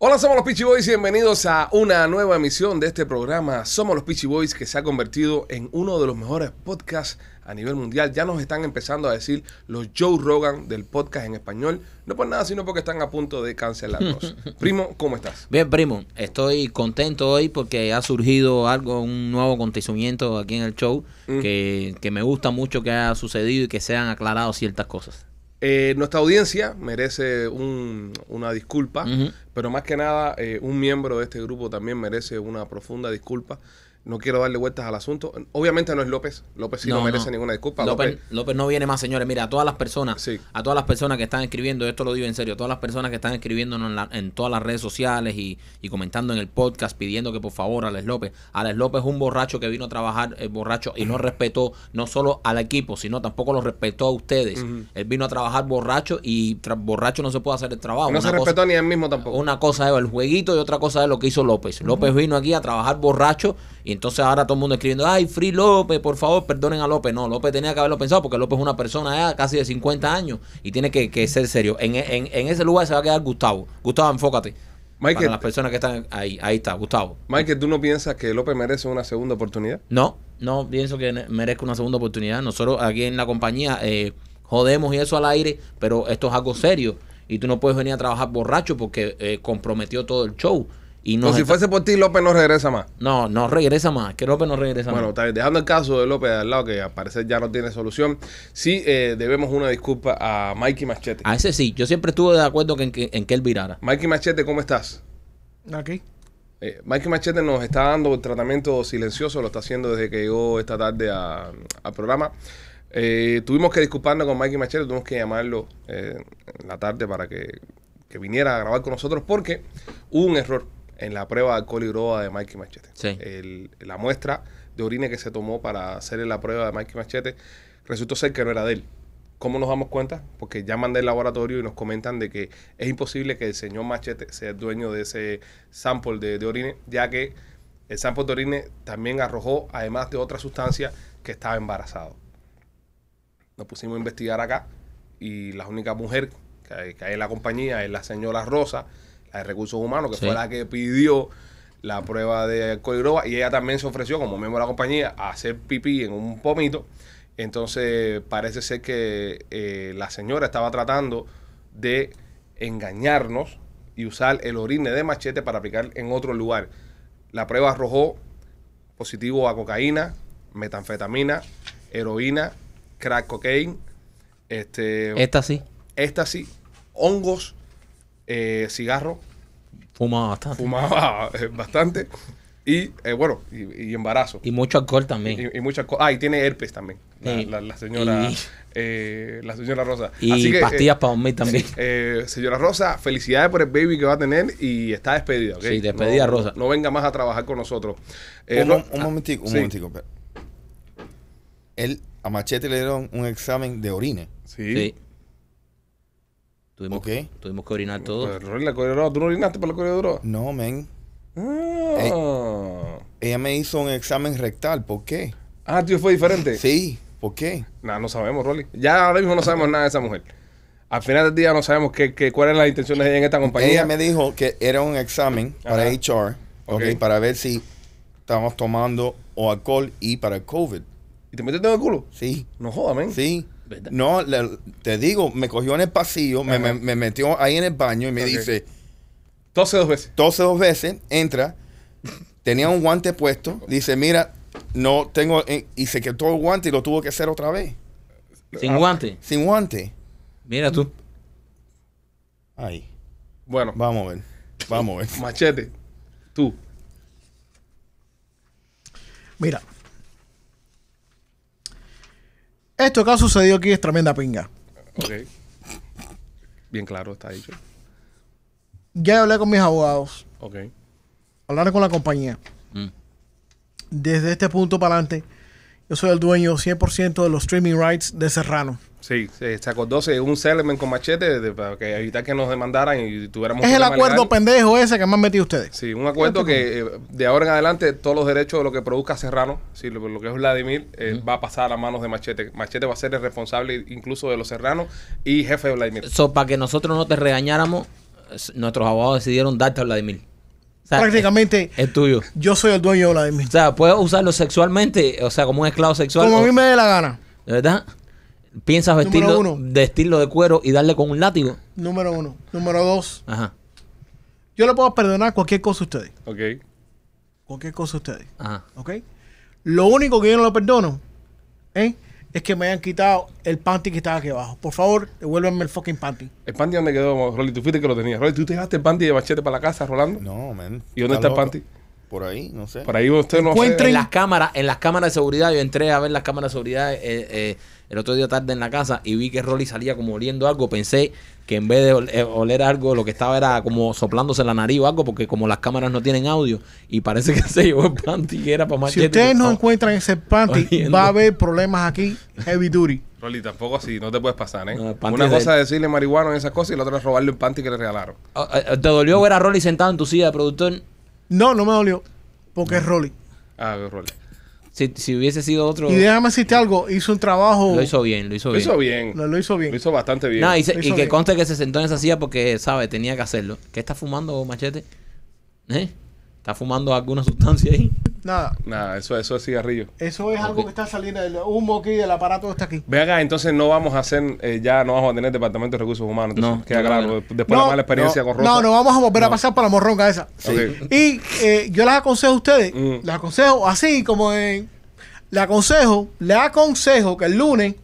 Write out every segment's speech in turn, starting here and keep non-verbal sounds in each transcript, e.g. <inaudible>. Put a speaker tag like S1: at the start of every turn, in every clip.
S1: Hola, somos los Peachy Boys y bienvenidos a una nueva emisión de este programa. Somos los Peachy Boys que se ha convertido en uno de los mejores podcasts a nivel mundial. Ya nos están empezando a decir los Joe Rogan del podcast en español. No por nada, sino porque están a punto de cancelarnos. Primo, ¿cómo estás?
S2: Bien, primo, estoy contento hoy porque ha surgido algo, un nuevo acontecimiento aquí en el show que, que me gusta mucho que haya sucedido y que se han aclarado ciertas cosas.
S1: Eh, nuestra audiencia merece un- una disculpa,
S2: Ujú.
S1: pero más que nada, eh, un miembro de este grupo también merece una profunda disculpa. No quiero darle vueltas al asunto. Obviamente no es López. López sí no, merece ninguna disculpa.
S2: López, Ah,
S1: López,
S2: López no viene más, señores. Mira, a todas las personas,
S1: Sí.
S2: a todas las personas que están escribiendo, esto lo digo en serio, a todas las personas que están escribiendo en, la- en todas las redes sociales y, y comentando en el podcast, pidiendo que por favor, Alex López, Alex López es un borracho que vino a trabajar eh, borracho y no respetó no solo al equipo, sino tampoco lo respetó a ustedes. Él vino a trabajar borracho y tra- borracho no se puede hacer el trabajo.
S1: no se
S2: Una cosa-
S1: respetó ni a él mismo tampoco.
S2: una cosa es el jueguito y otra cosa es lo que hizo López. López vino aquí a trabajar borracho y entonces ahora todo el mundo escribiendo, ay, Free López, por favor, perdonen a López. No, López tenía que haberlo pensado porque López es una persona ya casi de 50 años y tiene que, que ser serio. En, en- en ese lugar se va a quedar Gustavo. Gustavo, enfócate.
S1: Michael.
S2: Para las personas que están ahí, ahí está, Gustavo.
S1: Michael, ¿tú no piensas que López merece una segunda oportunidad?
S2: No, no pienso que ne- merezca una segunda oportunidad. Nosotros aquí en la compañía eh, jodemos y eso al aire, pero esto es algo serio. Y tú no puedes venir a trabajar borracho porque eh, comprometió todo el show. Y
S1: No,
S2: nos
S1: si
S2: está-
S1: fuese por ti, López no regresa más.
S2: No, no regresa más. Que López no regresa
S1: Bueno,
S2: más.
S1: está bien. dejando el caso de López al lado, que al parecer ya no tiene solución, sí eh, debemos una disculpa a Mikey Machete.
S2: A ese sí, yo siempre estuve de acuerdo que en, que, en que él virara.
S1: Mikey Machete, ¿cómo estás?
S3: Aquí.
S1: Eh, Mikey Machete nos está dando el tratamiento silencioso, lo está haciendo desde que llegó esta tarde a- al programa. Eh, tuvimos que disculparnos con Mikey Machete, tuvimos que llamarlo eh, en la tarde para que, que viniera a grabar con nosotros porque hubo un error en la prueba de alcohol y droga de Mikey Machete. Eh,
S2: Sí.
S1: El- la muestra de orina que se tomó para hacerle la prueba de Mikey Machete resultó ser que no era de él. ¿Cómo nos damos cuenta? Porque llaman del laboratorio y nos comentan de que es imposible que el señor Machete sea el dueño de ese sample de, de orine, ya que el sample de orine también arrojó, además de otra sustancia, que estaba embarazado. Nos pusimos a investigar acá y la única mujer que hay, que hay en la compañía es la señora Rosa, la de Recursos Humanos, que
S2: Sí.
S1: fue la que pidió la prueba de alcohol y droga, y ella también se ofreció como miembro de la compañía a hacer pipí en un pomito. Entonces parece ser que eh, la señora estaba tratando de engañarnos y usar el orine de machete para aplicar en otro lugar. La prueba arrojó positivo a cocaína, metanfetamina, heroína, crack cocaine, este,
S2: Esta sí,
S1: éxtasis, hongos, eh, cigarro,
S2: fumaba bastante.
S1: fumaba <laughs> eh, bastante y eh, bueno, y, y embarazo.
S2: Y mucho alcohol también.
S1: Y, y muchas cosas. Ah, y tiene herpes también. La,
S2: Sí.
S1: la- la señora
S2: Y-
S1: eh, la señora Rosa.
S2: Y,
S1: Así que, eh,
S2: pastillas para dormir también.
S1: eh, señora Rosa, felicidades por el baby que va a tener y está despedida. ¿ok?
S2: Sí, despedida,
S1: No-
S2: Rosa.
S1: No venga más a trabajar con nosotros. Eh,
S3: Un,
S1: Ro-
S3: mom- un momentico, un
S1: sí.
S3: momentico. espera. Él, a Machete le dieron un examen de orina.
S1: sí.
S2: Sí. Tuvimos,
S3: Ok.
S2: que- tuvimos que orinar todo.
S1: Pues, Rory, la corredora, ¿Tú no orinaste por la corredora?
S3: No, men.
S1: Ah.
S3: Ella me hizo un examen rectal. ¿Por qué?
S1: Ah, tío, fue diferente.
S3: Sí, ¿por qué?
S1: Nah, no sabemos, Rolly. Ya ahora mismo no sabemos nada de esa mujer. Al final del día no sabemos qué, qué, cuáles son las intenciones de ella en esta compañía.
S3: Ella me dijo que era un examen para
S1: Ajá.
S3: HR, ok,
S1: Ok.
S3: para ver si estábamos tomando o alcohol y para el COVID.
S1: ¿Y te metiste en el culo?
S3: Sí,
S1: No jodas, men.
S3: sí.
S2: ¿Verdad?
S3: No, le- te digo, me cogió en el pasillo, me,
S1: Ajá.
S3: me- me metió ahí en el baño y me
S1: Ok.
S3: dice,
S1: Entonces dos veces.
S3: Entonces dos veces, entra, tenía un guante puesto, dice, mira, no tengo, eh, y se quitó el guante y lo tuvo que hacer otra vez,
S1: ah,
S2: Sin guante.
S3: sin guante.
S2: Mira tú.
S3: Ay,
S1: Bueno,
S3: vamos a ver, vamos
S1: <laughs>
S3: a ver.
S1: machete. Tú.
S4: Mira. Esto que ha sucedido aquí es tremenda pinga.
S1: Ok. Bien claro, está dicho.
S4: Ya hablé con mis abogados,
S1: Ok.
S4: hablaré con la compañía.
S2: Mm.
S4: Desde este punto para adelante, yo soy el dueño 100% de los streaming rights de Serrano.
S1: Sí, se se acordó se- un settlement con machete de- para que evitar que nos demandaran y tuviéramos
S4: Es
S1: un
S4: el
S1: tema
S4: acuerdo
S1: legal.
S4: pendejo ese que me han metido ustedes.
S1: Sí, un acuerdo que eh, de ahora en adelante todos los derechos de lo que produzca Serrano, sí, lo, lo que es Vladimir, eh, va a pasar a manos de Machete. Machete va a ser el responsable incluso de los Serranos y jefe de Vladimir.
S2: So, para que nosotros no te regañáramos, s- nuestros abogados decidieron darte a Vladimir. O sea, eh,
S4: Prácticamente,
S2: Es, es tuyo.
S4: yo soy el dueño de Vladimir.
S2: O sea, puedes usarlo sexualmente, o sea, como un esclavo sexual.
S4: Como a
S2: o-
S4: mí me dé la gana.
S2: ¿De verdad? Piensas
S4: Número
S2: vestirlo
S4: uno.
S2: de estilo de cuero y darle con un látigo.
S4: Número uno. Número dos.
S2: Ajá,
S4: Yo le puedo perdonar cualquier cosa a ustedes.
S1: Ok.
S4: Cualquier cosa a ustedes.
S2: ajá.
S4: ¿Ok? Lo único que yo no le perdono ¿eh? es que me hayan quitado el panty que estaba aquí abajo. Por favor, devuélvanme el fucking panty.
S1: ¿El panty dónde quedó, Rolly? Tú fuiste que lo tenías. Rolly, ¿tú te dejaste el panty de Machete para la casa, Rolando?
S3: No, man.
S1: ¿Y dónde está el
S3: loco.
S1: panty?
S3: Por ahí, no sé.
S1: Por ahí usted no
S4: Encuentren-
S2: En
S1: sé.
S2: las cámaras, en las cámaras de seguridad, yo entré a ver las cámaras de seguridad eh, eh, el otro día tarde en la casa y vi que Rolly salía como oliendo algo. Pensé que en vez de ol- eh, oler algo, lo que estaba era como soplándose la nariz o algo, porque como las cámaras no tienen audio y parece <laughs> que se llevó el panty que era para más Oh,
S4: Si ustedes no encuentran ese panty,
S2: Oyendo.
S4: va a haber problemas aquí, heavy duty.
S1: Rolly, tampoco así, no te puedes pasar, ¿eh?
S2: No, el panty
S1: Una
S2: es de
S1: cosa
S2: él.
S1: es decirle marihuana en esas cosas y la otra es robarle un panty que le regalaron.
S2: oh, eh, ¿Te dolió ver a Rolly sentado en tu silla de productor?
S4: No, no me dolió. Porque es Rolly.
S1: Ah, Rolly.
S2: Si, si hubiese sido otro,
S4: Y déjame decirte algo. Hizo un trabajo.
S2: lo hizo bien, lo hizo
S1: Lo
S2: bien.
S1: hizo bien.
S4: Lo, lo hizo bien.
S1: Lo hizo bastante bien.
S2: No, y, se-
S4: Lo
S2: y
S4: hizo
S2: que
S4: bien.
S2: conste que se sentó en esa silla porque, sabe, tenía que hacerlo. ¿Qué está fumando, Machete? ¿Eh? ¿Está fumando alguna sustancia ahí?
S4: Nada.
S1: Nada, eso, eso es cigarrillo.
S4: Eso es algo
S2: Ok.
S4: que está saliendo del humo aquí, del aparato que está aquí.
S1: Ve acá, entonces no vamos a hacer, eh, ya no vamos a tener departamento de recursos humanos. Entonces,
S2: No,
S1: queda
S2: no,
S1: claro.
S2: no.
S1: Después de la mala experiencia
S4: no,
S1: con Rosa.
S4: No, no vamos a volver a pasar para la morronga esa.
S1: Ok.
S4: Y eh, yo les aconsejo a ustedes,
S1: Mm.
S4: les aconsejo así como en. Le aconsejo, le aconsejo que el lunes,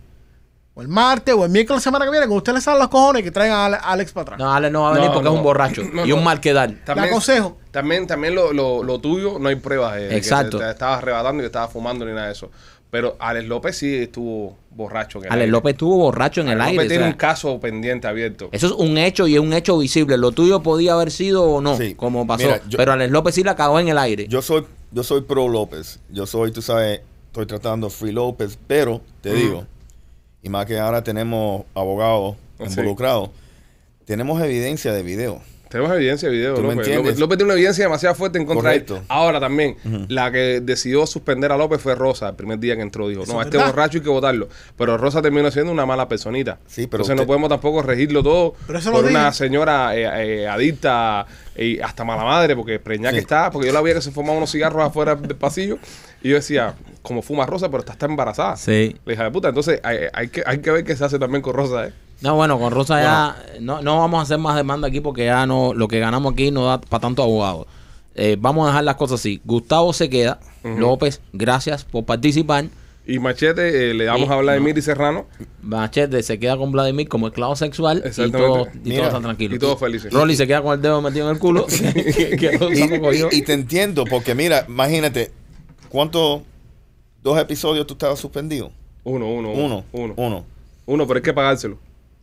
S4: o el martes, o el miércoles, la semana que viene, cuando ustedes le salen los cojones, que traigan a Ale- Alex para atrás.
S2: No, Ale no va a venir
S1: No,
S2: porque
S1: no.
S2: es un borracho
S1: <clears throat> No,
S2: y
S1: no.
S2: un mal quedar.
S4: Le aconsejo.
S1: También, también lo, lo, lo tuyo, no hay pruebas. de que
S2: Exacto.
S1: te- te estabas arrebatando y estabas fumando ni nada de eso. Pero Alex López sí estuvo borracho. en el
S2: Ale
S1: aire.
S2: López estuvo borracho en el
S1: Alex
S2: aire.
S1: López tiene
S2: o sea,
S1: un caso pendiente abierto.
S2: eso es un hecho y es un hecho visible. Lo tuyo podía haber sido o no,
S3: Sí.
S2: como pasó.
S3: Mira, yo-
S2: Pero Alex López sí la cagó en el aire.
S3: Yo soy, yo soy pro López. Yo soy, tú sabes, estoy tratando Free López, pero te digo, y más que ahora tenemos abogados
S1: Ah, Sí.
S3: involucrados, tenemos evidencia de video.
S1: Tenemos evidencia de video.
S3: ¿Tú me
S1: López.
S3: entiendes?
S1: López, López tiene una evidencia demasiado fuerte en contra de él.
S3: Correcto.
S1: Ahora también, la que decidió suspender a López fue Rosa. El primer día que entró dijo,
S4: Eso
S1: no, a
S4: es
S1: este
S4: verdad.
S1: borracho hay que votarlo. Pero Rosa terminó siendo una mala personita.
S3: Sí, pero
S1: Entonces no
S3: usted-
S1: podemos tampoco regirlo todo
S4: Pero eso
S1: por
S4: lo
S1: una
S4: dije.
S1: señora eh, eh, adicta y hasta mala madre, porque preñada
S3: Sí.
S1: que está. Porque yo la veía que se fumaba unos cigarros afuera del pasillo. Y yo decía, como fuma Rosa, pero está, está embarazada.
S2: Sí.
S1: La hija de puta. Entonces hay, hay que, hay que ver qué se hace también con Rosa, ¿eh?
S2: No, bueno, con Rosa ya no, no vamos a hacer más demanda aquí porque ya no lo que ganamos aquí no da para tanto abogado. Eh, vamos a dejar las cosas así. Gustavo se queda. López, gracias por participar.
S1: Y Machete, eh, le damos a
S2: Sí,
S1: hablar de
S2: no.
S1: Miri Serrano.
S2: Machete se queda con Vladimir como esclavo sexual y
S1: Exactamente.
S2: todos y
S3: Mira,
S2: todos están tranquilos.
S1: y todos felices.
S2: Rolly se queda con el dedo metido en
S1: <laughs>
S2: el culo. <laughs> que- que Rosa
S3: Y,
S2: lo cogió.
S3: y- y te entiendo, porque mira, imagínate, ¿cuántos dos episodios tú estabas suspendido?
S1: Uno, uno,
S3: Uno,
S1: Uno.
S3: uno.
S1: Uno, pero hay que pagárselo.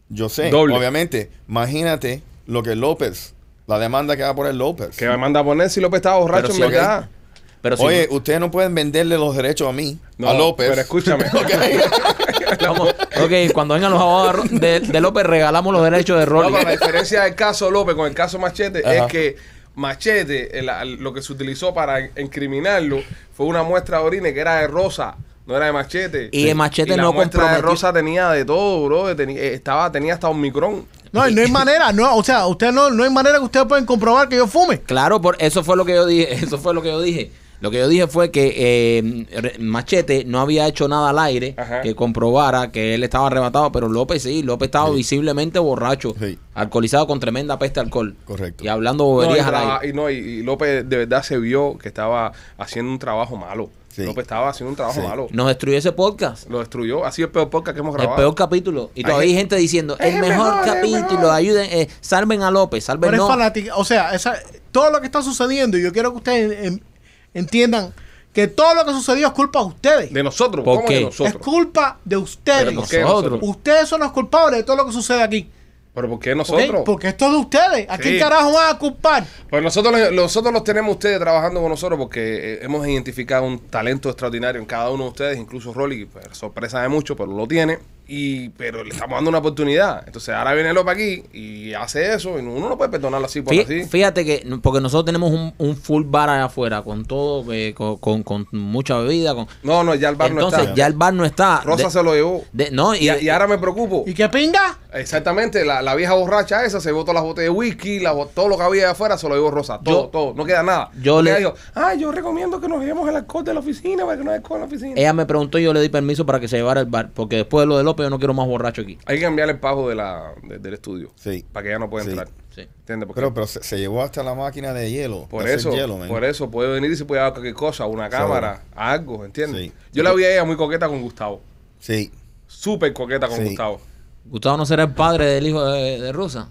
S3: Yo sé,
S1: Doble.
S3: obviamente, imagínate lo que López, la demanda que va a poner López.
S1: Que me manda a poner si López estaba borracho,
S2: Pero
S1: en
S2: sí,
S1: verdad.
S2: Pero si
S3: Oye, ustedes no pueden venderle los derechos a mí,
S1: No,
S3: a López.
S1: Pero
S3: <laughs>
S1: escúchame.
S2: <laughs> Vamos, ok, cuando vengan los abogados de, de López, regalamos los derechos de
S1: No,
S2: Rolly.
S1: pero la diferencia del caso López con el caso Machete
S3: Ajá.
S1: es que Machete, el- al- lo que se utilizó para incriminarlo, fue una muestra de orine que era de rosa. No era de machete.
S2: Y de Machete
S1: la
S2: no
S1: muestra de
S2: comprometió-
S1: rosa tenía de todo, bro. Tenía, eh, estaba, tenía hasta un micrón.
S4: No, y no hay manera, no, o sea, usted no, no hay manera que ustedes pueden comprobar que yo fume.
S2: Claro, por eso fue lo que yo dije. <laughs> Eso fue lo que yo dije. Lo que yo dije fue que eh, Re- Machete no había hecho nada al aire
S1: Ajá.
S2: que comprobara que él estaba arrebatado, pero López sí, López estaba visiblemente borracho,
S3: Sí.
S2: alcoholizado con tremenda peste de alcohol.
S3: Correcto.
S2: Y hablando
S1: No, y,
S2: boberías al
S1: traba-
S2: aire.
S1: y no, y, y López de verdad se vio que estaba haciendo un trabajo malo.
S3: Sí.
S1: López estaba haciendo un trabajo
S3: Sí.
S1: malo.
S2: Nos destruyó ese podcast.
S1: Lo destruyó. Ha sido el peor podcast que hemos
S2: El
S1: grabado.
S2: peor capítulo. Y todavía
S1: Ay,
S2: hay gente diciendo,
S1: es
S2: el
S1: el
S2: mejor,
S1: mejor, es el
S2: capítulo,
S1: mejor".
S2: ayuden, eh, salven a López, salven
S4: Pero
S2: pues no.
S4: es fanática, o sea, esa- todo lo que está sucediendo, yo quiero que ustedes em, entiendan que todo lo que sucedió es culpa de ustedes.
S1: De nosotros.
S2: ¿Por
S1: ¿cómo
S2: qué?
S1: de
S4: es
S1: nosotros?
S4: culpa de ustedes.
S1: Pero ¿por qué
S2: nosotros?
S4: Ustedes son los culpables de todo lo que sucede aquí.
S1: ¿Pero por qué
S4: ¿ok?
S1: nosotros?
S4: Porque esto es de ustedes. ¿A
S1: Sí.
S4: quién carajo van a culpar?
S1: Pues nosotros, nosotros los tenemos ustedes trabajando con nosotros porque eh, hemos identificado un talento extraordinario en cada uno de ustedes, incluso Rolly, pues, sorpresa de mucho, pero lo tiene. Y, pero le estamos dando una oportunidad. Entonces ahora viene López aquí y hace eso. Y uno no puede perdonarlo así por
S2: Fí-
S1: así.
S2: Fíjate que, no- porque nosotros tenemos un, un full bar allá afuera, con todo, eh, con, con- con mucha bebida. Con,
S1: No, no, ya el bar
S2: entonces,
S1: no está.
S2: ya el bar no está.
S1: Rosa
S2: De-
S1: se lo llevó.
S2: de- no, y,
S1: Y, y ahora me preocupo.
S4: ¿Y qué pinga?
S1: Exactamente, la, la vieja borracha esa se botó las botellas de whisky, la bo- todo lo que había allá afuera se lo llevó Rosa. Todo,
S2: Yo-
S1: todo. No queda nada.
S2: yo
S1: Porque
S2: le-
S1: ella dijo, ah, yo recomiendo que nos llevemos el alcohol de la oficina para que no haya alcohol en la oficina.
S2: ella me preguntó y yo le di permiso para que se llevara el bar, porque después de lo de López yo no quiero más borracho aquí.
S1: Hay que cambiar el pago de la, de- del estudio
S3: Sí.
S1: para que ella no pueda
S3: Sí.
S1: entrar.
S2: Sí.
S1: ¿Entiendes? Porque
S3: Pero, pero se, se llevó hasta la máquina de hielo. de
S1: por
S3: hacer
S1: eso,
S3: hielo, man.
S1: por eso puede venir y se puede dar cualquier cosa, una cámara, algo, ¿entiendes?
S3: Sí.
S1: Yo la vi a ella muy coqueta con Gustavo.
S3: Sí.
S1: Súper coqueta con
S3: Sí.
S1: Gustavo.
S2: Gustavo no será el padre del hijo de, de Rosa.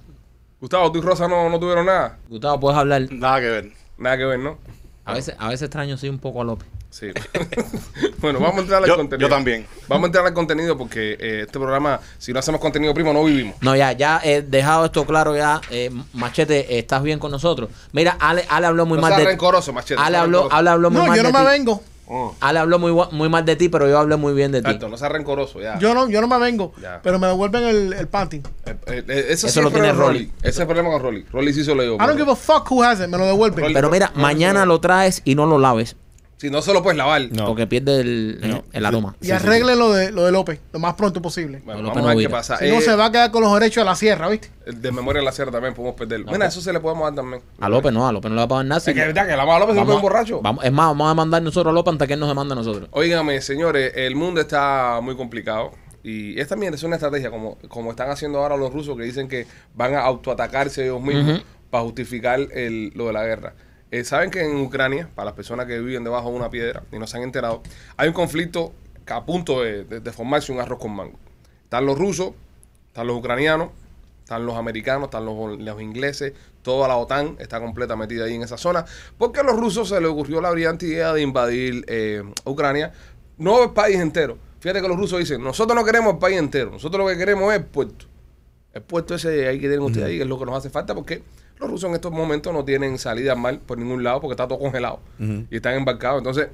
S1: Gustavo, tú y Rosa no, no tuvieron nada.
S2: Gustavo, puedes hablar.
S5: Nada que ver.
S1: Nada que ver, ¿no?
S2: A veces, a veces extraño sí un poco a López.
S1: Sí. <laughs> bueno, vamos a entrar al
S5: Yo-
S1: contenido.
S5: yo también.
S1: Vamos a entrar al contenido porque eh, este programa, si no hacemos contenido primo, no vivimos.
S2: No, ya, ya he dejado esto claro ya. eh, machete, estás bien con nosotros. Mira, Ale, Ale habló muy
S1: No
S2: mal
S1: seas
S2: de
S1: rencoroso, Machete,
S2: Ale
S1: no seas
S2: habló,
S1: rencoroso.
S2: Ale habló muy
S4: No,
S2: mal
S4: yo no
S2: de
S4: me
S2: ti.
S4: vengo.
S5: Oh.
S2: Ale habló muy, gua- muy mal de ti, pero yo hablé muy bien de ti.
S1: Exacto, no seas rencoroso, ya.
S4: Yo no, yo no me vengo.
S1: Ya.
S4: Pero me devuelven el, el panty.
S1: Eh, eh, eh, eso
S2: Eso
S1: sí
S2: lo
S1: es problema
S2: tiene
S1: de Rolly.
S2: Rolly.
S1: Ese es el problema con Rolly. Rolly sí se lo llevó.
S4: I don't give a fuck who has it. Me lo devuelven.
S1: Rolly-
S2: Pero mira,
S1: no,
S2: mañana
S1: no.
S2: lo traes y no lo laves,
S1: Si no se lo puedes lavar.
S3: No.
S2: porque pierde el,
S3: No.
S2: el aroma.
S4: Y arreglen lo de, lo de López lo más pronto posible.
S1: Bueno,
S2: No,
S1: vamos
S2: López
S1: a
S2: no
S1: ver qué
S2: vira.
S1: pasa.
S4: Si no,
S1: Eh,
S4: se va a quedar con los derechos de la sierra, ¿viste?
S1: el De memoria en la sierra también podemos perderlo. Mira, eso se le podemos dar también.
S2: A López no, a López no le va a pagar nada.
S1: Es
S2: si-
S1: que, es verdad que la mala López se lo pone
S2: vamos,
S1: borracho.
S2: vamos- es más, vamos a mandar nosotros a López hasta que él nos demanda a nosotros.
S1: Óigame, señores, el mundo está muy complicado. Y esta también es una estrategia, como, como están haciendo ahora los rusos, que dicen que van a autoatacarse ellos mismos para justificar el- lo de la guerra. Eh, Saben que en Ucrania, para las personas que viven debajo de una piedra y no se han enterado, hay un conflicto que a punto de, de- de formarse un arroz con mango. Están los rusos, están los ucranianos, están los americanos, están los, los ingleses, toda la OTAN está completa metida ahí en esa zona, porque a los rusos se les ocurrió la brillante idea de invadir eh, Ucrania, no el país entero. Fíjate que los rusos dicen, nosotros no queremos el país entero, nosotros lo que queremos es el puerto. El puerto ese ahí que tienen ustedes ahí, que es lo que nos hace falta, porque los rusos en estos momentos no tienen salida al mar por ningún lado, porque está todo congelado y están embarcados. Entonces,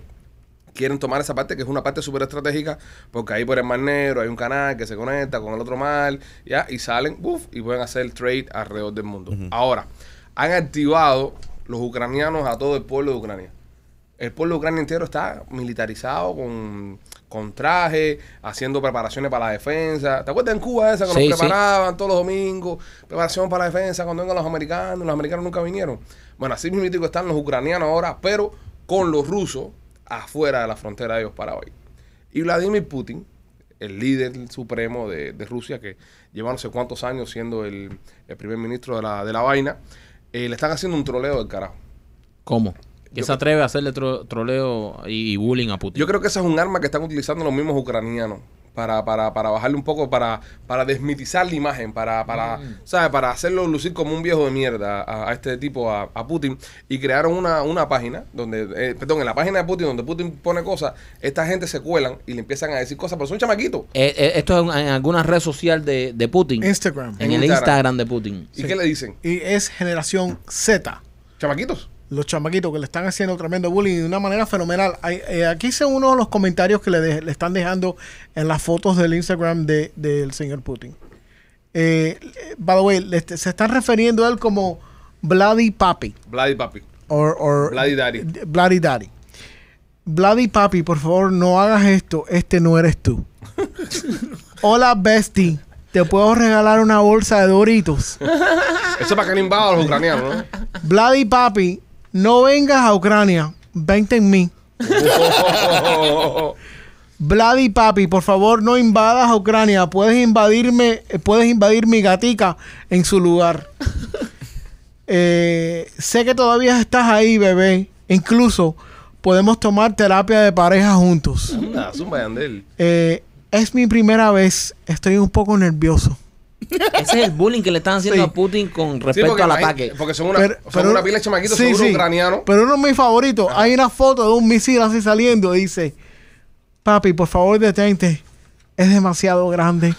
S1: quieren tomar esa parte que es una parte súper estratégica porque ahí por el Mar Negro hay un canal que se conecta con el otro mar ya y salen buf, y pueden hacer trade alrededor del mundo ahora han activado los ucranianos a todo el pueblo de Ucrania el pueblo de Ucrania entero está militarizado con, con traje, haciendo preparaciones para la defensa. ¿Te acuerdas en Cuba esa que
S2: Sí, sí.
S1: nos preparaban todos los domingos? Preparación para la defensa cuando vengan los americanos. Los americanos nunca vinieron. Bueno, así mismo están los ucranianos ahora, pero con los rusos afuera de la frontera de ellos para hoy. Y Vladimir Putin, el líder supremo de, de Rusia, que lleva no sé cuántos años siendo el, el primer ministro de la, de la vaina, eh, le están haciendo un troleo del carajo.
S2: ¿Cómo? ¿Quién se atreve a hacerle tro- troleo y, y bullying a Putin?
S1: Yo creo que esa es un arma que están utilizando los mismos ucranianos para, para, para bajarle un poco, para, para desmitizar la imagen, para, para,
S4: Mm.
S1: ¿sabes? para hacerlo lucir como un viejo de mierda a, a este tipo, a, a Putin. Y crearon una, una página, donde eh, perdón, en la página de Putin, donde Putin pone cosas, esta gente se cuelan y le empiezan a decir cosas, pero son chamaquitos.
S2: Eh, eh, esto es en, en alguna red social de, de Putin.
S4: Instagram.
S2: En, el
S1: Instagram.
S2: Instagram de Putin.
S1: ¿Y qué le dicen?
S4: Y es generación Z.
S1: Chamaquitos.
S4: Los chamaquitos que le están haciendo tremendo bullying de una manera fenomenal. Hay- eh, aquí hice uno de los comentarios que le, de- le están dejando en las fotos del Instagram de- del señor Putin. Eh, by the way, le est- se están refiriendo a él como Bloody Papi.
S1: Bloody papi.
S4: or, or-
S1: Bloody Daddy.
S4: D- Bloody Daddy. Bloody Papi, por favor, no hagas esto. Este no eres
S1: <laughs>
S4: tú. Hola, Bestie. Te puedo regalar una bolsa de doritos.
S1: Eso es para que no invadan a los ucranianos, ¿no?
S4: Bloody Papi, no vengas a Ucrania. Vente en mí. <laughs> Bloody Papi, por favor, no invadas a Ucrania. Puedes invadirme, eh, puedes invadir mi gatica en
S1: <laughs>
S4: su lugar. Eh, sé que todavía estás ahí, bebé. Incluso podemos tomar terapia de pareja juntos.
S1: Anda, zumba Yandel.
S4: Eh, es mi primera vez. Estoy un poco nervioso.
S2: Ese es el bullying que le están haciendo
S4: Sí.
S2: a Putin con
S1: Sí,
S2: respecto al
S1: la gente-
S2: ataque.
S1: Porque son una, son una pila de chamaquitos
S4: sí,
S1: seguro
S4: sí.
S1: ucranianos.
S4: Pero uno de mis favoritos. Hay una foto de un misil así saliendo. Dice: Papi, por favor, detente. Es demasiado grande.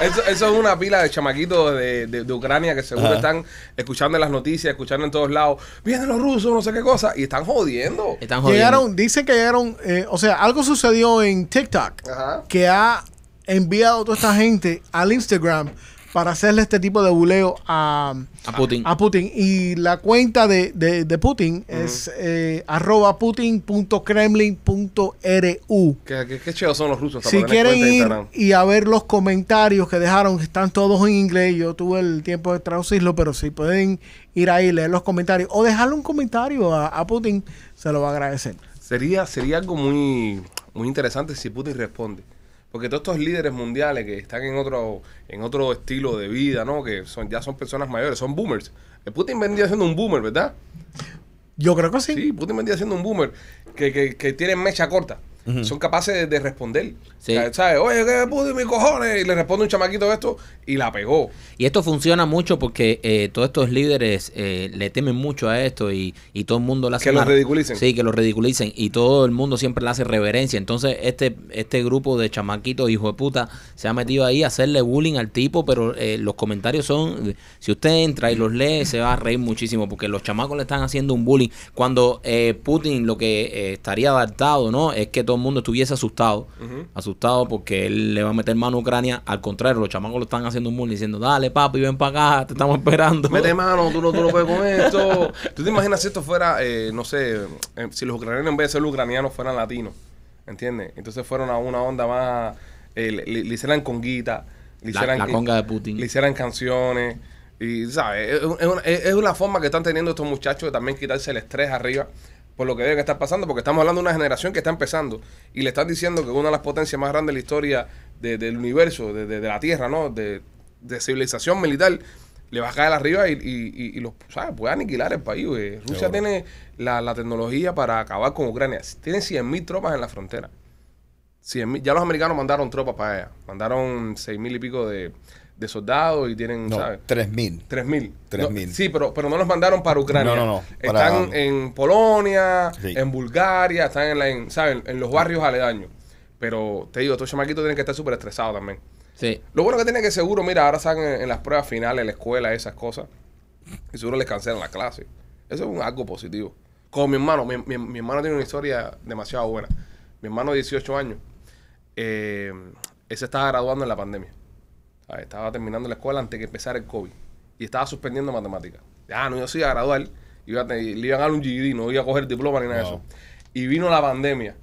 S1: Eso, eso es una pila de chamaquitos de, de- de Ucrania que seguro
S3: Ajá.
S1: están escuchando en las noticias, escuchando en todos lados. Vienen los rusos, no sé qué cosa. Y están jodiendo.
S2: Están jodiendo.
S4: Llegaron, dicen que llegaron, eh, o sea, algo sucedió en TikTok
S1: Ajá.
S4: que ha enviado a toda esta gente al Instagram para hacerle este tipo de buleo a,
S2: a Putin.
S4: a Putin. Y la cuenta de, de- de Putin es eh, arroba putin.kremlin.ru.
S1: Qué, qué, qué cheos son los rusos. para
S4: Si
S1: poner en
S4: quieren
S1: cuenta de
S4: ir
S1: Instagram.
S4: y a ver los comentarios que dejaron, que están todos en inglés, yo tuve el tiempo de traducirlo, pero si pueden ir ahí, leer los comentarios o dejarle un comentario a, a Putin, se lo va a agradecer.
S1: Sería, sería algo muy, muy interesante si Putin responde. Porque todos estos líderes mundiales que están en otro, en otro estilo de vida, ¿no? Que son, ya son personas mayores, son boomers. Eh, Putin vendría siendo un boomer, ¿verdad?
S4: Yo creo que sí.
S1: Sí, Putin vendría siendo un boomer que, que, que tienen mecha corta. Son capaces de, de responder.
S2: Sí.
S1: O sea, ¿Sabes? Oye, ¿qué Putin, mis cojones? Y le responde un chamaquito de esto y la pegó.
S2: Y esto funciona mucho porque eh, todos estos líderes eh, le temen mucho a esto y, y todo el mundo le hace
S1: Que los
S2: una-
S1: ridiculicen.
S2: Sí, que lo ridiculicen y todo el mundo siempre le hace reverencia. Entonces este este grupo de chamaquitos hijo de puta se ha metido ahí a hacerle bullying al tipo, pero eh, los comentarios son si usted entra y los lee se va a reír muchísimo porque los chamacos le están haciendo un bullying cuando eh, Putin lo que eh, estaría adaptado, ¿no? Es que todo el mundo estuviese asustado asustado porque él le va a meter mano a Ucrania. Al contrario, los chamacos lo están haciendo un bullying diciendo, dale papi, ven para acá, te estamos esperando.
S1: Mete mano, tú no, tú no puedes con esto. ¿Tú te imaginas si esto fuera, eh, no sé, eh, si los ucranianos en vez de ser ucranianos fueran latinos? ¿Entiendes? Entonces fueron a una onda más. eh, le, le- le hicieran conguita, le
S2: La-
S1: hicieran,
S2: la conga de Putin.
S1: Le hicieran canciones. Y, ¿sabes? Es, es una, es- es una forma que están teniendo estos muchachos de también quitarse el estrés arriba por lo que debe que estar pasando, porque estamos hablando de una generación que está empezando y le están diciendo que una de las potencias más grandes de la historia de- del universo, de, de- de la Tierra, ¿no? De, de civilización militar, le va a caer arriba y, y, y- y los, ¿sabes? Puede aniquilar el país. güey. Rusia
S3: Seguro.
S1: tiene la, la tecnología para acabar con Ucrania. Tienen 100.000 tropas en la frontera. 100.000. ya los americanos mandaron tropas para allá. Mandaron 6.000 y pico de, de soldados y tienen,
S3: No,
S1: ¿sabes?
S3: 3000.
S1: 3.000.
S3: 3.000.
S1: No, sí, pero, pero no los mandaron para Ucrania.
S3: No, no, no, para-
S1: Están en Polonia,
S3: Sí.
S1: en Bulgaria, están en, la, en, ¿saben? en los barrios aledaños. Pero te digo, estos chamaquitos tienen que estar súper estresados también.
S2: Sí.
S1: Lo bueno que tienen que seguro, mira, ahora saben en, en las pruebas finales, la escuela, esas cosas. Y seguro les cancelan la clase. Eso es un, algo positivo. Como mi hermano, mi, mi- mi hermano tiene una historia demasiado buena. Mi hermano, de 18 años, eh, él se estaba graduando en la pandemia. Ah, Estaba terminando la escuela antes que empezara el COVID. Y estaba suspendiendo matemáticas. Ah, no, yo sí iba a graduar. Iba a tener- le iban a dar un GED, no iba a coger diploma ni nada de
S3: Wow.
S1: eso. Y vino la pandemia.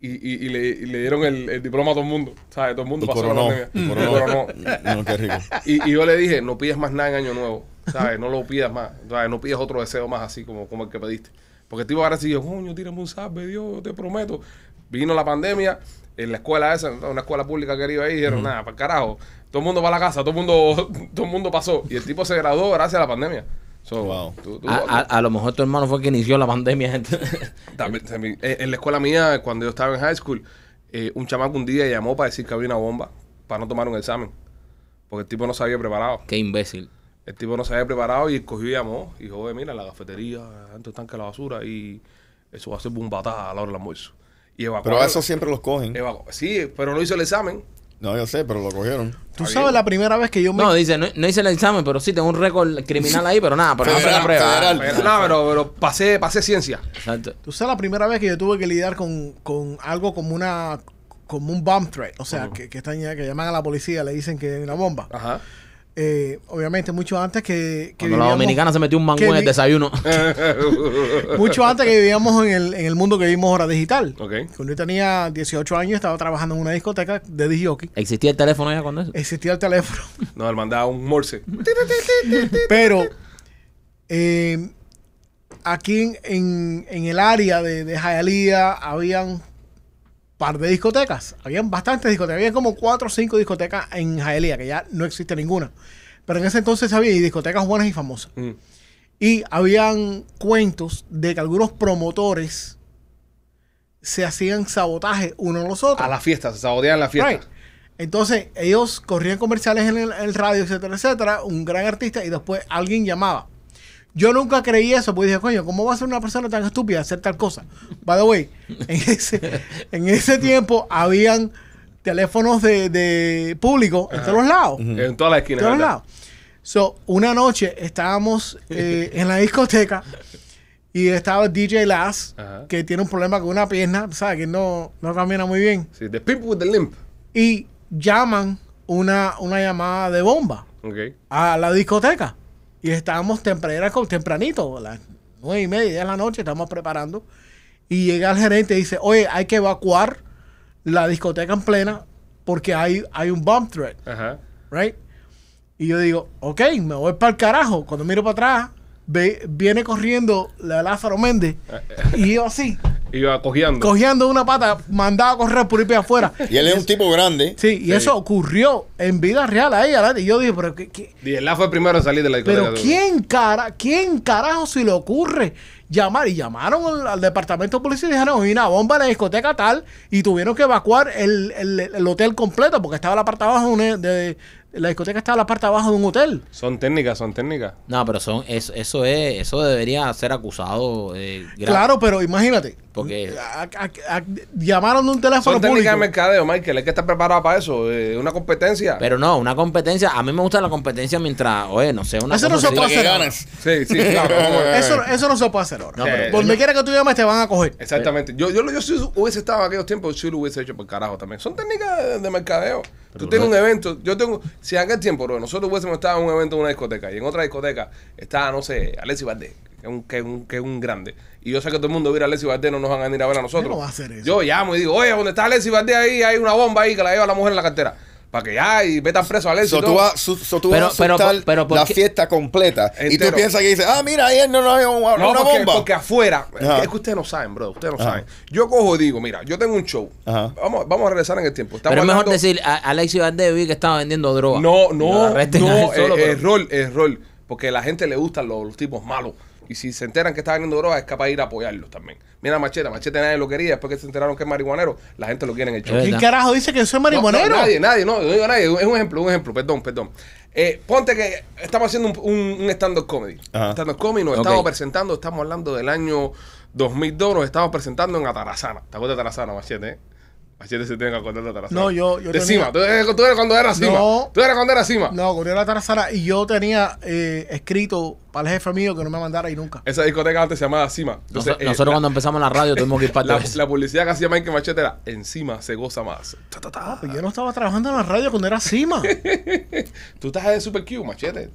S1: Y, y- y le, y le dieron el, el diploma a todo el mundo. ¿Sabes? Todo el mundo
S3: Y
S1: pasó
S3: coronó.
S1: la
S3: Y
S1: pandemia. Y
S3: coronó.
S1: coronó.
S3: <laughs> No, qué
S1: <laughs>
S3: rico.
S1: Y, y yo le dije, no pidas más nada en Año Nuevo. ¿Sabes? No lo pidas más. ¿sabes? No pidas otro deseo más así como, como el que pediste. Porque te iba a decir, yo, coño, tírame un salve, Dios, te prometo. Vino la pandemia, en la escuela esa, una escuela pública que iba ahí, dijeron, nada, para carajo. Todo el mundo va a la casa, todo el mundo, <laughs> todo el mundo pasó. Y el tipo se graduó gracias a la pandemia. So,
S3: Wow.
S1: tú- tú-
S2: A, a- a lo mejor tu hermano fue el que inició la pandemia. gente.
S1: también- también, eh, en la escuela mía, cuando yo estaba en high school, eh, un chamaco un día llamó para decir que había una bomba para no tomar un examen. Porque el tipo no se había preparado.
S2: Qué imbécil.
S1: El tipo no se había preparado y cogió y llamó. Y dijo, "Oye, mira, la cafetería, tanto tanque de la basura y eso va a ser bombatá a la hora del almuerzo. Y evacuaron.
S3: Pero a eso siempre los cogen.
S1: evacu- Sí, pero no hizo el examen.
S3: No, yo sé, pero lo cogieron.
S4: Tú
S1: Está
S4: sabes,
S1: bien.
S4: la primera vez que yo me...
S2: No, dice, no, no hice el examen, pero sí tengo un récord criminal ahí, pero nada, pero no hice la
S3: Federal,
S2: prueba.
S3: federal.
S1: Pero, no, pero, pero pasé, pasé ciencia.
S2: Exacto.
S4: Tú sabes la primera vez que yo tuve que lidiar con, con algo como una como un bomb threat, o sea, que, que, están, ya- que llaman a la policía, le dicen que hay una bomba.
S1: Ajá.
S4: Eh, obviamente, mucho antes que, que
S2: Cuando la
S4: vivíamos-
S2: dominicana se metió un mangú
S4: que
S2: en el
S4: vi-
S2: desayuno.
S1: eh.
S4: mucho antes que vivíamos en el, en el mundo que vivimos ahora digital.
S1: Ok.
S4: Cuando yo tenía 18 años, estaba trabajando en una discoteca de disjockey.
S2: <laughs> ¿Existía el teléfono ya cuando eso?
S4: Existía el teléfono,
S1: Nos le mandaba un morse.
S4: pero eh, aquí en, en- en el área de, de Hialeah habían par de discotecas. Habían bastantes discotecas. Había como cuatro o cinco discotecas en Hialeah, que ya no existe ninguna. Pero en ese entonces había y discotecas buenas y famosas.
S1: Mm.
S4: Y habían cuentos de que algunos promotores se hacían sabotaje unos a los otros.
S1: A la fiesta, se sabotean la fiesta.
S4: Right. Entonces, ellos corrían comerciales en el, el radio, etcétera, etcétera, un gran artista, y después alguien llamaba. Yo nunca creí eso, porque dije, coño, ¿cómo va a ser una persona
S1: <laughs>
S4: tan estúpida hacer tal cosa? By the way, en ese, en ese tiempo habían teléfonos de, de público en todos los lados.
S1: Mm. En todas las
S4: En
S1: esquinas.
S4: todos
S1: ¿verdad?
S4: lados. So, una noche estábamos eh, en la discoteca y estaba DJ Las,
S1: Ajá.
S4: que tiene un problema con una pierna, ¿sabes? Que no, no camina muy bien.
S1: Sí, the people with the limp.
S4: Y llaman una, una llamada de bomba
S1: Ok.
S4: a la discoteca. Y estábamos temprana, con- tempranito, a las nueve y media de la noche, estamos preparando. Y llega el gerente y dice, oye, hay que evacuar la discoteca en plena porque hay, hay un bomb threat,
S1: Ajá.
S4: right? Y yo digo, ok, me voy para el carajo. Cuando miro para atrás, ve- viene corriendo la Lázaro Méndez. Y yo así,
S1: Iba cojeando.
S4: cojeando una pata, mandaba a correr por ir para afuera.
S3: Y él es un tipo grande.
S4: Sí, y eso ocurrió en vida real ahí, adelante. Y yo dije, pero ¿qué, qué,
S1: Y el la fue el primero en salir de la discoteca.
S4: Pero quién cara, quién carajo se le ocurre llamar y llamaron al, al departamento de policía y dijeron, hay una bomba en la discoteca tal y tuvieron que evacuar el, el- el hotel completo porque estaba la parte abajo de, un- e, de- la discoteca estaba la parte abajo de un hotel.
S1: Son técnicas, son técnicas.
S2: No, pero son, eso, eso es, eso debería ser acusado. eh, grave.
S4: Claro, pero imagínate.
S2: Porque-
S4: a- a- a- llamaron de un teléfono
S1: Son técnicas de
S4: público.
S1: mercadeo, Michael. Hay que estar preparado para eso. eh, una competencia.
S2: Pero no, una competencia. A mí me gusta la competencia mientras, oye, no sé, una
S4: Eso no
S2: cosa
S4: se
S2: así.
S3: Para que
S4: Hacer-
S3: ganas.
S1: sí, sí, claro. como-
S4: Eso, eso no se puede hacer ahora.
S2: No,
S1: pero-
S4: Donde quiera que tú llames te van a coger.
S1: Exactamente. Yo, yo, lo- yo si hubiese estado en aquellos tiempos, yo lo hubiese hecho por carajo también. Son técnicas de, de mercadeo. Tú tienes un evento, yo tengo, si en aquel tiempo, bro, nosotros hubiésemos estado en un evento en una discoteca y en otra discoteca estaba, no sé, Alexis Valdés, que es un, que es un, que es un grande. Y yo sé que todo el mundo viera a Alexis Valdés, no nos van a ir a ver a nosotros.
S4: ¿Cómo va a hacer eso?
S1: Yo llamo y digo, oye, ¿dónde está Alexis Valdés ahí? Hay una bomba ahí que la lleva la mujer en la cartera. Para que ya y metan preso a Alexis. y
S3: So, tú
S1: todo.
S3: vas, su- so, tú
S2: Pero-
S3: vas a
S2: pero-
S3: asustar
S2: pero ¿por
S3: la
S2: qué?
S3: fiesta completa. Y
S1: Entero.
S3: tú piensas que dices, ah, mira, ayer no, no había una,
S1: No,
S3: una
S1: porque,
S3: bomba.
S1: porque afuera.
S3: Ajá.
S1: Es que ustedes no saben, bro. Ustedes no
S3: Ajá.
S1: saben. Yo cojo y digo, mira, yo tengo un show.
S3: Ajá.
S1: Vamos, vamos a regresar en el tiempo. Estamos
S2: Pero es mejor
S1: hablando-
S2: decir, a, Alexis Valdés vi que estaba vendiendo droga.
S1: No,
S2: Lo
S1: no,
S2: arresten a él
S1: no,
S2: solo,
S1: eh,
S2: pero-
S1: error, error. Porque a la gente le gustan los, los tipos malos. Y si se enteran que está vendiendo droga, es capaz de ir a apoyarlos también. Mira Machete, Machete nadie lo quería. Después que se enteraron que es marihuanero, la gente lo quiere en el show.
S2: Es
S4: ¿Quién
S2: verdad.
S4: carajo dice que soy
S1: No, no,
S4: marihuanero?
S1: nadie, nadie, no, no digo nadie. Es un ejemplo, un ejemplo, perdón, perdón. Eh, ponte que estamos haciendo un, un- un stand-up comedy.
S3: Ajá.
S1: Stand-up comedy nos estamos
S2: Ok.
S1: presentando, estamos hablando del año 2002, nos estamos presentando en Atarazana. ¿Te acuerdas de Atarazana, Machete? eh? Machete se tiene que acordar de Atarazana.
S4: No, yo- yo
S1: De
S4: tenía-
S1: Cima, tú, eres- tú eres cuando eras Cima.
S4: No.
S1: Tú eres cuando eras Cima.
S4: No, corrió la tarazara y yo tenía eh, escrito para el jefe mío que no me mandara y nunca.
S1: Esa discoteca antes se llamaba Cima.
S2: Nos-
S1: Entonces, eh,
S2: nosotros
S1: la-
S2: cuando empezamos la radio tuvimos que ir para
S1: la,
S2: atrás.
S1: la publicidad que hacía Mike Machete era Encima se goza más. Ta, ta, ta.
S4: Ah, pues yo no estaba trabajando en la radio cuando
S1: <laughs>
S4: era Cima.
S1: Tú estás de Super Q, Machete.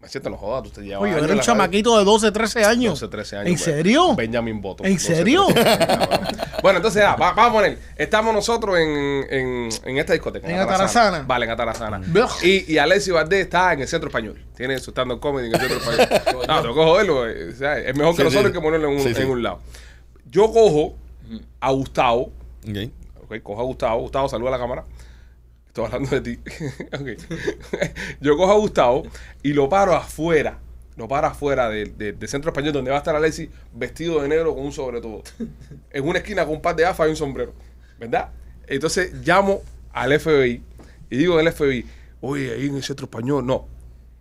S1: Machete, no jodas, tú te llevas.
S4: Oye, yo
S1: años en
S4: era un
S1: la radio.
S4: chamaquito de 12, 13 años.
S1: 12, 13 años.
S4: ¿En
S1: pues.
S4: serio?
S1: Benjamin Button.
S4: ¿En
S1: 12, <laughs>
S4: serio?
S1: 13 años, cabrón. bueno, entonces, ah, va- vamos a poner. Estamos nosotros en, en, en esta discoteca.
S4: En Atarazana.
S1: Vale, en Atarazana.
S4: Blah.
S1: Y, y Alessio Valdés está en el Centro Español. Tiene su stand-up comedy en el Centro
S3: <laughs>
S1: Español. no, tengo que joderlo. eh, o sea, es mejor que
S3: Sí,
S1: nosotros
S3: sí.
S1: que ponerlo en un,
S3: Sí, sí.
S1: en un lado. Yo cojo a Gustavo.
S3: Ok.
S1: Ok, cojo a Gustavo. Gustavo, saluda a la cámara. Estoy hablando de ti. <laughs> Ok. Yo cojo a Gustavo y lo paro afuera. Lo paro afuera del del- del centro español donde va a estar Alexis vestido de negro con un sobre todo. En una esquina con un par de gafas y un sombrero. ¿Verdad? Entonces llamo al FBI y digo al FBI, oye, ahí en el centro español, no.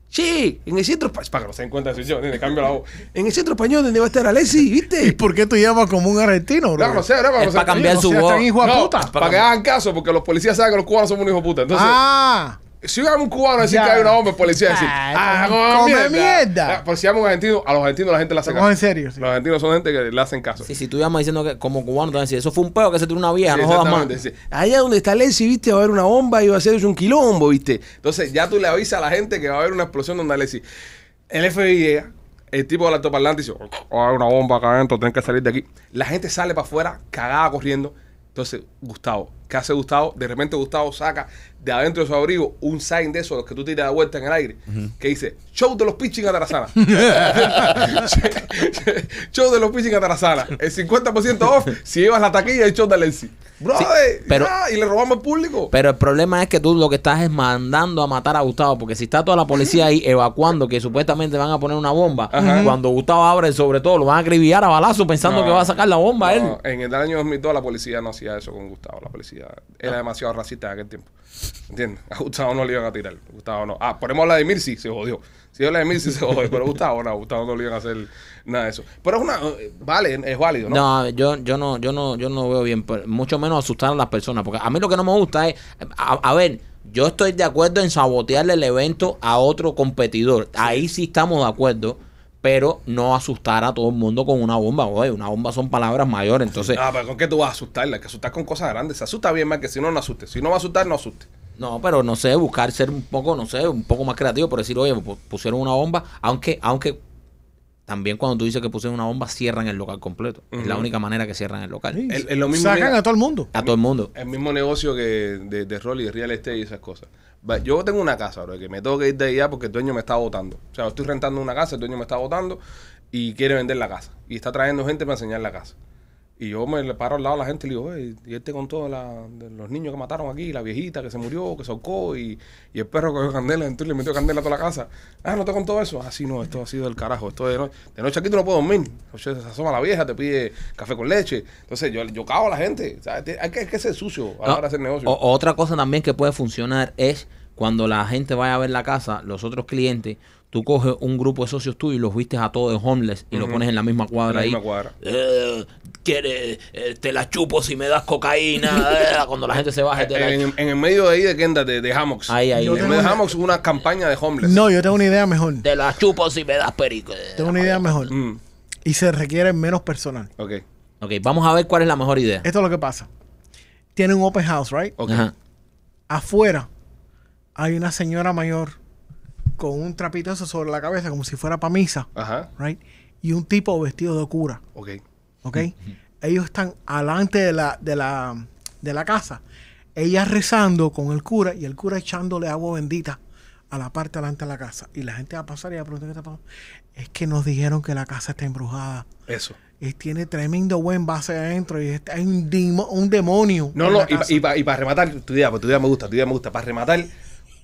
S1: Sí, en el centro español. Para que no se den cuenta, soy yo, le cambio la voz. En el centro español donde va a estar Alexis,
S4: <laughs> ¿Y
S1: ¿viste?
S4: por qué tú llamas como un argentino, bro?
S1: No, no sé, no, no
S2: Es
S1: sé.
S2: para cambiar
S4: no
S2: su
S4: seas
S2: voz.
S4: tan hijo de
S1: No,
S4: puta.
S1: Para que hagan caso, porque los policías saben que los cubanos somos un hijo de puta. Entonces,
S4: ah,
S1: si llama un cubano a decir
S4: Ya.
S1: que hay una bomba, el policía va a decir,
S4: Ay,
S1: ah,
S4: come
S1: come mierda.
S4: mierda.
S1: Ah, Pero si llama un argentino, a los argentinos la gente le hace
S4: Se
S1: caso.
S4: cogen en serio, sí.
S1: Los argentinos son gente que le hacen caso.
S2: Sí, si tú llamas diciendo que como cubano, te van a decir, eso fue un peo que se tiró una vieja,
S1: Sí,
S2: no jodas más.
S1: exactamente, sí. Allá donde está Alessi, viste, va a haber una bomba y va a ser un quilombo, viste. Entonces ya tú le avisas a la gente que va a haber una explosión donde Alessi. El FBI llega, el tipo del altoparlante dice, va a haber una bomba acá adentro, tienen que salir de aquí. La gente sale para afuera, cagada, corriendo. Entonces, Gustavo, ¿qué hace Gustavo? De repente Gustavo saca de adentro de su abrigo un sign de esos que tú tiras de vuelta en el aire, que dice, show de los pitching atarazana. show de los pitching atarazana. El 50% off si llevas la taquilla y show de Alexi. Brother,
S2: pero-
S1: ya, y le robamos al público.
S2: Pero el problema es que tú lo que estás es mandando a matar a Gustavo, porque si está toda la policía ahí evacuando que supuestamente van a poner una bomba, cuando Gustavo abre sobre todo, lo van a acribillar a balazo pensando
S1: No.
S2: que va a sacar la bomba a él.
S1: No, en el año 2002 la policía no hacía eso con Gustavo, la policía. hacía, era demasiado racista en aquel tiempo. ¿Entiendes? A Gustavo no le iban a tirar. Gustavo no. Ah, ponemos a Vladimir, sí, se jodió. Si yo Vladimir, sí se jodió. Pero Gustavo no, Gustavo no le iban a hacer nada de eso. Pero es una. eh, Vale, es válido, ¿no?
S2: No, yo, yo no, yo no, yo no veo bien, pero mucho menos asustar a las personas, porque a mí lo que no me gusta es, a, a ver, yo estoy de acuerdo en sabotearle el evento a otro competidor, ahí sí estamos de acuerdo, pero no asustar a todo el mundo con una bomba, oye, una bomba son palabras mayores, entonces,
S1: Ah, pero ¿con qué tú vas a asustarla? Hay que asustar con cosas grandes. Se asusta bien más que si no, no asuste. Si no va a asustar, no asuste.
S2: no, pero no sé, buscar ser un poco, no sé, un poco más creativo, por decir, oye, pu- pusieron una bomba, aunque, aunque también cuando tú dices que pusieron una bomba, cierran el local completo, es la
S1: Ujú.
S2: única manera que cierran el local,
S4: Sí.
S1: Es- es lo mismo,
S4: Sacan
S1: mira.
S4: a todo el mundo.
S2: a todo el mundo.
S1: El mismo negocio que de, de rol y de real estate y esas cosas. Va, Yo tengo una casa, bro, que me tengo que ir de allá porque el dueño me está votando. O sea, estoy rentando una casa, el dueño me está votando y quiere vender la casa. Y está trayendo gente para enseñar la casa. Y yo me le paro al lado a la gente y le digo, "Ey, y este con todos los niños que mataron aquí, la viejita que se murió, que se ahorcó y, y el perro que cogió candela, entonces le metió candela a toda la casa. Ah, no te contó eso. Así no, esto ha sido del carajo. Esto de, no- de noche aquí tú no puedes dormir. Oye, se asoma la vieja, te pide café con leche. Entonces yo, yo cago a la gente. O sea, te- hay, que, hay que ser sucio a la
S2: No,
S1: hora de hacer negocio.
S2: o- otra cosa también que puede funcionar es cuando la gente vaya a ver la casa, los otros clientes, tú coges un grupo de socios tuyos y los vistes a todos de homeless y los
S1: Ujú.
S2: pones en la misma cuadra
S1: En la
S2: ahí.
S1: misma cuadra.
S2: Eh, ¿quieres? Eh, te la chupo si me
S1: <laughs>
S2: das cocaína. Eh, cuando la gente se baje, te la
S1: en, en el medio de ahí de Kenda, de, de Hammocks.
S2: Ahí, ahí.
S1: En
S2: Yo
S1: el
S4: tengo
S1: medio de
S4: una-
S1: Hammocks hubo una campaña de homeless.
S4: No, yo tengo una idea mejor.
S2: te la chupo si me das perico. Eh,
S4: Tengo una idea mejor.
S1: Mm,
S4: Y se requiere menos personal.
S1: ok,
S2: Ok, vamos a ver cuál es la mejor idea.
S4: Esto es lo que pasa. Tienen un open house, ¿right?
S1: ok.
S2: Ajá.
S4: Afuera hay una señora mayor con un trapito eso sobre la cabeza como si fuera para misa,
S1: Ajá,
S4: ¿right? Y un tipo vestido de cura,
S1: ok.
S4: ¿ok? Ellos están alante de la, de la, de la casa. Ella rezando con el cura y el cura echándole agua bendita a la parte delante de la casa. Y la gente va a pasar y va a preguntar, ¿qué está pasando? Es que nos dijeron que la casa está embrujada.
S1: Eso.
S4: Eh, tiene tremendo buen base adentro y este- hay un, dimo- un demonio.
S1: No,
S4: en
S1: no,
S4: la
S1: y, pa-
S4: casa.
S1: y, pa- y para rematar, tu idea, porque tu idea me gusta, tu idea me gusta. Para rematar,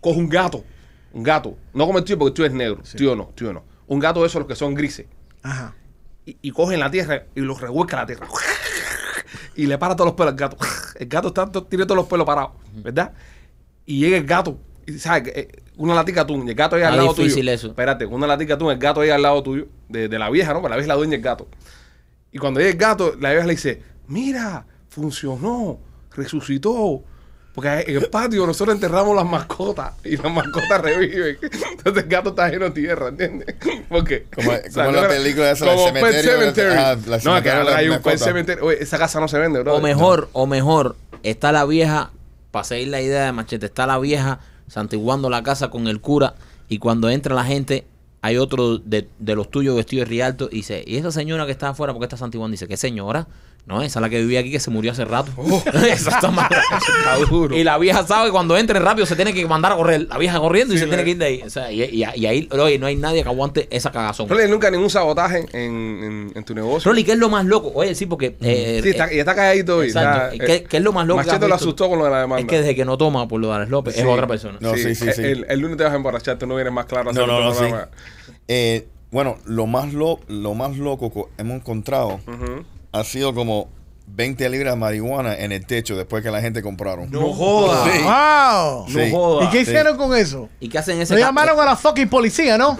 S1: coge un gato. Un gato. No como el tuyo, porque tú eres negro. Tío no, tío no. Un gato de esos los que son grises.
S4: Ajá.
S1: Y, y cogen la tierra y los revuelca la tierra. Y le para todos los pelos al gato. El gato está, to- tiene todos los pelos parados, ¿verdad? Y llega el gato. Y, ¿sabes? Eh, Una latica atún. y el gato ahí al
S2: Ah,
S1: lado
S2: difícil
S1: tuyo.
S2: eso.
S1: Espérate, una latica atún, el gato ahí al lado tuyo. De, de la vieja, ¿no? Porque la vieja es la dueña del gato. Y cuando llega el gato, la vieja le dice, mira, funcionó, resucitó. Porque en el patio nosotros enterramos las mascotas y las mascotas reviven. Entonces el gato está lleno de tierra, ¿entiendes? Porque...
S3: Como-
S1: o sea,
S3: como la
S1: no era-
S3: película esa, el
S1: como Pet
S3: cementerio,
S1: Sematary.
S3: ah, la
S1: no, que
S3: cementerio de
S1: ahora
S3: las
S1: hay un Pet
S3: mascotas.
S1: Sematary. Oye, esa casa no se vende, bro.
S2: O mejor, o mejor, está la vieja, para seguir la idea de Machete, está la vieja santiguando la casa con el cura y cuando entra la gente, hay otro de, de los tuyos vestido de rialto y dice, ¿y esa señora que está afuera porque está santiguando? Dice, ¿qué señora? No, esa es la que vivía aquí que se murió hace rato. <laughs> Esa está mal.
S1: Está Oh. duro.
S2: Y la vieja sabe que cuando entre rápido se tiene que mandar a correr. La vieja corriendo y se tiene que ir de ahí. O sea, y, y- y ahí, oye, no hay nadie que aguante esa cagazón.
S1: No le nunca ningún sabotaje en, en, en tu negocio.
S2: Rolly, ¿qué es lo más loco? Oye, sí, porque... eh,
S1: Mm. Sí, está, y está calladito hoy.
S2: Exacto.
S1: está- eh,
S2: ¿Qué- qué es lo más loco que has
S1: Machete lo
S2: visto?
S1: asustó con lo de la demanda.
S2: Es que desde que no toma por lo de Alex López, es
S1: Sí.
S2: otra persona.
S3: No, sí, sí, sí.
S1: El, el lunes te vas a emborrachar, tú no vienes más claro. a
S3: No,
S1: hacer
S3: no,
S1: otro
S3: no, sí.
S1: programa.
S3: Eh, bueno, lo más, lo, lo más loco que hemos encontrado
S1: Ujú.
S3: ha sido como 20 libras de marihuana en el techo después que la gente compraron.
S1: No joda.
S3: Sí.
S4: ¡Wow!
S3: Sí.
S4: ¿Y qué hicieron con eso?
S2: ¿Y qué hacen ese
S4: Le
S2: ca-
S3: <laughs>
S4: llamaron a la fucking policía, ¿no?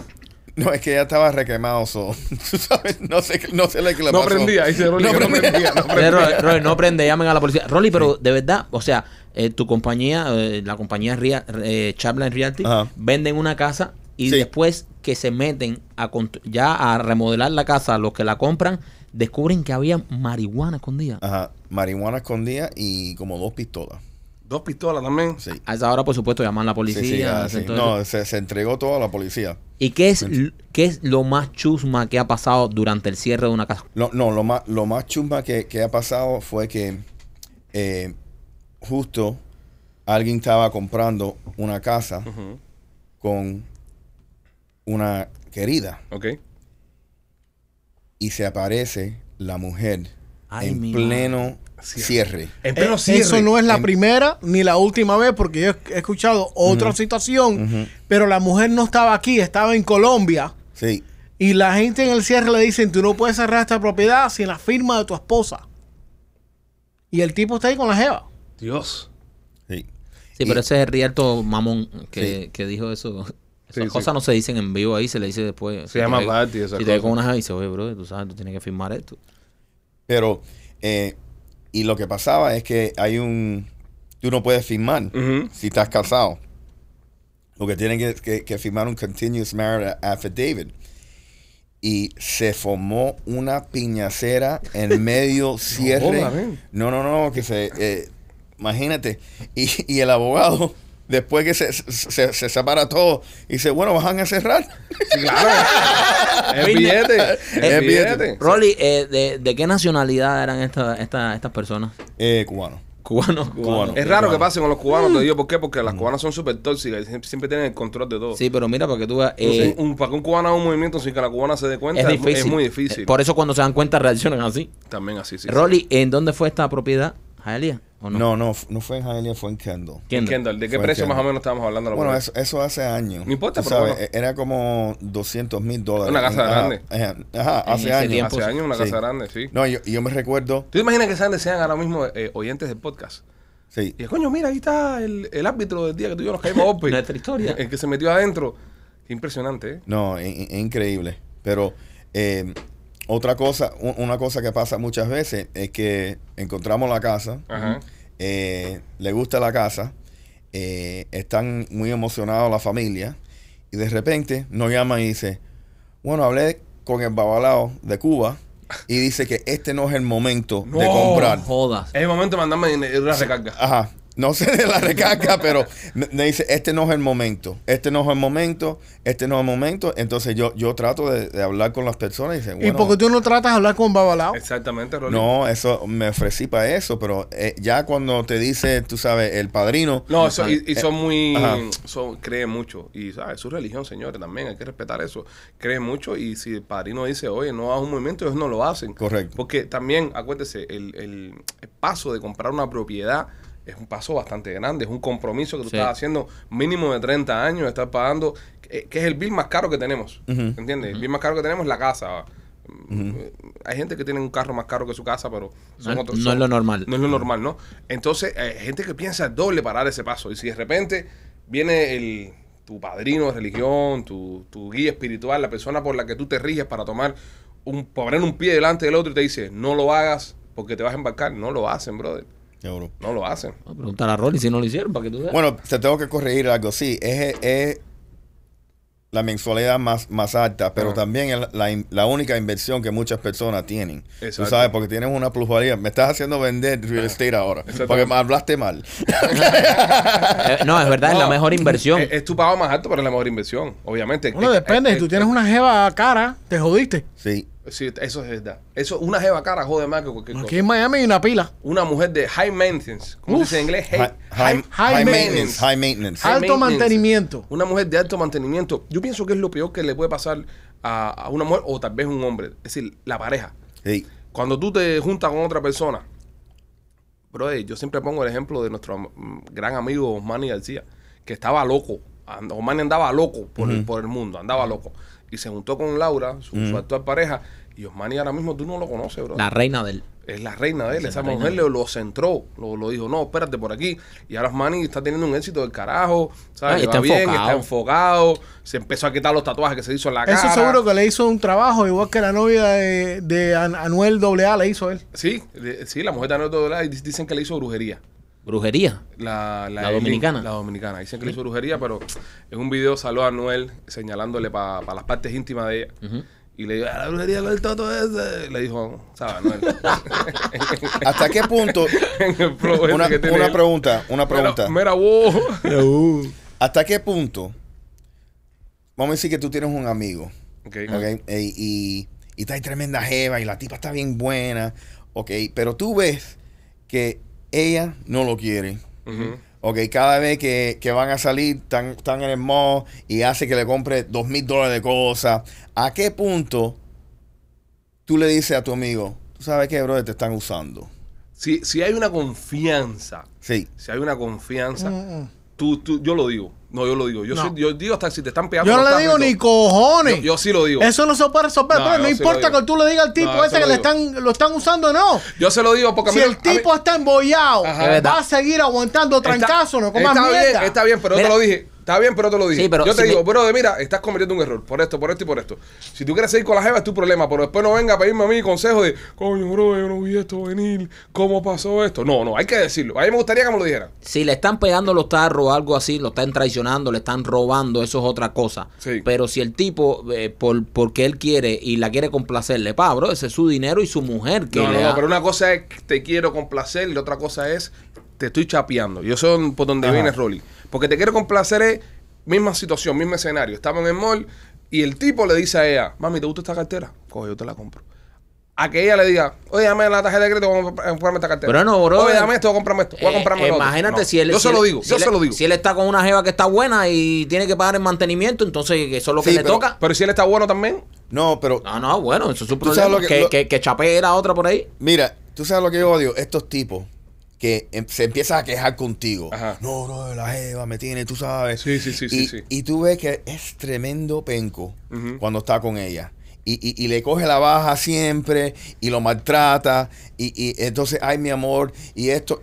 S3: No, es que ya estaba requemado, so. <laughs> Tú sabes, no sé, qué- no sé lo que le
S1: No
S3: pasó.
S1: prendía, dice Rolly, que no prendía, no
S2: Rolly, Rolly, Rolly, no prende, llamen a la policía. Rolly, pero de verdad, o sea, eh, tu compañía, eh, la compañía Ria, eh, Chaplin Realty,
S3: Ajá.
S2: venden una casa y
S3: Sí.
S2: después que se meten a cont- ya a remodelar la casa, los que la compran, descubren que había marihuana escondida.
S3: Ajá, marihuana escondida y como dos pistolas.
S1: Dos pistolas también.
S3: Sí.
S2: A esa hora, por supuesto, llaman a la
S3: Sí,
S2: policía.
S3: sí, ah,
S2: hacen
S3: sí.
S2: todo eso.
S3: No, se, se entregó todo a la policía.
S2: ¿Y qué es, l- qué es lo más chusma que ha pasado durante el cierre de una casa?
S3: Lo- no, lo más, lo más chumba que, que ha pasado fue que eh, justo alguien estaba comprando una casa
S1: Ujú.
S3: con una querida
S1: Ok.
S3: y se aparece la mujer
S2: Ay,
S3: en
S2: mi
S3: pleno cierre.
S1: En
S4: Eh, eso no es la
S3: En-
S4: primera ni la última vez, porque yo he escuchado otra situación, pero la mujer no estaba aquí, estaba en Colombia.
S3: Sí.
S4: Y la gente en el cierre le dicen, tú no puedes cerrar esta propiedad sin la firma de tu esposa. Y el tipo está ahí con la jeva.
S1: Dios.
S3: Sí.
S2: Sí, pero ese es Rierto Mamón que,
S3: Sí.
S2: que dijo eso. Esas
S1: Sí, sí.
S2: cosas no se dicen en vivo ahí, se le dice después.
S1: Se llama
S2: party
S1: party esa
S2: Si te ve
S1: cosa.
S2: con una y dice, oye, bro, tú sabes, tú tienes que firmar esto.
S3: Pero, eh, y lo que pasaba es que hay un. Tú no puedes firmar
S1: <laughs> Ujú.
S3: si estás casado. Lo que tienen que, que- que firmar un continuous marriage affidavit. Y se formó una piñacera
S1: <laughs>
S3: en medio cierre.
S1: joda, man.
S3: No, no, no, que se. eh, imagínate. Y, y el abogado, después que se, se, se separa todo, dice: Bueno, bajan a cerrar.
S1: Sí, claro. es billete.
S3: Es
S1: Es
S3: billete.
S1: billete.
S2: Rolly, eh, de, de qué nacionalidad eran esta- esta- estas personas?
S3: <laughs> Eh, cubano.
S1: <laughs>
S2: Cubanos.
S3: Cubano.
S1: Es raro que pase con los cubanos, te digo por qué, porque las cubanas son súper tóxicas y siempre- siempre tienen el control de todo.
S2: Sí, pero mira, para que tú veas.
S1: Un-
S2: eh,
S1: un, para que un cubano haga un movimiento sin que la cubana se dé cuenta
S2: es
S1: es,
S2: difícil.
S1: es muy difícil.
S2: Eh, Por eso cuando se dan cuenta reaccionan así.
S1: También así, sí.
S2: Rolly, ¿en dónde fue esta propiedad? ¿Jaelía o no?
S3: No, no, f- no fue en Hialeah, fue en Kendall.
S1: Kendall.
S2: Kendall.
S1: ¿de qué
S3: Fue
S1: precio
S3: Kendall.
S1: más o menos estamos hablando? la
S3: Bueno,
S1: mujer?
S3: eso, eso hace años.
S1: No importa,
S3: Tú
S1: pero
S3: sabes,
S1: bueno.
S3: e- Era como 200 mil dólares.
S1: Una casa
S3: Ajá,
S1: grande.
S3: Ajá, ajá,
S2: En
S3: hace
S2: ese
S3: años.
S2: tiempo.
S1: Hace
S2: pues,
S1: años una
S3: sí.
S1: casa grande, sí.
S3: No, yo, yo me recuerdo.
S1: ¿Tú imaginas que Sanders sean ahora mismo eh, oyentes del podcast?
S3: Sí.
S1: Y coño, mira, ahí está el, el árbitro del día que tú y yo nos caímos a
S2: <laughs>
S1: golpe.
S2: Pues, Nuestra historia.
S1: El que se metió adentro. Qué impresionante, ¿eh?
S3: No, es increíble. Pero eh, otra cosa, u- una cosa que pasa muchas veces es que encontramos la casa,
S1: Ajá.
S3: eh, le gusta la casa, eh, están muy emocionados la familia y de repente nos llaman y dice, bueno, hablé con el babalao de Cuba y dice que este no es el momento de
S1: No.
S3: comprar.
S2: jodas.
S1: Es el momento de mandarme dinero- una recarga.
S3: Ajá. No sé de la recarga, pero me, me dice, este no es el momento, este no es el momento, este no es el momento. Entonces yo, yo trato de, de hablar con las personas y dice,
S4: ¿Y
S3: bueno,
S4: porque tú no tratas de hablar con Babalao?
S1: Exactamente, Rolly.
S3: no, eso me ofrecí para eso, pero eh, ya cuando te dice, tú sabes, el padrino,
S1: No, eso- y, y son muy.
S3: Eh, Ajá.
S1: Son, creen mucho. Y, ¿sabes? Su religión, señores, también. Hay que respetar eso. Creen mucho. Y si el padrino dice, oye, no hagas un movimiento, ellos no lo hacen.
S3: Correcto.
S1: Porque también, acuérdese, el, el- el paso de comprar una propiedad es un paso bastante grande. Es un compromiso que tú
S2: Sí.
S1: estás haciendo mínimo de 30 años, estás pagando. eh, Que, que es el bill más caro que tenemos.
S3: Ujú.
S1: ¿Entiendes? El bill más caro que tenemos es la casa. Hay gente que tiene un carro más caro que su casa, pero son
S2: No-
S1: otros-
S2: no es lo normal.
S1: No es lo normal, ¿no? Entonces, hay gente que piensa el doble para dar ese paso. Y si de repente viene el, tu padrino de religión, tu, tu guía espiritual, la persona por la que tú te riges para tomar un, para poner un pie delante del otro y te dice, no lo hagas porque te vas a embarcar, no lo hacen, brother.
S3: Seguro.
S1: No lo hacen.
S2: Voy a preguntar a Rolly si no lo hicieron para que tú veas.
S3: Bueno, te tengo que corregir algo. Sí, es, es la mensualidad más, más alta, pero
S1: Ajá.
S3: también es la, in- la única inversión que muchas personas tienen. Tú
S1: Exacto. Ah.
S3: sabes, porque tienes una plusvalía. Me estás haciendo vender real estate ahora, porque me hablaste mal.
S2: Eh, no, es verdad, es la
S1: No,
S2: mejor inversión.
S1: Es, es tu pago más alto, pero es la mejor inversión, obviamente.
S4: Bueno,
S1: Es-
S4: depende.
S1: es-
S4: Si tú
S1: es-
S4: tienes una jeva cara, te jodiste.
S3: Sí,
S1: Sí, eso es verdad. Eso, una jeva cara jode más que cualquier cosa.
S4: Aquí en Miami hay una pila.
S1: Una mujer de high maintenance, como
S4: Uf.
S1: dice en inglés,
S3: Hi-
S1: high,
S3: high,
S4: high
S3: high maintenance.
S1: maintenance.
S3: High maintenance.
S1: High
S4: Alto
S1: maintenance.
S4: mantenimiento.
S1: Una mujer de alto mantenimiento, yo pienso que es lo peor que le puede pasar a, a una mujer o tal vez un hombre, es decir, la pareja.
S3: Sí.
S1: Cuando tú te juntas con otra persona, brother, yo siempre pongo el ejemplo de nuestro am- mm, gran amigo Osmani García, que estaba loco. And- Osmani andaba loco por, el, por el mundo, andaba loco. Y se juntó con Laura, su, su actual pareja, y Osmani ahora mismo tú no lo conoces, brother
S2: la reina del.
S1: es la reina de él.
S2: Esa
S1: Esa
S2: es la
S1: mujer
S2: reina.
S1: lo, lo centró, lo, lo dijo, no, espérate por aquí. Y ahora Osmani está teniendo un éxito del carajo, ¿sabes?
S2: Ah, y
S1: Le va
S2: está
S1: bien,
S2: enfocado.
S1: está enfocado, se empezó a quitar los tatuajes que se hizo en la cara.
S4: Eso seguro que le hizo un trabajo, igual que la novia de, de An- Anuel AA le hizo él.
S1: Sí, de- sí, la mujer de Anuel Doblá, y di- dicen que le hizo brujería.
S2: Brujería.
S1: La,
S2: ¿La
S1: Eileen,
S2: dominicana?
S1: La dominicana. Dicen que le hizo brujería, pero en un video salió a Anuel señalándole para las partes íntimas de ella. Y le dijo, "Ah, la brujería lo del toto ese". Le dijo, ¿sabes, Anuel? <laughs>
S3: ¿Hasta qué punto?
S1: En el flow ese
S3: una,
S1: que tiene
S3: una
S1: él.
S3: pregunta, una pregunta.
S1: Mira, mira, wow. <laughs>
S3: ¿Hasta qué punto? Vamos a decir que tú tienes un amigo.
S1: Ok.
S3: Ok, eh, y, y está ahí tremenda jeva y la tipa está bien buena. Ok, pero tú ves que ella no lo quiere.
S1: Ujú.
S3: Ok, cada vez que, que van a salir, están, están en el mall y hace que le compre dos mil dólares de cosas. ¿A qué punto tú le dices a tu amigo, tú sabes que, brother, te están usando?
S1: si, si hay una confianza,
S3: Sí.
S1: si hay una confianza,
S4: Mm, mm.
S1: tú- tú, tú, yo lo digo. No, yo lo digo. Yo,
S4: No.
S1: soy- yo digo hasta si te están pegando.
S4: Yo no
S1: los
S4: le digo
S1: tacos y
S4: ni
S1: todo.
S4: cojones.
S1: Yo, yo sí lo digo.
S4: Eso no se puede resolver.
S1: No, yo
S4: pero no
S1: sí lo
S4: importa
S1: digo.
S4: que tú le digas al tipo
S1: No,
S4: ese
S1: eso
S4: que
S1: lo
S4: le
S1: digo.
S4: están, lo están usando, no.
S1: Yo se lo digo porque a
S4: Si
S1: mí no-
S4: el
S1: a mí-
S4: tipo está embollado,
S1: Ajá.
S2: Es verdad.
S4: va a seguir aguantando
S1: Está-
S4: trancazo, no comas
S1: está
S4: mierda.
S1: Bien, está bien, pero
S2: Mira.
S1: yo te lo dije. Está bien, pero yo te lo dije.
S2: Sí, pero
S1: yo te
S2: si
S1: digo,
S2: me-
S1: bro, mira, estás cometiendo un error por esto, por esto y por esto. Si tú quieres seguir con la jeva es tu problema, pero después no venga a pedirme a mí consejo de, coño, bro, yo no vi esto venir, ¿cómo pasó esto? No, no, hay que decirlo. A mí me gustaría que me lo dijeran.
S2: Si le están pegando los tarros o algo así, lo están traicionando, le están robando, eso es otra cosa.
S1: Sí.
S2: Pero si el tipo, eh, por, porque él quiere y la quiere complacer, le paga, bro, ese es su dinero y su mujer que
S1: No,
S2: le
S1: no, no,
S2: da.
S1: pero una cosa es que te quiero complacer y la otra cosa es te estoy chapeando. Yo soy por donde
S3: Ajá.
S1: viene Rolly. Porque te quiero complacer es misma situación, mismo escenario. Estamos en el mall y el tipo le dice a ella, mami, ¿te gusta esta cartera? Coge, yo te la compro. A que ella le diga, oye, dame la tarjeta de crédito, voy a comp- a comprarme esta cartera.
S2: Pero no, brother.
S1: Oye, dame esto, voy a comprarme esto, voy a
S2: Eh,
S1: comprarme lo otro".
S2: imagínate
S1: No.
S2: si él
S1: Yo
S2: si
S1: se
S2: él-
S1: lo digo,
S2: si
S1: yo
S2: él- ah,
S1: se lo digo.
S2: si él está con una jeva que está buena y tiene que pagar el mantenimiento entonces eso es lo que
S3: Sí,
S2: le
S3: pero-
S2: toca
S1: Pero si él está bueno también,
S3: No, pero
S2: no no bueno eso es su
S3: Tú sabes
S2: problema
S3: lo
S2: que,
S3: que-
S2: que,
S3: lo-
S2: que chapee la otra por ahí
S3: Mira, tú sabes lo que yo odio, estos tipos que em- se empiezan a quejar contigo.
S1: Ajá.
S3: No, bro, la jeva me tiene, tú sabes.
S1: Sí, sí, sí,
S3: y,
S1: sí, sí.
S3: Y tú ves que es tremendo penco
S1: Ujú.
S3: cuando está con ella. Y, y- y le coge la baja siempre y lo maltrata. Y, y entonces, ay, mi amor, y esto.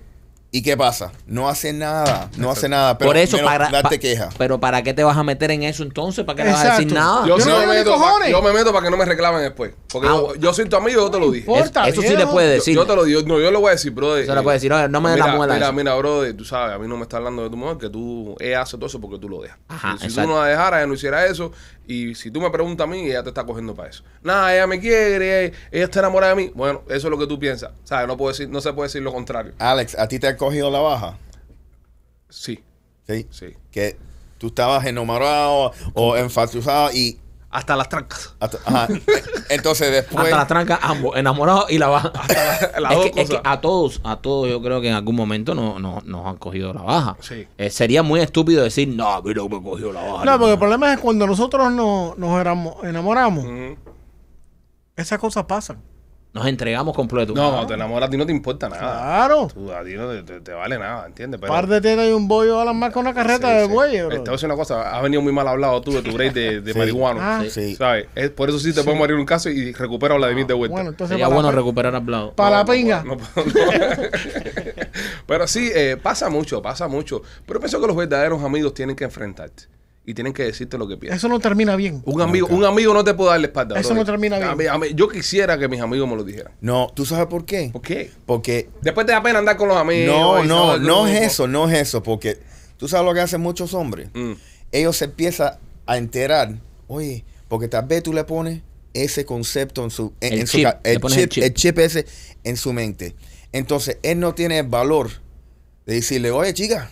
S3: ¿Y qué pasa? No hace nada, no hace nada. Pero
S2: por eso
S3: menos
S2: para
S3: darte
S2: pa-
S3: queja.
S2: pero para qué te vas a meter en eso entonces para qué le vas a decir
S4: Exacto.
S2: nada
S1: yo,
S4: Yo
S1: sí
S4: no
S1: me
S4: digo ni
S1: meto pa-
S4: cojones.
S1: yo me meto para que no me reclamen después. Porque
S2: Ah,
S1: yo, yo soy tu amigo, yo te lo dije.
S4: importa.
S2: Es- eso sí le
S4: viejo.
S2: puede
S1: Yo-
S2: decir
S1: Yo, te lo digo, no, yo le voy a decir, brother. eh,
S2: Se lo puede decir, oye, no me dé la
S1: mira,
S2: muela
S1: Mira,
S2: eso.
S1: mira, brother, tú sabes, a mí no me está hablando de tu mujer, que tú, ella hace todo eso porque tú lo dejas.
S2: Ajá,
S1: si
S2: exacto.
S1: tú no la dejaras, ella no hiciera eso. Y si tú me preguntas a mí, ella te está cogiendo para eso. Nada, ella me quiere, ella, ella está enamorada de mí. Bueno, eso es lo que tú piensas. ¿Sabes? No, puedo decir, no se puede decir lo contrario.
S3: Alex, ¿a ti te han cogido la baja?
S1: Sí,
S3: Sí.
S1: sí.
S3: Que tú estabas enamorado o enfatizado y.
S1: Hasta las trancas.
S3: hasta- ajá. Entonces después.
S2: hasta la tranca ambos enamorados y
S1: <laughs>
S2: la baja
S1: las
S2: es,
S1: dos
S2: que, es que
S1: cosas.
S2: a todos a todos yo creo que en algún momento no, no- nos han cogido la baja
S1: Sí.
S2: Eh, sería muy estúpido decir no mira me cogió la baja
S4: No, porque el problema es que cuando nosotros no, nos eramo- enamoramos,
S1: Ujú.
S4: esas cosas pasan.
S2: nos entregamos completo
S1: No, cuando te enamoras a ti no te importa nada.
S4: Claro.
S1: Ah. Tú, a ti no te, te- te vale nada, ¿entiendes? Pero-
S4: Par de tetas y un bollo a la más con una carreta
S1: Sí,
S4: de
S1: sí.
S4: buey,
S1: Eh, Te
S4: bro.
S1: voy a decir una cosa, has venido muy mal hablado tú de tu break de, de
S3: <laughs> Sí.
S1: marihuano.
S4: Ah.
S3: Sí.
S1: ¿Sabes? Es- por eso sí te podemos abrir un caso y recupero a Vladimir de vuelta.
S4: Bueno, entonces
S2: sería
S4: para,
S2: bueno
S4: la,
S2: recuperar al Blau.
S4: para la
S1: No, no,
S4: pinga.
S1: <laughs> no, no. <laughs> Pero sí, eh, pasa mucho, pasa mucho. Pero yo pienso que los verdaderos amigos tienen que enfrentarte y tienen que decirte lo que piensan.
S4: Eso no termina bien.
S1: Un amigo, un amigo no te puede dar la espalda.
S4: Eso
S1: brother.
S4: no termina bien.
S1: A mí- a mí- yo quisiera que mis amigos me lo dijeran.
S3: No, ¿tú sabes por qué?
S1: ¿Por qué?
S3: Porque
S1: Después te da pena andar con los amigos.
S3: no,
S1: y
S3: no,
S1: todo el
S3: no
S1: grupo.
S3: es eso, no es eso, porque tú sabes lo que hacen muchos hombres.
S1: Mm.
S3: Ellos se empiezan a enterar, oye, porque tal vez tú le pones ese concepto en su, en,
S2: El
S3: en su
S2: chip,
S3: ca-
S2: le
S3: el,
S2: pones el
S3: chip,
S2: chip.
S3: el chip ese en su mente. Entonces él no tiene el valor de decirle, oye, chica,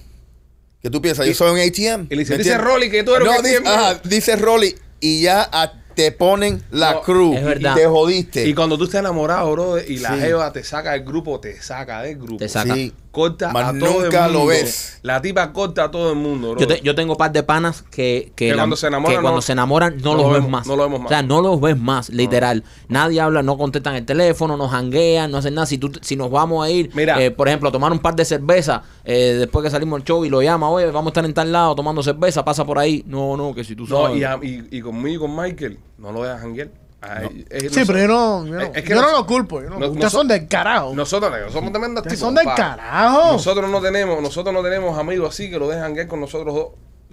S3: que tú piensas, yo soy un ATM.
S1: y le dice,
S3: ¿me
S1: "Dice
S3: entiendes?"
S1: Rolly que tú eres un
S3: No, dice-
S1: ATM.
S3: ajá, dice Rolly y ya a- te ponen la
S1: No,
S3: cruz.
S2: es verdad.
S3: Te jodiste.
S1: Y cuando tú estás enamorado, bro, y la
S3: Sí.
S1: jeva te saca del grupo, te saca del grupo.
S2: Te saca.
S3: Sí.
S1: Corta
S3: Mas
S1: a todo
S3: nunca
S1: el mundo.
S3: lo ves.
S1: La tipa corta a todo el mundo, bro.
S2: Yo, te- yo tengo par de panas que, que,
S1: Que
S2: la-
S1: cuando se enamoran,
S2: que cuando
S1: no-
S2: se enamoran no,
S1: no
S2: los
S1: lo
S2: ves
S1: vemos-
S2: más.
S1: no lo vemos más.
S2: O sea, no los ves más, literal. Nadie habla, no contestan el teléfono, no janguean, no hacen nada. Si, tú, si nos vamos a ir,
S1: Mira.
S2: eh, por ejemplo, a tomar un par de cerveza, eh, después que salimos del show y lo llama, oye, vamos a estar en tal lado tomando cerveza, pasa por ahí. No, no, que si tú
S1: No,
S2: sabes.
S1: y, a- y- y conmigo, con Michael, no lo dejas janguear. Ay, es-
S4: Sí,
S1: noso-
S4: pero yo no, yo no,
S1: Es- es que
S4: yo no
S1: nos-
S4: lo culpo. yo no-
S1: no-
S4: ustedes
S1: noso-
S4: son del carajo.
S1: Nosotros, no, somos tremendos tipos.
S4: ustedes son del
S1: compadre.
S4: carajo.
S1: Nosotros no tenemos, nosotros no tenemos amigos así que lo dejan janguear con nosotros dos.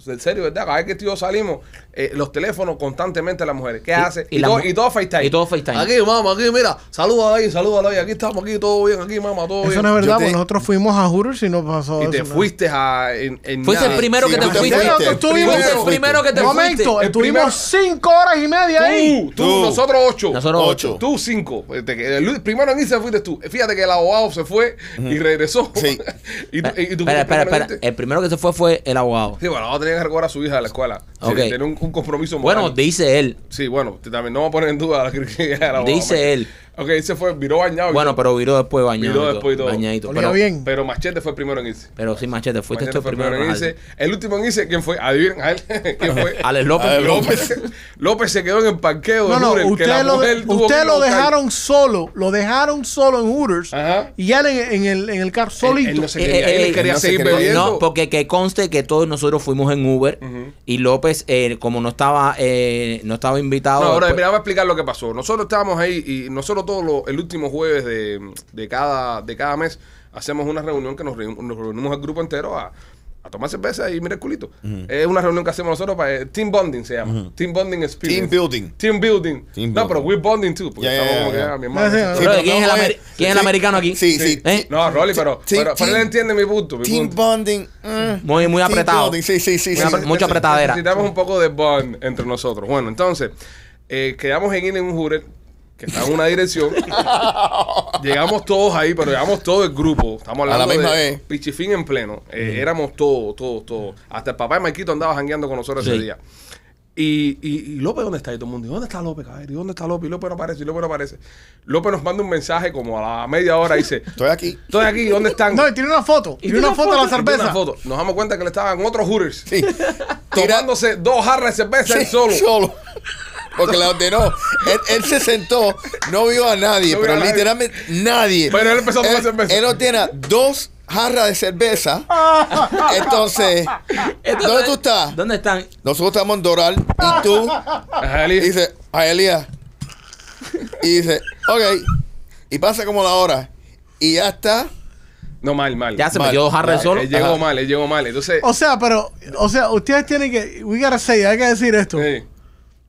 S1: En serio, ¿verdad? Cada vez que tú y yo salimos, eh, los teléfonos constantemente a las mujeres. ¿Qué hace?
S2: y las
S1: todo,
S2: mu-
S1: y todo FaceTime.
S2: y todo FaceTime.
S1: Aquí, mamá, aquí, mira. Saluda ahí, salúdalo ahí. Aquí estamos, aquí, todo bien, aquí, mamá, todo
S4: eso
S1: bien.
S4: no es
S3: Yo
S4: verdad,
S3: te-
S4: porque nosotros fuimos a Hooters y no pasó
S1: y te
S4: eso, ¿no?
S1: fuiste a. En, en
S2: Fuiste
S1: nada.
S2: el primero
S3: Sí,
S2: que te
S3: tú te
S2: fuiste.
S3: fuiste,
S2: Tú fuiste el
S1: primero.
S2: primero que te
S4: Momento,
S2: fuiste.
S1: El primero-
S4: estuvimos cinco horas y media ahí.
S1: Tú, tú,
S3: Tú.
S1: nosotros ocho.
S2: Nosotros
S3: Ocho.
S2: ocho.
S1: Tú cinco. Este, el primero en irse fuiste tú. Fíjate que el abogado se fue y regresó.
S3: Sí.
S1: <laughs> y, tú- y tú fuiste el
S2: Espera, espera,
S1: primero en
S2: espera.
S1: irte.
S2: El primero que se fue fue el abogado.
S1: Sí, bueno, ahora tenía que recoger a su hija de la escuela. Tiene-
S2: Ok.
S1: Tiene un, un compromiso moral.
S2: Bueno, dice él.
S1: Sí, bueno, te- también no vamos a poner en duda <laughs> la credibilidad de la abogada,
S2: Dice
S1: Machete.
S2: él.
S1: Ok, ese fue, viró bañado. y
S2: Bueno,
S1: todo.
S2: pero viró después bañado.
S1: Viró
S2: y todo,
S1: después y todo.
S2: Bañadito.
S4: Olía
S2: Pero,
S4: bien.
S1: Pero Machete fue el primero en irse.
S2: pero sí, machete, fuiste
S1: Machete
S2: tú el
S1: fue
S2: primero. en
S1: irse.
S2: bajarse.
S1: El último en irse, ¿quién fue? Adivinen, a él. <laughs> ¿Quién fue?
S2: Alex López.
S3: Alex
S1: López. <laughs> López se quedó en el parqueo.
S4: No,
S1: de
S4: no,
S1: Hooters, que la
S4: ustedes lo,
S1: mujer tuvo
S4: ustedes
S1: que
S4: lo
S1: tocar.
S4: dejaron solo, lo dejaron solo en Hooters
S1: Ajá.
S4: y ya en, en el, en el carro solito.
S1: Él no se
S2: Eh,
S1: quería,
S2: eh,
S1: él
S2: eh,
S1: quería
S3: no se
S1: seguir
S3: quería.
S1: bebiendo.
S2: No, porque que conste que todos nosotros fuimos en Uber y López, eh, como no estaba, eh, no estaba invitado.
S1: No, ahora
S2: pues-
S1: mira, voy a explicar lo que pasó. Nosotros estábamos ahí y nosotros todos los, el último jueves de, de cada, de cada mes hacemos una reunión que nos, reun- nos reunimos el grupo entero a, a tomar cerveza y mira el culito. Es una reunión que hacemos nosotros para eh, Team Bonding se llama. Team Bonding Experience.
S3: Team building.
S1: Team Building.
S3: Team
S1: no,
S3: building.
S1: pero we're bonding too. Porque
S3: Ya, ya,
S1: estamos
S3: ya,
S1: como que
S3: ya.
S1: ah, mi hermano.
S4: Ya,
S1: sí.
S4: ya.
S2: Brother, ¿quién
S3: pero
S2: es el
S3: no eh,
S2: amer- quién es el americano aquí?
S3: Sí, sí.
S2: ¿Eh?
S1: No, Rolly, pero,
S3: Sí,
S1: pero, pero
S3: sí.
S1: él entiende mi punto. mi
S3: Team
S1: punto.
S3: bonding. mm.
S2: Muy- muy
S3: Team
S2: apretado.
S3: bonding, Sí, sí, sí.
S2: Muy
S3: sí.
S2: apre- mucha apretadera.
S1: Necesitamos un poco de bond entre nosotros. Bueno, entonces, eh, quedamos en ir en un Hooter que está en una
S3: <laughs>
S1: dirección. llegamos todos ahí, pero llegamos todo el grupo. Estamos
S3: A la
S1: hablando
S3: misma
S1: de
S3: vez.
S1: Pichifín en pleno. Eh, Éramos todos, todos, todos. Hasta el papá de Marquito andaba jangueando con nosotros ese
S2: Sí.
S1: día. Y, y, y López, ¿dónde está? Y todo el mundo, ¿y ¿dónde está López? cabrón? ¿Y dónde está López? Y López no aparece, y López no aparece. López nos manda un mensaje como a la media hora y dice,
S3: Estoy aquí.
S1: estoy aquí, ¿dónde están?
S4: No, y tiene una foto, tiene una foto de la
S1: Y tiene
S4: cerveza.
S1: una foto. Nos damos cuenta que le estaban otros Hooters <laughs>
S3: Sí. Tira-
S1: tomándose dos jarras de cerveza él
S3: Sí,
S1: solo.
S3: Porque la ordenó. Él, él se sentó, no vio a nadie,
S1: No vio
S3: pero
S1: a nadie.
S3: literalmente nadie.
S1: Pero él empezó a tomar
S3: Él-
S1: cerveza.
S3: Él ordena dos jarras de cerveza. Entonces, ¿dónde tú estás?
S2: Eh, ¿Dónde están?
S3: Nosotros estamos en Doral y tú
S1: Ajá,
S3: y
S1: Eli.
S3: dice, a Elías. Y dice, ok. Y pasa como la hora. Y ya está.
S1: no, mal, mal.
S2: Ya se
S3: Mal.
S2: metió dos jarras
S1: Mal.
S2: solo.
S1: Él llegó
S3: Ajá.
S1: mal, él llegó mal. Entonces,
S4: <laughs> O sea, pero, o sea, ustedes tienen que, we gotta say, hay que decir esto.
S1: sí.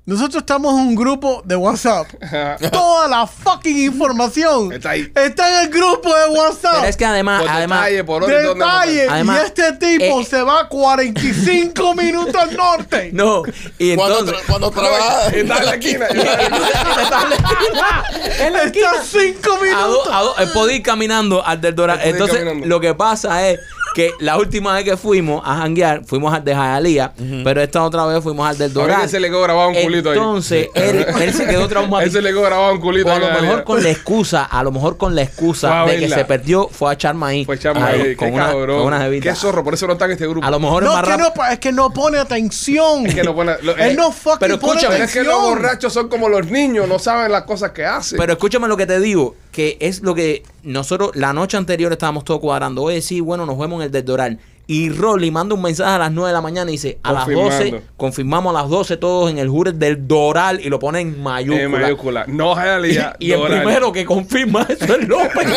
S4: Nosotros estamos en un grupo de WhatsApp.
S1: <laughs> Ajá.
S4: Toda la fucking información
S1: Está ahí.
S4: está en el grupo de
S2: Pero
S4: WhatsApp.
S2: es que además,
S1: por
S2: Ah, además,
S1: detalle, por orden, dónde
S4: Detalle,
S1: vamos
S4: y
S2: Además,
S4: este tipo
S2: eh,
S4: se
S1: <laughs>
S4: va 45 minutos al norte.
S2: no. Y
S3: Cuando,
S2: entonces,
S3: tra- cuando
S1: a-
S3: trabaja.
S1: Está
S3: <laughs>
S1: en la esquina.
S2: <laughs>
S1: <laughs>
S2: en la esquina,
S4: Está 5
S2: a
S4: minutos.
S2: dos- a dos- él podía ir caminando al del
S1: Él
S2: Doral.
S1: podía ir
S2: Entonces,
S1: caminando.
S2: lo que pasa es que la última vez que fuimos a janguear, fuimos al de Jayalía, pero esta otra vez fuimos al del
S1: A ver
S2: Doral.
S1: que se le quedó grabado un culito ahí.
S2: Entonces, él, él se
S1: <laughs>
S2: quedó
S1: Él se
S2: traumatizado.
S1: le quedó grabado un culito
S2: O a
S1: ahí
S2: lo
S1: en la
S2: mejor
S1: vida.
S2: con la excusa, a lo mejor con la
S1: Fue a
S2: excusa de que
S1: verla.
S2: se perdió, fue a echar maíz.
S1: Pues chamo,
S2: Ahí,
S1: eh,
S2: con,
S1: qué
S2: una,
S1: cabrón.
S2: con una jevita.
S1: Qué zorro, por eso no está en este grupo.
S2: A lo mejor es
S4: No,
S2: más
S4: es que
S2: rápido.
S4: no, pa- es que no pone
S1: <laughs>
S4: atención.
S1: Es que no pone- lo- eh,
S4: Él no fucking
S2: pero
S4: pone
S2: escucha,
S1: Pero
S4: atención.
S1: es que los borrachos son como los niños, no saben las cosas que hacen.
S2: Pero escúchame lo que te digo, que es lo que nosotros la noche anterior estábamos todos cuadrando. Oye, sí, bueno, nos vemos en el del Doral. Y Rolly manda un mensaje a las 9 de la mañana y dice, a las
S1: Confirmando.
S2: 12, confirmamos a las 12 todos en el Jure del Doral y lo pone en mayúscula.
S1: en Eh, mayúscula. No, Jalía.
S2: <laughs> Y el primero que confirma eso es López.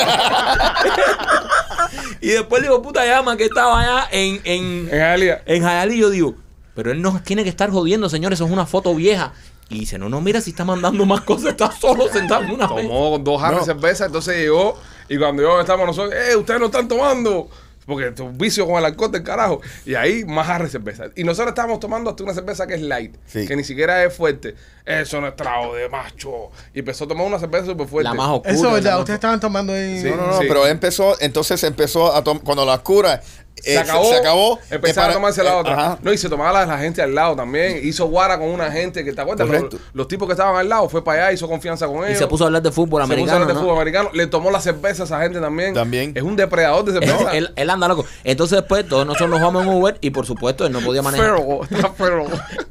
S2: <laughs> y después le digo, puta llama que estaba allá en, en,
S1: En
S2: <laughs>
S1: Jalía.
S2: en Jayali yo digo, pero él nos tiene que estar jodiendo, señores, eso es una foto vieja. Y dice, no, no, mira si está mandando más cosas, está solo sentado en una mesa.
S1: Tomó dos jarras de cerveza, entonces llegó y cuando yo estábamos nosotros, ¡eh, ustedes no están tomando! Porque tu vicio con el alcohol del carajo. Y ahí más jarras de cerveza. Y nosotros estábamos tomando hasta una cerveza que es light,
S3: Sí.
S1: que ni siquiera es fuerte. Eso no es trago de macho. Y empezó a tomar una cerveza súper fuerte.
S2: La más oscura.
S4: Eso es
S2: la
S4: verdad,
S2: más-
S4: ustedes estaban tomando ahí.
S1: Sí.
S3: No, no, no,
S1: Sí.
S3: pero él empezó, entonces empezó a tomar, cuando la cura eh,
S1: Se acabó.
S3: se acabó eh,
S1: Empezaba
S3: para-
S1: a tomarse la
S3: eh,
S1: otra.
S3: ajá.
S1: No, y se tomaba la de la gente al lado también. Hizo guara con una gente que, ¿te acuerdas? Los,
S3: Correcto.
S1: los tipos que estaban al lado, fue para allá, hizo confianza con ellos.
S2: Y se puso a hablar de fútbol
S1: Se puso a
S2: americano.
S1: hablar de
S2: ¿no?
S1: fútbol americano. Le tomó la cerveza a esa gente también.
S3: También.
S1: Es un depredador de
S2: <laughs> Él,
S1: cerveza.
S2: él- él anda loco. Entonces después todos nosotros nos vamos en Uber y por supuesto él no podía manejar.
S1: Pero, está pero.
S2: <laughs>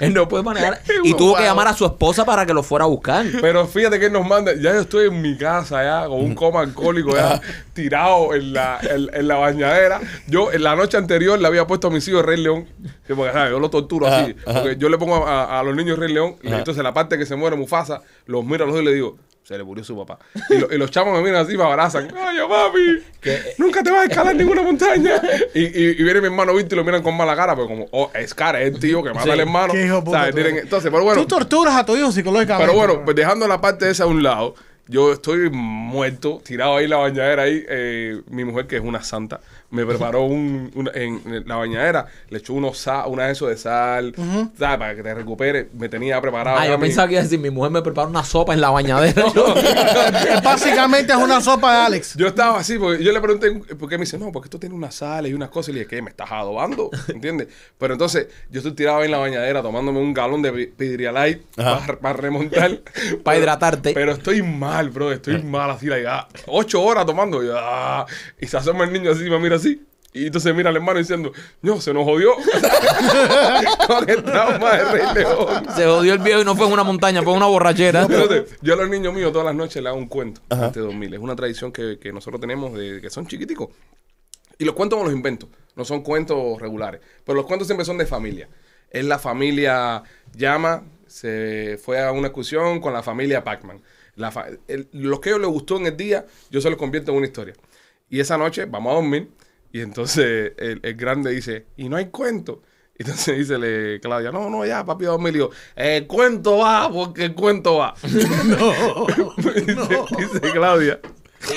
S2: él no puede <laughs> manejar. Y tuvo que llamar a su esposa para que lo fuera a buscar.
S1: Pero fíjate que él nos manda. Ya yo estoy en mi casa, ya, con un coma alcohólico, ya, tirado en la, en, en la bañadera. Yo, en la noche anterior, le había puesto a mis hijos Rey León. que Porque, ¿sabes? Yo lo torturo
S3: Ajá,
S1: así. Porque yo le pongo a, a- a los niños Rey León. Y entonces, la parte que se muere Mufasa, los miro a los dos y le digo. Se le murió su papá. Y, lo- y los chamos me miran así y me abrazan. ¡Ay, papi! ¡Nunca te vas a escalar ninguna montaña! Y, y- y viene mi hermano Víctor y lo miran con mala cara, pero como, oh, es cara, es el tío que mata
S2: Sí.
S1: al hermano.
S4: Qué hijo de puta
S1: ¿Sabes?
S4: tú eres.
S1: Tienen- entonces, pero bueno.
S4: Tú torturas a tu hijo psicológicamente.
S1: Pero bueno, pues dejando la parte esa a un lado, Yo estoy muerto, tirado ahí en la bañadera. Ahí, eh, mi mujer, que es una santa, me
S2: <laughs>
S1: preparó un, un- en, en la bañadera. Le echó unos sal, una de eso de sal, ¿sabes? para que te recupere. Me tenía preparado.
S2: Ah,
S1: ya
S2: yo
S1: mi-
S2: pensaba que iba a decir, mi mujer me prepara una sopa en la <laughs> bañadera. <laughs>
S4: Eh, Básicamente es una sopa de Alex.
S1: Yo estaba así, porque yo le pregunté, ¿por qué me dice? No, porque esto tiene una sal y unas cosas. Y le dije, ¿qué? Me estás
S2: <laughs>
S1: adobando, ¿entiendes? Pero entonces, yo estoy tirado ahí en la bañadera tomándome un galón de pi- Pidrialite
S3: Ajá.
S1: para,
S2: <laughs>
S1: remontar.
S2: Para hidratarte.
S1: Pero estoy mal, bro, estoy mal así, like, ah, ocho horas tomando. Y, yo, ah, y se asoma el niño así, me mira así. Y entonces mira al hermano diciendo, no, se nos jodió. <laughs> Con el trauma de Rey León.
S2: Se jodió el viejo y no fue en una montaña, fue en una borrachera.
S1: Espérate, yo a los niños míos todas las noches les hago un cuento antes de dormir. Es una tradición que, que nosotros tenemos de que son chiquiticos. Y los cuentos me los invento. No son cuentos regulares. Pero los cuentos siempre son de familia. Es la familia Llama, se fue a una excursión con la familia Pac-Man. La fa- el- lo que a ellos les gustó en el día, yo se los convierto en una historia. Y esa noche vamos a dormir. Y entonces <laughs> el, el grande dice, y no hay cuento. Y entonces <laughs> dice Claudia, no, no, ya, papi, va a dormir. Y digo, el cuento va, porque el cuento va. <laughs> dice, dice Claudia.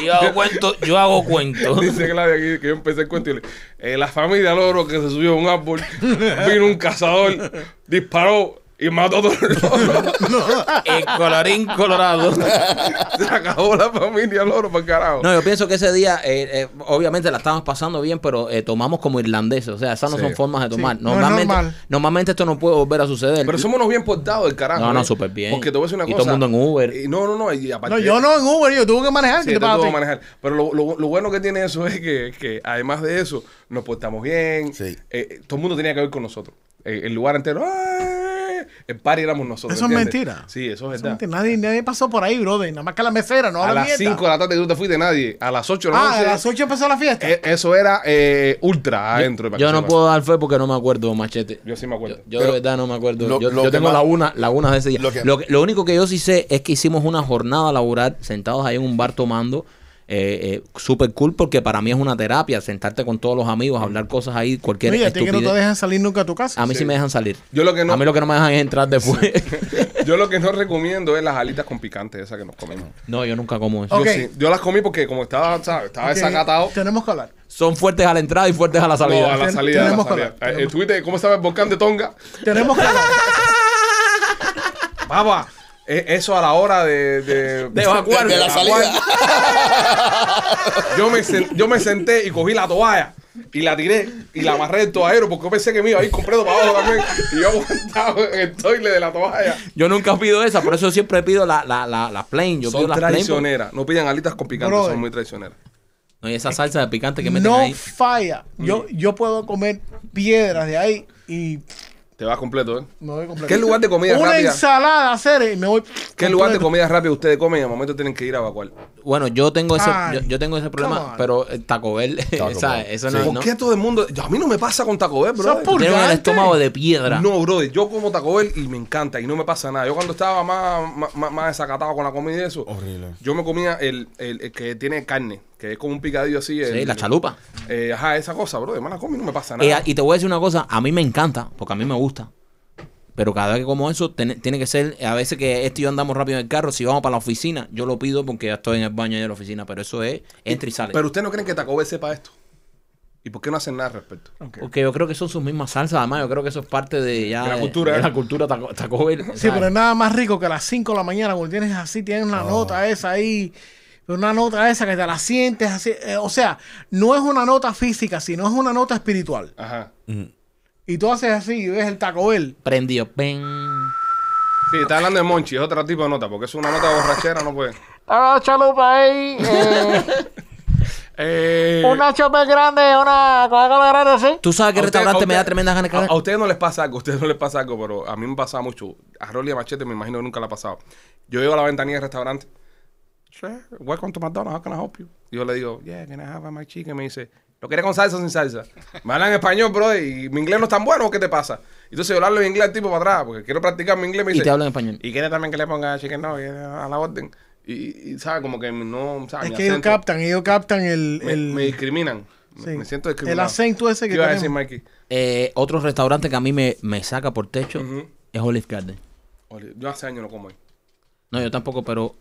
S5: Y yo hago cuento, yo
S1: <laughs>
S5: hago cuento.
S1: Dice Claudia que, que yo empecé el cuento y le eh, la familia loro que se subió a un árbol, vino un cazador, disparó y mató a todos los loros.
S5: El colorín colorado.
S1: <laughs> Se acabó la familia loro para carajo.
S2: No, yo pienso que ese día, eh, eh, obviamente la estábamos pasando bien, pero eh, tomamos como irlandeses. O sea, esas no
S1: Sí.
S2: son formas de tomar.
S4: Sí, no es
S2: Normalmente,
S4: normal.
S2: normalmente esto no puede volver a suceder.
S1: Pero somos unos bien portados del carajo.
S2: No, no,
S1: ¿eh?
S2: súper bien.
S1: Porque te voy a decir una
S2: Y todo
S1: cosa.
S2: el mundo en Uber.
S1: Eh, no, no, no. Y aparte,
S4: No, yo no en Uber, yo tuve que manejar.
S1: Sí,
S4: ¿qué te
S1: te
S4: pasa a
S1: puedo
S4: ti?
S1: manejar. Pero lo, lo- lo bueno que tiene eso es que, que además de eso, nos portamos bien.
S3: Sí.
S1: Eh, todo el mundo tenía que ver con nosotros. Eh, el lugar entero. ¡ay! El party éramos nosotros.
S4: Eso es
S1: ¿entiendes?
S4: mentira.
S1: Sí, eso es verdad.
S4: Exactamente, Nadie, nadie pasó por ahí, brother. Nada más que la mesera, no
S1: A
S4: la
S1: las 5 de
S4: mierda.
S1: la tarde que tú te fuiste nadie. A las 8 de la
S4: Ah, a
S1: noche.
S4: las 8 empezó la fiesta.
S1: eh, eso era eh, ultra adentro. para
S2: yo
S1: que
S2: no
S1: sepas.
S2: puedo dar fe porque no me acuerdo, machete.
S1: Yo sí me acuerdo.
S2: Yo
S3: Pero
S2: de verdad no me acuerdo.
S3: lo-
S2: yo yo
S3: lo que
S2: tengo
S3: más-
S2: lagunas lagunas de ese día.
S3: lo
S2: Lo,
S3: que-
S2: que- lo único que yo sí sé es que hicimos una jornada laboral sentados ahí en un bar tomando. Eh, eh, super cool porque para mí es una terapia sentarte con todos los amigos, hablar cosas ahí, cualquier
S4: Oye, a ti que no te
S2: estupidez.
S4: dejan salir nunca a tu casa.
S2: A mí sí. me dejan salir.
S1: Yo lo que no-
S2: A mí lo que no me dejan es entrar después.
S1: <laughs> Yo lo que no recomiendo es las alitas con picante, esas que nos comemos.
S2: <laughs> no, yo nunca como eso.
S1: Yo,
S4: Ok.
S1: sí. yo las comí porque como estaba, ¿sabes? estaba
S4: Ok,
S1: desacatado.
S4: Tenemos que hablar.
S2: Son fuertes a la entrada y fuertes a la salida.
S1: No, a la
S4: Ten-
S1: salida. a la
S4: tenemos que
S1: salida.
S4: hablar,
S1: Eh,
S4: tenemos-
S1: estuviste- ¿Cómo estaba el volcán de Tonga?
S4: Tenemos que
S2: <laughs>
S4: hablar.
S1: Baba, eh, eso a la hora de... De,
S2: De evacuar.
S1: de
S3: la salida.
S1: Yo me, sen- yo me senté y cogí la toalla y la tiré y la amarré del toallero porque yo pensé que me iba a ir completo para abajo también. Y yo aguantaba en el toile de la toalla.
S2: <laughs> Yo nunca pido esa, por eso siempre pido la, la, la, la plain. Yo
S1: Son
S2: pido las plain. porque-
S1: traicioneras. No pidan alitas con picante,
S4: Brother.
S1: son muy traicioneras.
S2: No, y esa salsa de picante que meten
S4: No
S2: ahí.
S4: falla.
S1: Mm.
S4: Yo, yo puedo comer piedras de ahí y
S1: Te vas completo, ¿eh?
S4: me voy completo.
S1: ¿Qué lugar de comida
S4: Una
S1: rápida?
S4: ensalada hacer y me voy.
S1: ¿Qué lugar de
S4: completo.
S1: comida rápida ustedes comen y al momento tienen que ir a evacuar?
S2: Bueno, yo tengo ese,
S4: Ay,
S2: yo, yo tengo ese
S4: come
S2: problema,
S4: on.
S2: pero eh, Taco Bell, <laughs>
S3: Taco
S2: ¿sabes?
S3: Bell.
S2: Eso
S3: Sí.
S2: no,
S1: ¿Por
S2: no.
S1: qué todo el mundo? Yo- A mí no me pasa con Taco Bell, bro.
S4: Sos pur-
S2: Tienen el
S4: purgante?
S2: estómago de piedra.
S1: No, brother, yo como Taco Bell y me encanta y no me pasa nada. Yo cuando estaba más, más- más, más desacatado con la comida y eso,
S3: Horrible.
S1: yo me comía el, el- el que tiene carne, que es como un picadillo así.
S2: Sí,
S1: el-
S2: la chalupa.
S1: Eh, ajá, esa cosa, brother. Me la como y no me pasa
S2: Eh,
S1: nada.
S2: y te voy a decir una cosa, a mí me encanta, porque a mí me gusta. Pero cada vez que como eso, ten- tiene que ser, a veces que este y yo andamos rápido en el carro, si vamos para la oficina, yo lo pido porque ya estoy en el baño de la oficina, pero eso es, entra y sale.
S1: Pero ustedes no creen que Taco Bell sepa esto. ¿Y por qué no hacen nada al respecto?
S2: Porque yo creo que son sus mismas salsas, además, yo creo que eso es parte de ya
S1: De la cultura,
S2: de
S1: ¿eh?
S2: la cultura Taco, Taco Bell, ¿sabes?
S4: Sí, pero es nada más rico que a las 5 de la mañana cuando tienes así, tienes una nota esa ahí. Una nota esa que te la sientes así. eh, o sea, no es una nota física, sino es una nota espiritual.
S1: Ajá.
S4: Y tú haces así y ves el Taco Bell.
S2: prendido. pen.
S1: Sí, está hablando de Monchi, es otro tipo de nota, porque es una nota borrachera, no puede.
S6: Una chalupa ahí, eh,
S1: <laughs> Eh,
S6: un nacho más grande, una Coca-Cola grande, ¿sí?
S2: Tú sabes que
S1: a
S2: el
S1: usted-
S2: restaurante
S1: a
S2: me
S1: usted-
S2: da tremendas ganas de
S1: a,
S2: cagar.
S1: a ustedes no les pasa algo, a ustedes no les pasa algo, pero a mí me pasaba mucho. A Rolly y a Machete me imagino que nunca le ha pasado. Yo llego a la ventanilla del restaurante. Sure, welcome to McDonald's, how can I help you? Y yo le digo, yeah, can I have my chicken? Me dice, ¿lo quieres con salsa o sin salsa? Me hablan en español, bro, y mi inglés no es tan bueno, ¿qué te pasa? Entonces yo le hablo en inglés al tipo para atrás, porque quiero practicar mi inglés. Me
S2: Y
S1: dice,
S2: te hablo en español.
S1: ¿Y quiere también que le ponga chicken no? A la orden. Y, y ¿sabes? Como que no, ¿sabes?
S4: es
S1: Mi
S4: que ellos
S1: acento.
S4: captan, ellos captan el.
S1: Me,
S4: el-
S1: me discriminan. Me-
S4: Sí.
S1: Me siento discriminado.
S4: El acento ese que
S1: ¿Qué iba a decir,
S4: tenemos.
S1: Mikey?
S2: Eh, otro restaurante que a mí me, me saca por techo es Olive Garden.
S1: Ole, Yo hace años no como ahí.
S2: No, yo tampoco, pero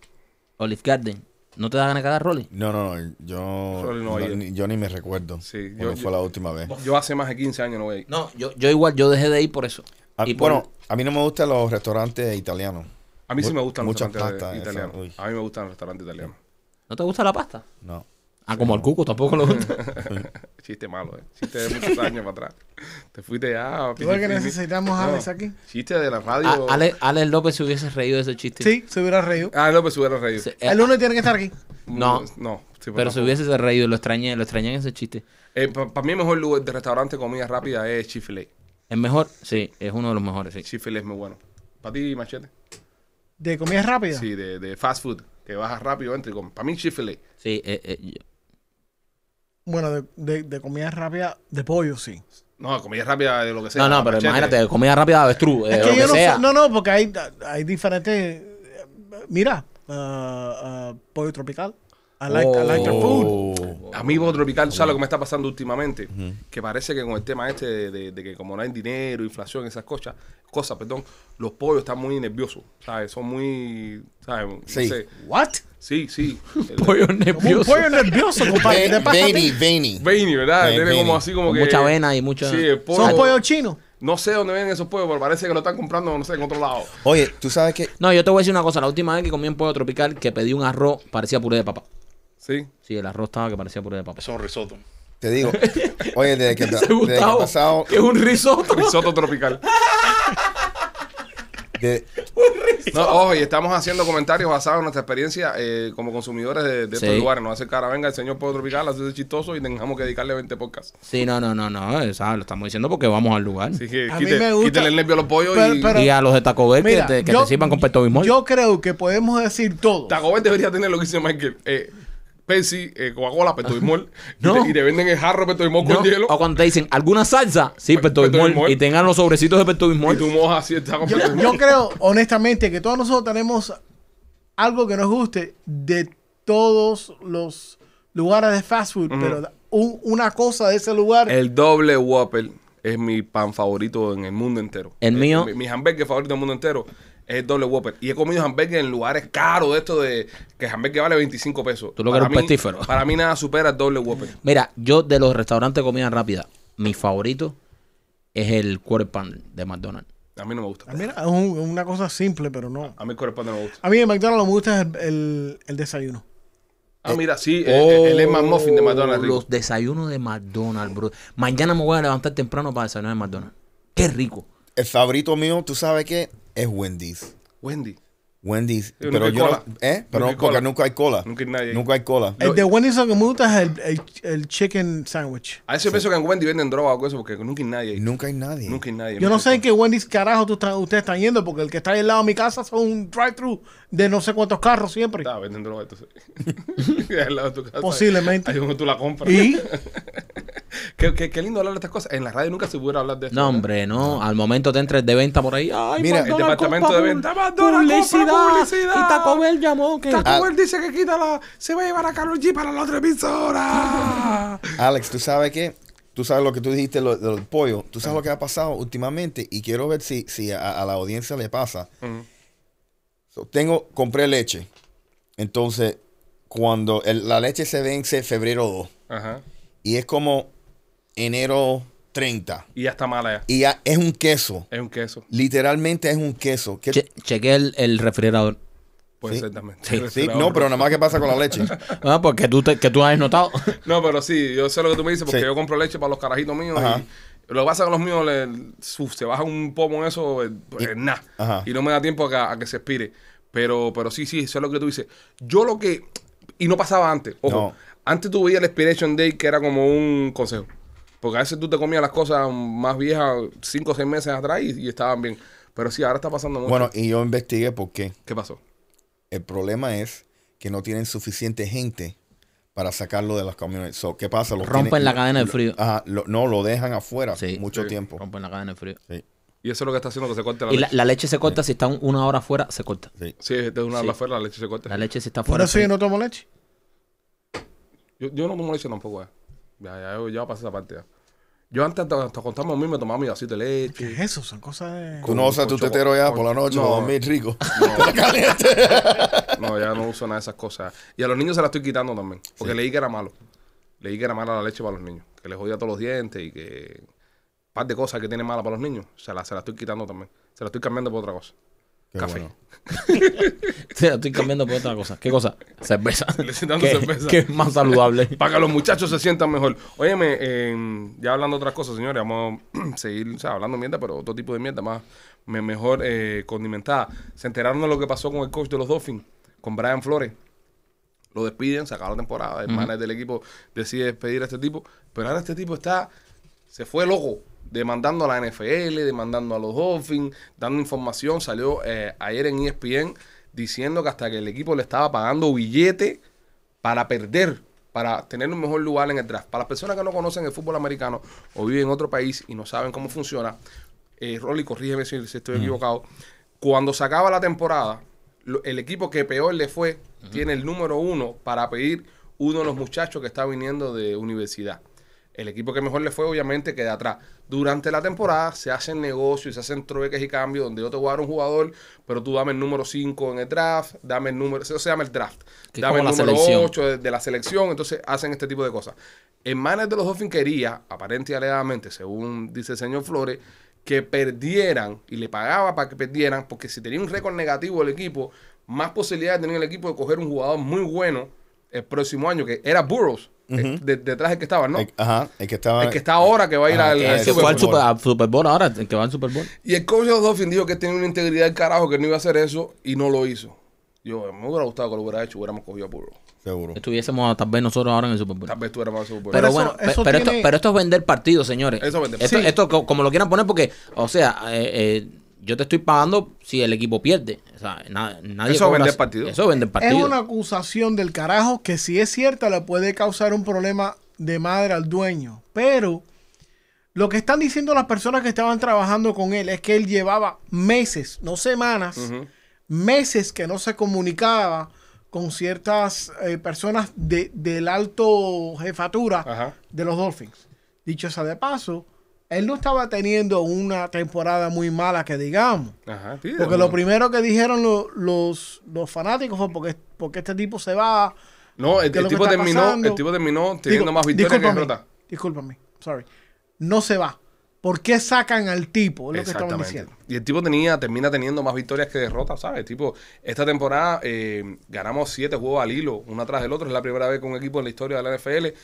S2: Olive Garden. ¿No te da ganas de cagar, Rolly?
S3: No, no, no. Yo,
S1: Rolly no
S3: no,
S1: ha ido.
S3: ni, yo ni me recuerdo.
S1: Sí, yo-
S3: cuando
S1: yo-
S3: fue la última vez.
S1: Yo hace más de 15 años no voy ahí.
S2: No, yo, yo igual, yo dejé de ir por eso.
S3: Ah,
S2: y por-
S3: bueno, a mí no me gustan los restaurantes italianos.
S1: A mí sí me gustan los
S3: Muchas
S1: restaurantes
S3: pastas, eso,
S1: italianos.
S3: uy.
S1: A mí me gustan los restaurantes italianos. <laughs>
S2: ¿No te gusta la pasta?
S3: No.
S2: Ah, como al cuco tampoco le <laughs> gusta.
S1: Chiste malo, ¿eh? Chiste de muchos años para atrás. Te fuiste ah, ya.
S4: ¿Tú ves que
S1: pitifini.
S4: necesitamos a Alex aquí?
S1: Chiste
S2: Ah,
S1: de la
S3: Ah,
S1: radio.
S2: A- Alex, Alex López se hubiese reído de ese chiste.
S4: Sí, se hubiera reído.
S1: Ah, López hubiera reído.
S2: Se- eh,
S4: El lunes tiene que estar aquí.
S2: No.
S1: No. sí,
S2: pero se hubiese reído, lo extrañé, lo extrañé en ese chiste.
S1: Para mí el mejor lugar de restaurante de comida rápida es Chifle.
S2: ¿Es mejor? Sí, es uno de los mejores, sí.
S1: Chifle es muy bueno. ¿Para ti, Machete?
S4: De comida rápida.
S1: Sí, de, de fast food. Que bajas rápido, entra y comes. Para mí Chifle.
S2: Sí, eh, eh, yo-
S4: Bueno, de, de- de comida rápida, de pollo, sí.
S1: No, comida rápida de lo que sea.
S2: No, no, pero
S1: Machete.
S2: imagínate, comida rápida de avestruz, eh,
S4: Es
S2: lo que
S4: yo no, sé-
S2: sea.
S4: no, no, porque hay, hay diferentes. Mira, ah, ah, pollo tropical. I like, I like their food.
S3: Oh.
S1: A mí, vos tropical, ¿sabes lo que me está pasando últimamente? Que parece que con el tema este de, de- de que como no hay dinero, inflación, esas cosas, cosas, perdón, los pollos están muy nerviosos, ¿sabes? Son muy, ¿sabes? No
S3: Sí.
S1: sé.
S4: What?
S1: Sí,
S2: <laughs>
S1: sí. El-
S2: Pollo
S4: Como un
S2: nervioso.
S4: pollo nervioso, compadre. ¿Te
S3: Ve-
S4: pasa a ti?
S3: Veiny, veiny.
S1: Veini, ¿verdad?
S3: Ven,
S1: Tiene
S3: Veini.
S1: como así como
S2: Con
S1: que...
S2: mucha avena y mucha-
S1: Sí, el pollo...
S4: Son pollos chinos.
S1: No sé dónde vienen esos pollos, pero parece que lo están comprando, no sé, en otro lado.
S3: Oye, tú sabes que
S2: No, yo te voy a decir una cosa. La última vez que comí en pollo tropical, que pedí un arroz, parecía puré de papa.
S1: Sí. <laughs>
S2: Sí, el arroz estaba que parecía puré de papa. <laughs>
S7: Eso es un risotto.
S3: te digo, oye, desde que, desde
S2: Dice
S3: que
S2: Gustavo
S3: pasado,
S2: que es un risotto.
S1: <laughs> Risotto tropical.
S3: de-
S1: No, ojo, y estamos haciendo comentarios basados en nuestra experiencia eh, como consumidores de, de estos
S2: Sí.
S1: lugares. Nos hace cara, venga, el señor pollo tropical, hace chistoso y tengamos que dedicarle 20 podcasts.
S2: Sí, no, no, no, no. o sea, lo estamos diciendo porque vamos al lugar.
S1: Así que
S4: A mí
S1: quite,
S4: me gusta.
S1: quítele el nervio a los pollos
S4: Pero-
S1: y
S4: pero-
S2: y a los de Taco Bell
S4: Mira,
S2: que, te, que
S4: yo-
S2: te sirvan con Pepto Bismol.
S4: Yo creo que podemos decir todo.
S1: Taco Bell debería tener lo que dice Michael. Eh, Pepsi, eh, Coca-Cola, Pepto Bismol. y,
S2: <laughs> No.
S1: te, y te venden el jarro de Pepto Bismol
S2: No,
S1: con hielo.
S2: O cuando te dicen alguna salsa, sí,
S1: Pe-
S2: Pepto
S1: Pepto
S2: Bismol,
S1: Bismol.
S2: Y tengan los sobrecitos de Pepto
S1: Y
S2: Bismol.
S1: tú mojas así el taco.
S4: Yo,
S1: Pepto Bismol.
S4: yo creo, honestamente, que todos nosotros tenemos algo que nos guste de todos los lugares de fast food, pero un- una cosa de ese lugar.
S1: El doble Whopper es mi pan favorito en el mundo entero.
S2: El
S1: Eh,
S2: mío-
S1: Mi, mi hamburger favorito del mundo entero es el doble Whopper. Y he comido hamburguesas en lugares caros de esto de que hamburger vale 25 pesos.
S2: Tú lo que
S1: Para
S2: eres un
S1: mí-
S2: pestífero.
S1: Para mí nada supera el doble Whopper.
S2: Mira, yo de los restaurantes de comida rápida, mi favorito es el Quarter Pounder de McDonald's.
S1: A mí no me gusta.
S4: Ah, Mira, es un- una cosa simple, pero no.
S1: A mí el cuerpo no me gusta.
S4: A mí en McDonald's lo que me gusta es el, el- el desayuno.
S1: Ah, mira, sí, el, el, el Eggman Muffin de McDonald's. rico.
S2: Eh, oh, Los desayunos de McDonald's, bro. Mañana me voy a levantar temprano para desayunar en McDonald's. Qué rico.
S3: el favorito mío, tú sabes que es Wendy's.
S1: Wendy.
S3: Wendy's,
S1: nunca
S3: pero
S1: hay
S3: yo
S1: cola.
S3: no, ¿eh?
S1: Nunca
S3: Pero
S1: hay
S3: no, porque
S1: cola.
S3: nunca hay cola.
S1: Nunca hay nadie ahí.
S3: Nunca hay cola.
S4: El de Wendy's lo que me gusta es el, el- el chicken sandwich.
S1: A veces pienso que en Wendy venden droga o algo eso, porque nunca hay nadie ahí.
S3: Nunca hay nadie.
S1: Nunca hay nadie.
S4: Yo no
S1: nunca
S4: sé
S1: hay-
S4: en qué Wendy's carajo tú estás- ustedes están yendo, porque el que está ahí al lado de mi casa es un drive-thru de no sé cuántos carros siempre.
S1: Está vendiendo droga, entonces. <laughs> Al lado de tu casa.
S4: Posiblemente.
S1: Ahí donde tú la compras.
S4: Y
S1: <laughs> Qué, qué- qué lindo hablar de estas cosas. En la radio nunca se pudiera hablar de esto.
S2: No,
S1: ¿verdad?
S2: hombre, no. Al momento te entra el de venta por ahí. Ay,
S3: Mira,
S1: El departamento de venta. McDonald's compra
S2: Publicidad.
S1: publicidad.
S2: Y Taco Bell llamó que.
S1: Taco
S3: Ah.
S1: Bell dice que quita la. Se va a llevar a Carlos G para la otra <laughs> emisora.
S3: Alex, tú sabes que tú sabes lo que tú dijiste lo- del pollo. Tú sabes lo que ha pasado últimamente y quiero ver si, si a, a la audiencia le pasa.
S1: Mm,
S3: So, tengo, compré leche. Entonces, cuando el- la leche se vence febrero 2
S1: Ajá.
S3: y es como enero 30
S1: Y ya está mala ya.
S3: y ya es un queso.
S1: Es un queso.
S3: Literalmente es un queso. ¿Qué-
S2: Che- chequeé el, el refrigerador.
S1: Puede
S3: Sí.
S1: ser también.
S2: Sí,
S1: Puede
S3: Sí,
S1: ser
S3: no,
S1: ahora.
S3: pero nada más que pasa con
S1: <laughs>
S3: la leche.
S2: Ah, porque tú, te- que tú has notado.
S1: No, pero sí, yo sé lo que tú me dices porque
S3: Sí.
S1: yo compro leche para los carajitos míos.
S3: Ajá.
S1: Y lo que pasa con los míos, le- uf, se baja un pomo en eso, eh, eh, nah,
S3: Ajá.
S1: Y no me da tiempo a que, a que se expire. Pero, pero sí, sí, eso es lo que tú dices. Yo lo que. Y no pasaba antes. Ojo,
S3: No.
S1: antes tú veías el Expiration Day que era como un consejo. Porque a veces tú te comías las cosas más viejas cinco o seis meses atrás y, y estaban bien. Pero sí, ahora está pasando mucho.
S3: Bueno, y yo investigué por qué.
S1: ¿qué pasó?
S3: El problema es que no tienen suficiente gente para sacarlo de las camionetas. So, ¿Qué pasa? Lo
S2: Rompen
S3: tienen-
S2: la cadena de
S3: lo-
S2: frío.
S3: ajá, lo- no, lo dejan afuera
S2: Sí.
S3: mucho tiempo.
S2: Rompen la cadena de frío.
S3: Sí,
S1: Y eso es lo que está haciendo que se corte la
S2: Y
S1: leche.
S2: la, la leche se corta si está un- una hora afuera, se corta.
S3: sí.
S1: Sí, de una
S2: Sí.
S1: hora afuera la leche se corta.
S2: La leche si está
S4: por
S2: afuera.
S4: eso yo no tomo leche.
S1: Yo, yo no tomo leche tampoco, eh. Ya, ya, yo- ya pasé esa parte. ya. Yo antes, hasta, hasta cuando estábamos mí, me tomaba mi vasito de
S3: <laughs>
S4: ¿Qué es
S1: leche.
S4: eso? Son cosas de...
S3: Tú no usas tu
S1: Con-
S3: tetero ya
S1: con-
S3: por la noche,
S1: no.
S3: para dormir rico.
S1: No, ya no uso nada de esas cosas. Y a los niños se las estoy quitando también. Porque leí que era malo. Leí que era mala la leche para los niños. Que les jodía todos los dientes y que. Un par de cosas que tiene mala para los niños. Se las se las estoy quitando también. Se las estoy cambiando por otra cosa.
S3: Qué
S1: Café.
S3: bueno.
S2: <laughs> Sí, estoy cambiando por otra cosa. ¿Qué cosa? Cerveza.
S1: <laughs> Le estoy dando
S2: ¿Qué,
S1: cerveza.
S2: qué es
S1: <laughs>
S2: más saludable?
S1: Para que los muchachos se sientan mejor. Óyeme, eh, ya hablando de otras cosas, señores, vamos a <clears throat> seguir o sea, hablando mierda, pero otro tipo de mierda más me- mejor eh, condimentada. ¿Se enteraron de lo que pasó con el coach de los Dolphins? Con Brian Flores. Lo despiden, se acaba la temporada. El manager del equipo decide despedir a este tipo. Pero ahora este tipo está, se fue loco, demandando a la NFL, demandando a los Dolphins, dando información. Salió eh, ayer en ESPN diciendo que hasta que el equipo le estaba pagando billete para perder, para tener un mejor lugar en el draft. Para las personas que no conocen el fútbol americano o viven en otro país y no saben cómo funciona, eh, Rolly, corrígeme si, si
S2: Mm.
S1: estoy equivocado. Cuando se acaba la temporada, lo- el equipo que peor le fue tiene el número uno para pedir uno de los muchachos que está viniendo de universidad. El equipo que mejor le fue, obviamente, queda atrás. Durante la temporada se hacen negocios, se hacen trueques y cambios, donde yo te voy a dar un jugador, pero tú dame el número 5 en el draft, dame el número, eso se llama el draft.
S2: Que es
S1: dame
S2: como
S1: el
S2: la
S1: número
S2: selección.
S1: 8 de, de la selección, entonces hacen este tipo de cosas. El manager de los Dolphins quería, aparente y alegadamente, según dice el señor Flores, que perdieran y le pagaba para que perdieran, porque si tenía un récord negativo el equipo, más posibilidades tenía el equipo de coger un jugador muy bueno el próximo año, que era Burroughs, eh, de- detrás del que estaba, ¿no?
S3: El- ajá, el que estaba.
S1: El que está ahora que va a ir
S3: Ajá,
S1: al,
S3: que
S1: al
S2: El que
S1: Ah, Super
S2: Ah, fue al
S1: Bowl.
S2: Super, al Super Bowl ahora, el que va al Super Bowl.
S1: Y el coach de los Dolphins dijo que tenía una integridad del carajo, que no iba a hacer eso, y no lo hizo. Yo, me hubiera gustado que lo hubiera hecho, hubiéramos cogido a Burrow.
S3: Seguro.
S2: Estuviéramos tal vez nosotros ahora en el Super Bowl.
S1: Tal vez tú eras más Super Bowl.
S2: Pero,
S4: eso-
S2: bueno, pe-
S4: eso
S2: pero,
S4: tiene-
S2: esto, pero esto es vender partido, señores.
S1: Eso es vender
S2: Esto,
S1: partido.
S2: esto co- como lo quieran poner, porque, o sea, eh, eh, yo te estoy pagando si el equipo pierde. O sea, na- nadie
S1: Eso es
S2: cobra
S1: vender
S2: así.
S1: partido.
S2: Eso es vender
S4: Es
S2: partido.
S4: una acusación del carajo que si es cierta le puede causar un problema de madre al dueño. Pero lo que están diciendo las personas que estaban trabajando con él es que él llevaba meses, no semanas, meses que no se comunicaba con ciertas eh, personas de, del alto jefatura
S1: Ajá.
S4: de los Dolphins. Dicho sea de paso, él no estaba teniendo una temporada muy mala que digamos.
S1: Ajá, sí,
S4: Porque
S1: no.
S4: lo primero que dijeron lo- los, los fanáticos fue porque, porque este tipo se va.
S1: No, el,
S4: ¿Qué es
S1: el
S4: lo que
S1: tipo
S4: está
S1: terminó,
S4: pasando?
S1: el tipo terminó
S4: Digo,
S1: teniendo más victorias que
S4: discúlpame,
S1: derrotas.
S4: Discúlpame, sorry. No se va. ¿Por qué sacan al tipo? Es lo que estaban diciendo.
S1: Y el tipo tenía, termina teniendo más victorias que derrotas, ¿sabes? Tipo, esta temporada eh, ganamos siete juegos al hilo, uno atrás del otro. Es la primera vez que un equipo en la historia de la NFL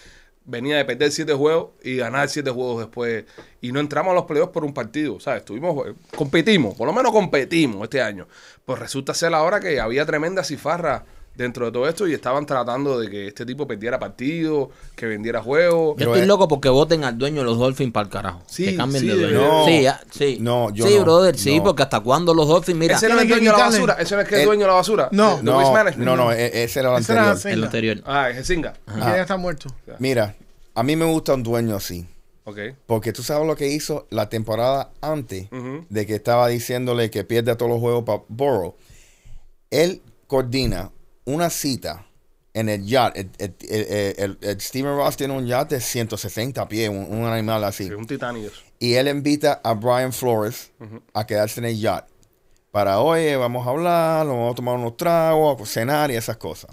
S1: venía de perder siete juegos y ganar siete juegos después. Y no entramos a los playoffs por un partido, ¿sabes? Tuvimos, eh, competimos, por lo menos competimos este año. Pues resulta ser ahora que había tremenda cifarra dentro de todo esto y estaban tratando de que este tipo perdiera partidos, que vendiera juegos.
S2: Yo
S3: Pero
S2: estoy
S3: es-
S2: loco porque voten al dueño de los Dolphins para el carajo.
S1: Sí,
S2: que cambien
S1: sí,
S2: de dueño.
S3: debería. No,
S2: sí, ya- sí.
S3: no, yo
S2: sí,
S3: no,
S2: brother, sí,
S3: no.
S2: porque hasta cuando los Dolphins, mira,
S1: Ese no es el
S4: Tiene que
S1: dueño de la
S4: quitarle.
S1: basura. Ese no es que es
S3: El-
S1: dueño de la basura.
S4: No.
S1: The waste
S3: No,
S1: management.
S3: no, no, e- ese era el
S4: Ese
S3: anterior.
S4: era así.
S2: el anterior.
S1: Ah, es Helsinga.
S4: Que ya está muerto.
S3: Mira, a mí me gusta un dueño así.
S1: Ok.
S3: Porque tú sabes lo que hizo la temporada antes
S1: Ujú.
S3: de que estaba diciéndole que pierde todos los juegos para Burrow. Él coordina una cita en el yacht. El, el, el- el- el- el Steven Ross tiene un yacht de 160 pies, un, un animal así.
S1: Es un Titanic eso.
S3: Y él invita a Brian Flores a quedarse en el yacht. Para, oye, vamos a hablar, nos vamos a tomar unos tragos, a cenar y esas cosas.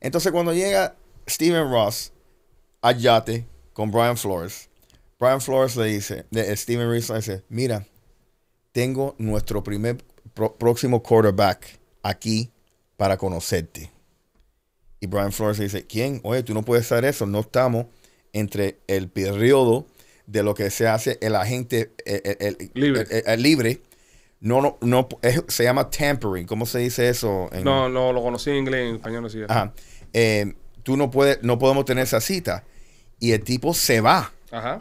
S3: Entonces, cuando llega Steven Ross al yate con Brian Flores, Brian Flores le dice, de- eh, Steven Ross le dice, mira, tengo nuestro primer pro- próximo quarterback aquí para conocerte. Y Brian Flores le dice, ¿quién? Oye, tú no puedes hacer eso. No estamos entre el periodo de lo que se hace el agente el- el- el-
S1: Libre.
S3: el- el- el libre. No, no, no, es- se llama tampering. ¿Cómo se dice eso? en-
S1: No, no, lo conocí en inglés, en español así. Ajá.
S3: Ajá. Eh, tú no puedes, no podemos tener esa cita. Y el tipo se va,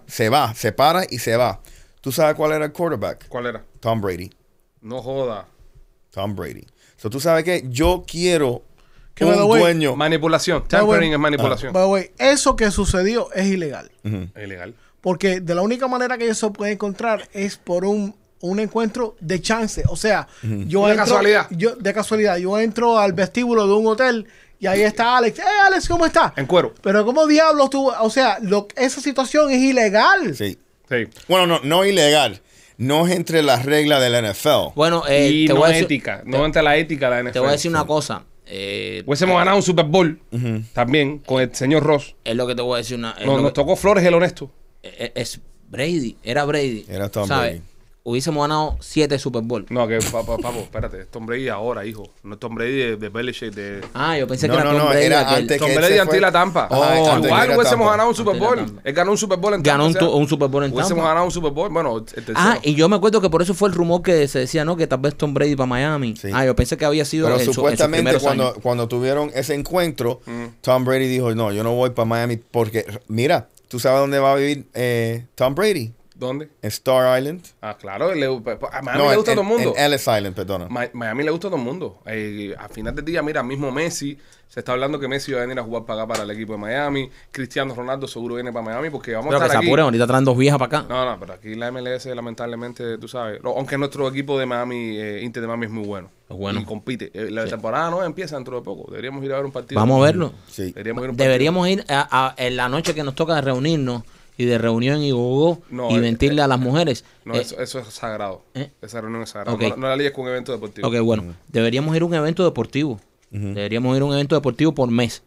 S3: se va, se para y se va. ¿Tú sabes cuál era el quarterback?
S1: ¿Cuál era?
S3: Tom Brady.
S1: No joda.
S3: Tom Brady. So, tú sabes que yo quiero
S4: Que, by
S3: un
S4: the way,
S3: dueño.
S1: Manipulación.
S4: Está Ah, bueno.
S1: Tampering es manipulación.
S4: By the way, eso que sucedió es ilegal.
S1: Es Ilegal.
S4: Porque de la única manera que eso puede encontrar es por un, un encuentro de chance. O sea, yo
S1: Una
S4: entro-
S1: casualidad.
S4: Yo, de casualidad. Yo entro al vestíbulo de un hotel y ahí está Alex. ¡Eh, Alex, ¿cómo está?
S1: En cuero.
S4: Pero ¿cómo diablos tú? O sea, lo, esa situación es ilegal.
S3: Sí.
S1: Sí.
S3: Bueno, no, no ilegal. No es entre las reglas de la NFL.
S2: Bueno, eh,
S1: y
S2: te,
S1: no
S2: voy a
S1: es
S2: decir,
S1: ética. No entra la ética de la NFL.
S2: te voy a decir una cosa. eh,
S1: Hubiésemos ganado un Super Bowl también con el señor Ross.
S2: es lo que te voy a decir una. es
S1: Nos,
S2: lo
S1: nos
S2: que-
S1: tocó Flores el honesto.
S2: es- e-, es Brady, era Brady.
S3: Era Tom
S2: ¿sabes?
S3: Brady.
S2: Hubiésemos ganado siete Super Bowl.
S1: No, que pa- pa- papo, espérate. Es Tom Brady ahora, hijo. No es Tom Brady de, de Belichick. De...
S2: Ah, yo pensé
S3: No,
S2: que era
S3: no,
S2: Tom
S3: no,
S2: Brady
S3: era
S2: aquel.
S3: antes
S1: Tom
S3: que él
S1: Brady
S3: se
S1: antes
S3: fue.
S1: la Tampa.
S3: Ajá, antes que
S1: Igual
S3: era
S1: hubiésemos
S3: Tampa.
S1: ganado un Super
S2: Ah, Antes era
S1: Bowl.
S2: Tampa.
S1: Él ganó un Super Bowl en
S2: Ganó un,
S1: Tampa,
S2: tu-
S1: o sea,
S2: un Super Bowl en
S1: Hubiésemos
S2: Tampa.
S1: ganado un Super Bowl. Bueno, este, el tercero.
S2: Ah, y yo me acuerdo que por eso fue el rumor que se decía, ¿no? Que tal vez Tom Brady para Miami.
S3: Sí.
S2: Ah, yo pensé que había sido
S3: Pero
S2: en su- en sus
S3: supuestamente
S2: primeros
S3: cuando,
S2: años.
S3: cuando tuvieron ese encuentro, Tom Brady dijo, no, yo no voy para Miami porque, mira, ¿tú sabes dónde va a vivir eh, Tom Brady?
S1: ¿Dónde?
S3: En Star Island.
S1: Ah, claro. le- a Miami
S3: No,
S1: le
S3: en-
S1: gusta a todo el
S3: en-
S1: mundo.
S3: En Ellis Island, perdona. <laughs>
S1: Ma- Miami le gusta a todo el mundo. Eh, al final del día, mira, mismo Messi, se está hablando que Messi va a venir a jugar para acá para el equipo de Miami. Cristiano Ronaldo seguro viene para Miami porque vamos
S2: Pero
S1: a
S2: que se
S1: estar aquí.
S2: apuren, ahorita traen dos viejas para acá.
S1: No, no, pero aquí la MLS lamentablemente, tú sabes, lo- aunque nuestro equipo de Miami, eh, Inter de Miami es muy bueno.
S2: Es bueno.
S1: Y compite. Eh, la temporada no empieza dentro de poco. Deberíamos ir a ver un partido.
S2: Vamos a verlo.
S3: Sí.
S1: Deberíamos ir a un partido.
S2: Deberíamos ir a, a- en la noche que nos toca de reunirnos y de reunión y gogo
S1: No,
S2: y
S1: eh,
S2: mentirle a las mujeres.
S1: No,
S2: Eh,
S1: eso, eso es sagrado.
S2: ¿Eh?
S1: Esa reunión es sagrada.
S2: Ok.
S1: No, no la leyes con un evento deportivo.
S2: ok, bueno. Deberíamos ir a un evento deportivo. Deberíamos ir a un evento deportivo por mes.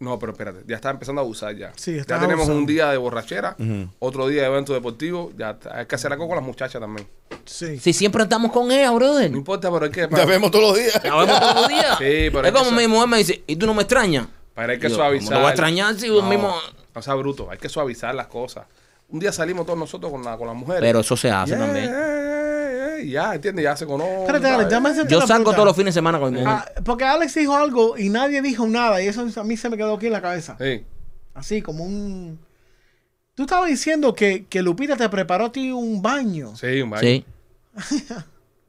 S1: No, pero espérate, ya está empezando a abusar ya.
S4: Sí,
S1: ya
S4: está
S1: tenemos
S4: abusando.
S1: un día de borrachera, otro día de evento deportivo, ya t- hay que hacer algo con las muchachas también.
S4: Sí.
S2: Si siempre estamos con ella, brother.
S1: No importa, pero hay que,
S3: Nos
S1: pero,
S3: vemos todos los
S2: <laughs>
S3: días.
S2: La vemos todos los días.
S1: Sí, pero
S2: es
S1: es que
S2: como
S1: eso-
S2: mi mujer me dice, ¿y tú no me extrañas?
S1: pero hay que
S2: Yo,
S1: suavizar.
S2: ¿cómo lo voy a extrañar si vos mismo-
S1: No sea bruto, hay que suavizar las cosas. Un día salimos todos nosotros con, la, con las mujeres.
S2: Pero eso se hace
S1: Yeah,
S2: también.
S1: yeah, yeah, ya, ¿entiendes? Ya se conoce.
S4: Espérate, Alex, dame hacerte
S2: Yo
S4: una
S2: salgo
S4: pregunta.
S2: todos los fines de semana con mi mujer.
S4: Ah, porque Alex dijo algo y nadie dijo nada y eso a mí se me quedó aquí en la cabeza.
S1: Sí.
S4: Así como un... Tú estabas diciendo que, que Lupita te preparó a ti un baño.
S1: Sí, un baño.
S2: sí.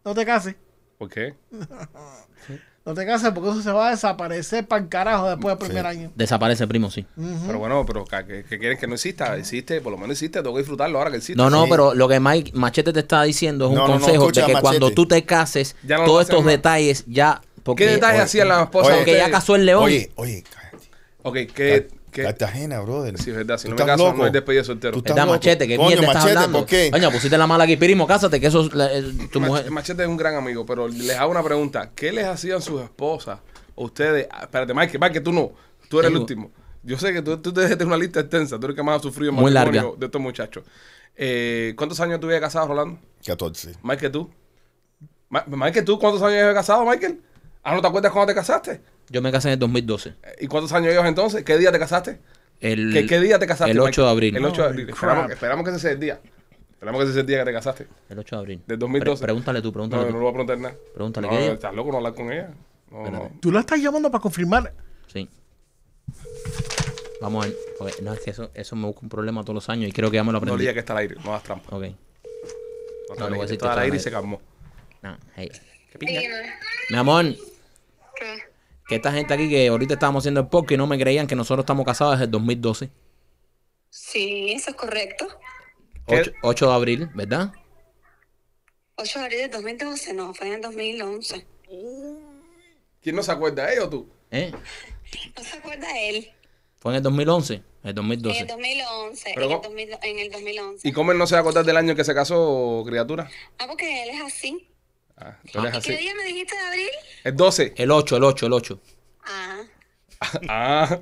S4: No te cases.
S1: ¿Por qué?
S4: No te cases porque eso se va a desaparecer para el carajo después del primer año.
S2: Desaparece, primo, sí.
S1: Pero bueno, pero ca- que, que quieren que no exista, existe, por lo menos existe, tengo que disfrutarlo ahora que existe.
S2: No, no,
S3: Sí.
S2: pero lo que Mike Machete te está diciendo es un
S3: No, no, no,
S2: consejo
S3: escucha,
S2: de que
S3: Machete.
S2: cuando tú te cases,
S1: Ya no lo
S2: todos
S1: vas a hacer
S2: estos
S1: más.
S2: detalles ya. Porque,
S1: ¿Qué detalles hacían las esposas?
S3: oye,
S1: de
S2: porque
S1: ustedes?
S2: ya casó el león.
S3: Oye, oye, cállate.
S1: Ok, ¿qué,
S3: Ca-
S1: qué,
S3: Cartagena, brother.
S1: Sí, es verdad. Si
S3: Tú
S1: no me
S3: estás
S1: caso,
S3: loco.
S1: no hay despedida de soltero.
S3: Tú estás
S2: ¿Verdad,
S3: loco.
S2: Eh, Machete? ¿Qué
S3: Coño,
S2: mierda estás
S3: Machete,
S2: hablando?
S3: ¿por qué?
S2: Coño, pusiste la mala aquí, primo, cásate, que eso es la- es tu
S1: Mach-
S2: mujer.
S1: Machete es un gran amigo, pero les hago una pregunta. ¿Qué les hacían sus esposas? Ustedes, ah, espérate, Mike, Mike, tú no. Tú eres el
S2: Tengo.
S1: último. Yo sé que tú, tú tienes una lista extensa. Tú eres el que más ha sufrido en
S2: Muy
S1: matrimonio
S2: larga.
S1: de estos muchachos. Eh, ¿Cuántos años tú habías casado, Rolando?
S2: <laughs>
S3: 14.
S1: Mike, que tú. Ma- Mike, que tú, ¿cuántos años habías casado, Michael? Ah, ¿no te acuerdas cuando te casaste?
S2: Yo me casé en el 2012.
S1: Eh, ¿Y cuántos años ellos entonces? ¿Qué día te casaste?
S2: El,
S1: ¿Qué, qué día te casaste?
S2: El 8 de abril.
S1: El 8 de abril.
S4: Holy
S1: Esperamos,
S4: crap.
S1: esperamos que ese sea el día. Esperamos que ese sea el día que te casaste.
S2: El 8 de abril.
S1: Del 2012.
S2: Pre- pregúntale tú, pregúntale
S1: No,
S2: tú.
S1: no le voy a preguntar nada.
S2: Pregúntale,
S1: no,
S2: ¿qué día?
S1: ¿Estás loco no hablar con ella? No, no.
S2: Espérate.
S4: Tú la estás llamando para confirmar.
S2: Sí. Vamos a ver. porque- no, es que eso, eso me busca un problema todos los años y creo que ya me
S1: No
S2: lo aprendí.
S1: digas que está al aire. No hagas trampa.
S2: ok.
S1: No,
S2: no voy a decir
S1: está
S2: que
S1: al
S2: está
S1: aire
S2: al
S1: y se
S2: aire.
S1: calmó.
S2: No, hey. Mi amor,
S7: ¿Qué?
S2: que esta gente aquí que ahorita estábamos haciendo el podcast y no me creían que nosotros estamos casados desde el 2012.
S7: Sí, eso es correcto.
S2: 8, de abril, ¿verdad?
S7: 8 de abril del 2012, no, fue en el 2011.
S1: ¿Quién no se acuerda? ¿Ella o tú?
S2: ¿Eh?
S7: ¿No se acuerda él?
S2: Fue en el 2011, el
S7: En el
S2: 2012.
S7: 2011,
S1: Pero
S7: en el,
S1: ¿cómo?
S7: 2000 en el 2011.
S1: ¿Y cómo él no se va a acordar del año en que se casó, criatura?
S7: Ah, porque él es así.
S1: Ah, tú eres
S7: ¿Y qué
S1: así.
S7: día me dijiste de abril?
S1: Es
S2: <laughs>
S1: 12.
S2: El 8, el 8, el 8.
S7: Ah,
S2: <laughs>
S1: Ah,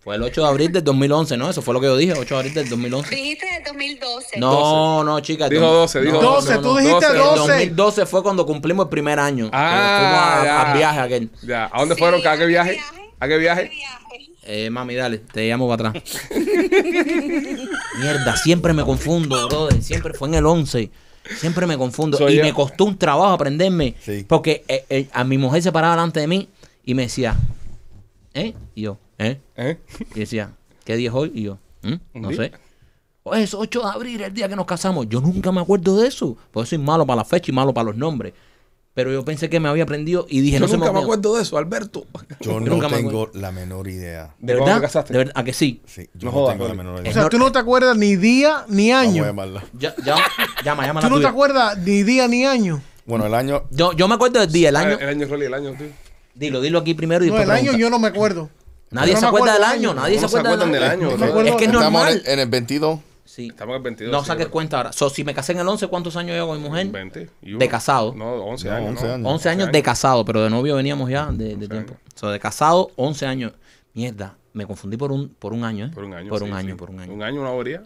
S2: Fue el 8 de abril del 2011, ¿no? Eso fue lo que yo dije, 8 de abril del 2011.
S7: dijiste del 2012.
S2: No, no, chica. el
S1: dijo
S2: dos-
S1: 12, dijo
S2: no,
S4: 12,
S2: no, no,
S4: tú dijiste
S2: El
S4: 12.
S2: 2012 fue cuando cumplimos el primer año.
S1: Ah,
S2: que fuimos a-
S1: ya.
S2: al viaje aquel.
S1: ya. ¿A dónde
S7: Sí,
S1: fueron? ¿A qué viaje? ¿A qué
S7: ¿Qué
S1: viaje?
S7: viaje?
S2: Eh, mami, dale, te llamo
S1: <laughs>
S2: para atrás. Mierda, siempre me confundo, brother. Siempre fue en el 11. Siempre me confundo.
S1: Soy
S2: y
S1: yo.
S2: me costó un trabajo aprenderme.
S3: Sí.
S2: Porque eh, eh, a mi mujer se paraba delante de mí y me decía, ¿eh? Y yo, ¿eh?
S1: ¿Eh?
S2: Y decía, ¿qué día es hoy? Y yo, "¿Mm?
S1: ¿Un
S2: no
S1: día?
S2: sé. Oye, es 8 de abril, el día que nos casamos. Yo nunca me acuerdo de eso. Porque soy malo para la fecha y malo para los nombres. Pero yo pensé que me había aprendido y dije,
S1: Yo
S2: no se
S1: nunca me
S2: olvidó".
S1: acuerdo de eso, Alberto.
S3: Yo
S2: Nunca
S3: no
S2: me
S3: tengo la menor idea.
S2: ¿De
S1: ¿Cuándo te
S2: verdad?
S1: casaste?
S2: ¿De verdad? ¿A que sí?
S3: Sí,
S1: No
S3: yo no,
S1: jodas,
S3: tengo la
S1: Rolly.
S3: menor
S4: O
S3: idea.
S4: sea, tú no te acuerdas ni día ni
S3: Vamos a
S4: año.
S3: llamarla.
S2: Ya, ya,
S4: <laughs>
S2: llama, llama
S4: Tú no te acuerdas ni día ni año.
S3: Bueno, el año.
S2: Yo, yo me acuerdo del día, el año.
S1: Ah, El año, Rolly, el año, tú.
S2: Dilo, dilo aquí primero y
S4: No,
S2: después
S4: el año
S2: pregunta.
S4: yo no me acuerdo.
S2: Nadie
S4: yo
S2: se
S4: no me
S2: acuerda del
S4: acuerdo
S2: año,
S4: del año.
S2: nadie se
S1: ¿Cómo se
S2: acuerda
S3: <laughs>
S1: acuerdan del año?
S4: me
S1: bro?
S4: acuerdo-
S2: Es que es
S3: Estamos en
S2: normal.
S3: el, en el 22.
S2: Sí, Sí.
S1: Estamos en el 22.
S2: No
S1: sí,
S2: saques
S1: pero-
S2: cuenta ahora. So, si me casé en el 11, ¿cuántos años llevo con mi mujer?
S1: 20 y uno.
S2: de casado.
S1: No, 11
S3: No,
S1: Mm. años.
S3: 11
S1: 11
S3: años.
S2: 11 años de casado, pero de novio veníamos ya de, de tiempo.
S1: años.
S2: So, de casado, 11 años. Mierda, me confundí por un, por un año, ¿eh?
S1: Por un año.
S2: Por un
S1: sí,
S2: año,
S1: sí.
S2: por un año.
S1: Un año, una avería.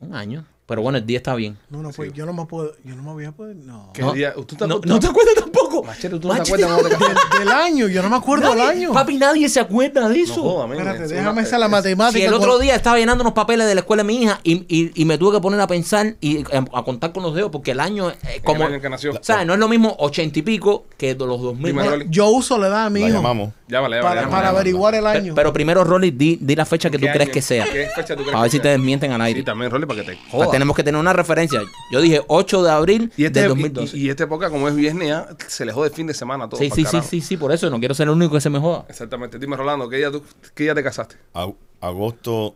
S2: Un año. Pero bueno, el día está bien.
S4: No, no, pues yo no me puedo. Yo no me voy a poder. No.
S1: ¿Qué
S2: No,
S1: día? ¿Tú te
S2: no,
S1: acuerdas?
S2: no te acuerdas tampoco.
S1: Machete, ¿tú no te
S2: Machete,
S1: acuerdas cuando te casaste?
S4: Del, del año, yo no me acuerdo del
S2: nadie-
S4: año.
S2: Papi, nadie se acuerda de
S1: No
S2: eso.
S1: joda, men.
S4: Espérate,
S1: Es
S4: déjame
S1: una-
S4: hacer la
S1: es-
S4: matemática.
S2: Si el otro
S4: con-
S2: día estaba llenando unos papeles de la escuela de mi hija y, y- y me tuve que poner a pensar y a, a contar con los dedos porque el año eh, como
S1: año en que nació.
S2: o sea, no es lo mismo ochenta y pico que de los dos mil.
S1: Dime,
S2: Pero,
S1: Rolly.
S4: Yo uso la edad a mi
S3: La
S4: hijo
S3: llamamos.
S1: Llámale, llámale.
S4: para,
S1: llámale,
S4: para
S1: llámale.
S4: averiguar el año.
S2: pero primero, Rolly, di, di la fecha que tú
S1: ¿Qué
S2: crees
S1: año?
S2: que sea.
S1: ¿Qué fecha tú crees
S2: A ver
S1: que
S2: si
S1: sea?
S2: te desmienten al aire.
S1: Sí, también, Rolly, para que te
S2: Ah,
S1: jodas.
S2: tenemos que tener una referencia. Yo dije 8 de abril
S1: Y este,
S2: del
S1: y-
S2: 2012.
S1: Y, y esta época, como es viernes, ya se le jode el fin de semana todo.
S2: sí,
S1: pa'l
S2: sí, sí,
S1: carajo.
S2: sí, sí, por eso no quiero ser el único que se me joda.
S1: Exactamente. Dime, Rolando, ¿qué día, tú, ¿qué día te casaste?
S3: Ag- Agosto.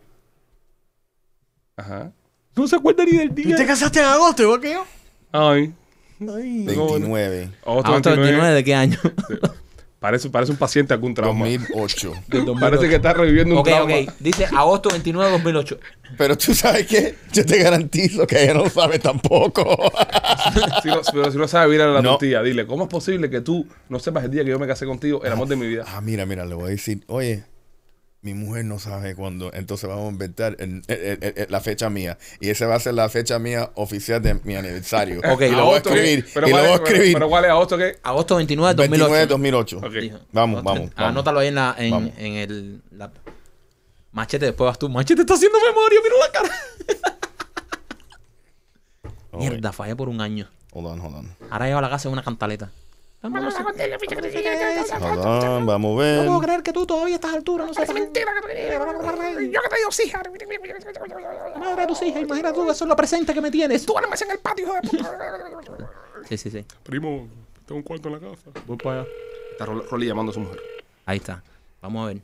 S1: Ajá.
S2: No se acuerda ni del
S4: ¿Tú
S2: día.
S4: te casaste en agosto igual que yo?
S1: Ay.
S4: Ay.
S3: 29,
S1: Agosto
S2: Agosto 29
S1: 29.
S2: Ah, de qué año.
S1: <laughs> Parece, parece un paciente algún trauma.
S3: 2008.
S1: Parece que está reviviendo un
S2: ok,
S1: trauma.
S2: ok. Dice agosto 29 de 2008.
S3: Pero tú sabes qué? Yo te garantizo que ella no sabe tampoco.
S1: <laughs> Si no, pero si no sabes, mira la
S3: No.
S1: tortilla. Dile, ¿cómo es posible que tú no sepas el día que yo me casé contigo, el amor de mi vida?
S3: ah, mira, mira, le voy a decir, oye, mi mujer no sabe cuándo, entonces vamos a inventar el- el- el- el- la fecha mía. Y esa va a ser la fecha mía oficial de mi aniversario.
S2: Ok,
S3: y
S2: lo
S3: lo voy a escribir.
S1: ¿qué? Pero
S3: y lo
S1: cuál es-
S3: voy a
S1: pero-
S3: escribir.
S1: Pero, ¿cuál es agosto qué?
S2: Agosto 29 de 2008.
S3: 29 de 2008.
S1: Ok.
S2: Dijo.
S3: Vamos,
S2: Agosto-
S3: vamos, vamos.
S2: Anótalo ahí en, la, en,
S3: Vamos.
S2: en el laptop. Machete, después vas tú. Machete está haciendo memoria, mira la cara.
S3: Oh, wait.
S2: Mierda, fallé por un año.
S3: Hold on, hold on.
S2: Ahora llevo a la casa una cantaleta. No sé-
S3: Hold on, vamos a ver.
S2: no
S8: Em,
S2: puedo creer que tú todavía estás a altura, no sé. Mentira,
S8: Yo que te digo, sí, Harry.
S2: Madre de tus hijas, imagina tú, eso es lo presente que me tienes. Tú
S8: Duermes en el patio, hijo de puta.
S2: Sí, sí, sí.
S1: Primo, tengo un cuarto en la casa. Voy para allá. Está Rol- Rolly llamando a su <laughs> mujer.
S2: Ahí está. Vamos a ver.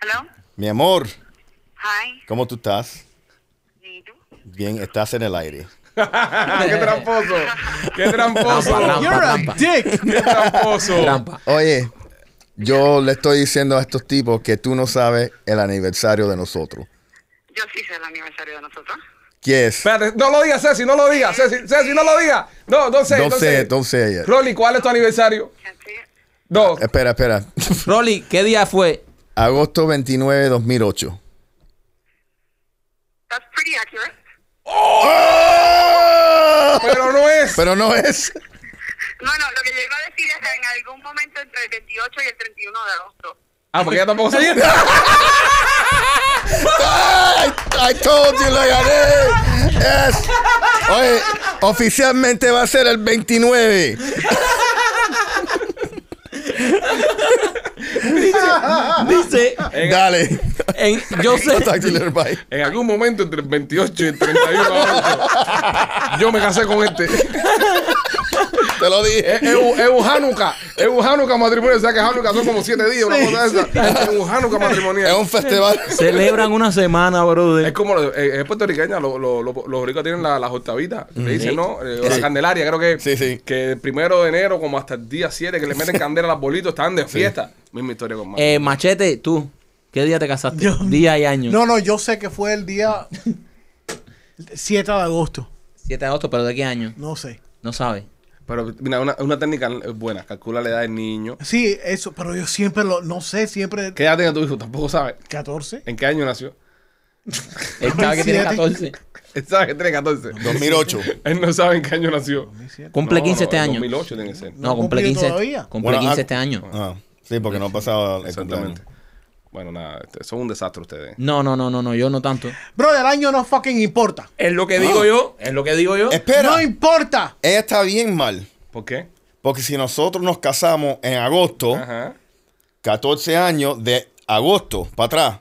S7: ¿Aló?
S3: Mi amor,
S7: Hi.
S3: ¿cómo tú estás?
S7: ¿Y tú?
S3: Bien, estás en el aire.
S1: Ah, ¡Qué tramposo! ¡Qué tramposo!
S2: Rampa, rampa,
S4: You're a
S2: rampa.
S4: dick.
S1: ¡Qué tramposo!
S2: Trampa.
S3: Ah. Oye, yo le estoy diciendo a estos tipos que tú no sabes el aniversario de nosotros.
S7: Yo sí sé el aniversario de nosotros.
S3: ¿Qué es?
S1: Espérate, no lo digas, Ceci, no lo digas, Ceci, Ceci, no lo digas. No, no sé,
S3: No
S1: no
S3: sé,
S1: sé.
S3: no sé Eh, ayer.
S1: Rolly, ¿cuál es tu aniversario?
S7: Así es.
S1: No,
S3: Espera, espera. <laughs>
S2: Rolly, ¿qué día fue?
S3: Agosto 29, 2008.
S7: That's pretty accurate.
S3: ¡Ah!
S1: pero no es.
S3: Pero no es.
S7: No, no, lo que yo iba a decir es que en algún momento entre el 28 y el 31 de agosto.
S1: Ah, porque ella tampoco se
S3: ¡Ay! I told you, la gané. Yes. Oye, oficialmente va a ser el 29.
S2: Dice,
S3: Dale.
S2: en, yo sé,
S3: <laughs> I'll talk to you later, bye.
S1: En algún momento entre el 28 y el 31 de agosto, yo me casé con este. Es,
S3: Te lo dije.
S1: es un- es un Hanukkah, es un Hanukkah matrimonio. O sea que Hanukkah son como siete días, una cosa de esa. Es un Hanukkah
S3: Es
S1: matrimonial. <laughs>
S3: un festival.
S2: celebran una semana,
S1: Es
S2: brother.
S1: como los eh, es puertorriqueña, los los- los- los ricos tienen la- las octavitas, le dicen, ¿no? Eh, o la
S3: Sí.
S1: candelaria, creo que,
S3: Sí, sí.
S1: que el primero de enero, como hasta el día 7, que le meten candela al bolito, están de fiesta. Misma historia con Mario.
S2: Eh, machete, tú, ¿qué día te casaste?
S4: Yo-
S2: <laughs> día y año.
S4: No, no, yo sé que fue el día 7 de agosto.
S2: 7 de agosto, pero ¿de qué año?
S4: No sé.
S2: No sabes.
S3: Eh.
S1: Pero mira, una, una técnica buena, calcula la edad del niño.
S4: Sí, eso, pero yo siempre lo, no sé, siempre
S1: ¿Qué edad tiene tu hijo? Tampoco sabe.
S4: 14.
S1: ¿En qué año nació? <laughs>
S4: <laughs>
S2: Él sabe que tiene 14.
S1: Él sabe que tiene 14.
S3: 2008.
S1: Él no sabe en qué año nació.
S2: Cumple
S1: No,
S2: 15
S1: no,
S2: este
S1: en
S2: año.
S1: 2008 tiene que ser.
S2: No, cumple
S4: cumplido
S2: 15.
S4: todavía.
S2: Cumple
S3: Bueno,
S2: 15
S3: ah-
S2: este año.
S3: Ah, sí, porque no ha pasado el cumpleaños.
S1: Exactamente. Bueno, nada, este- son un desastre ustedes.
S2: No, no, no, no, no, yo no tanto.
S4: Bro, el año no fucking importa.
S5: Es lo que digo yo, es lo que digo yo.
S4: No
S3: Espera.
S4: importa.
S3: Ella está bien mal.
S1: ¿Por qué?
S3: Porque si nosotros nos casamos en agosto,
S1: Ajá.
S3: 14 años de agosto para atrás.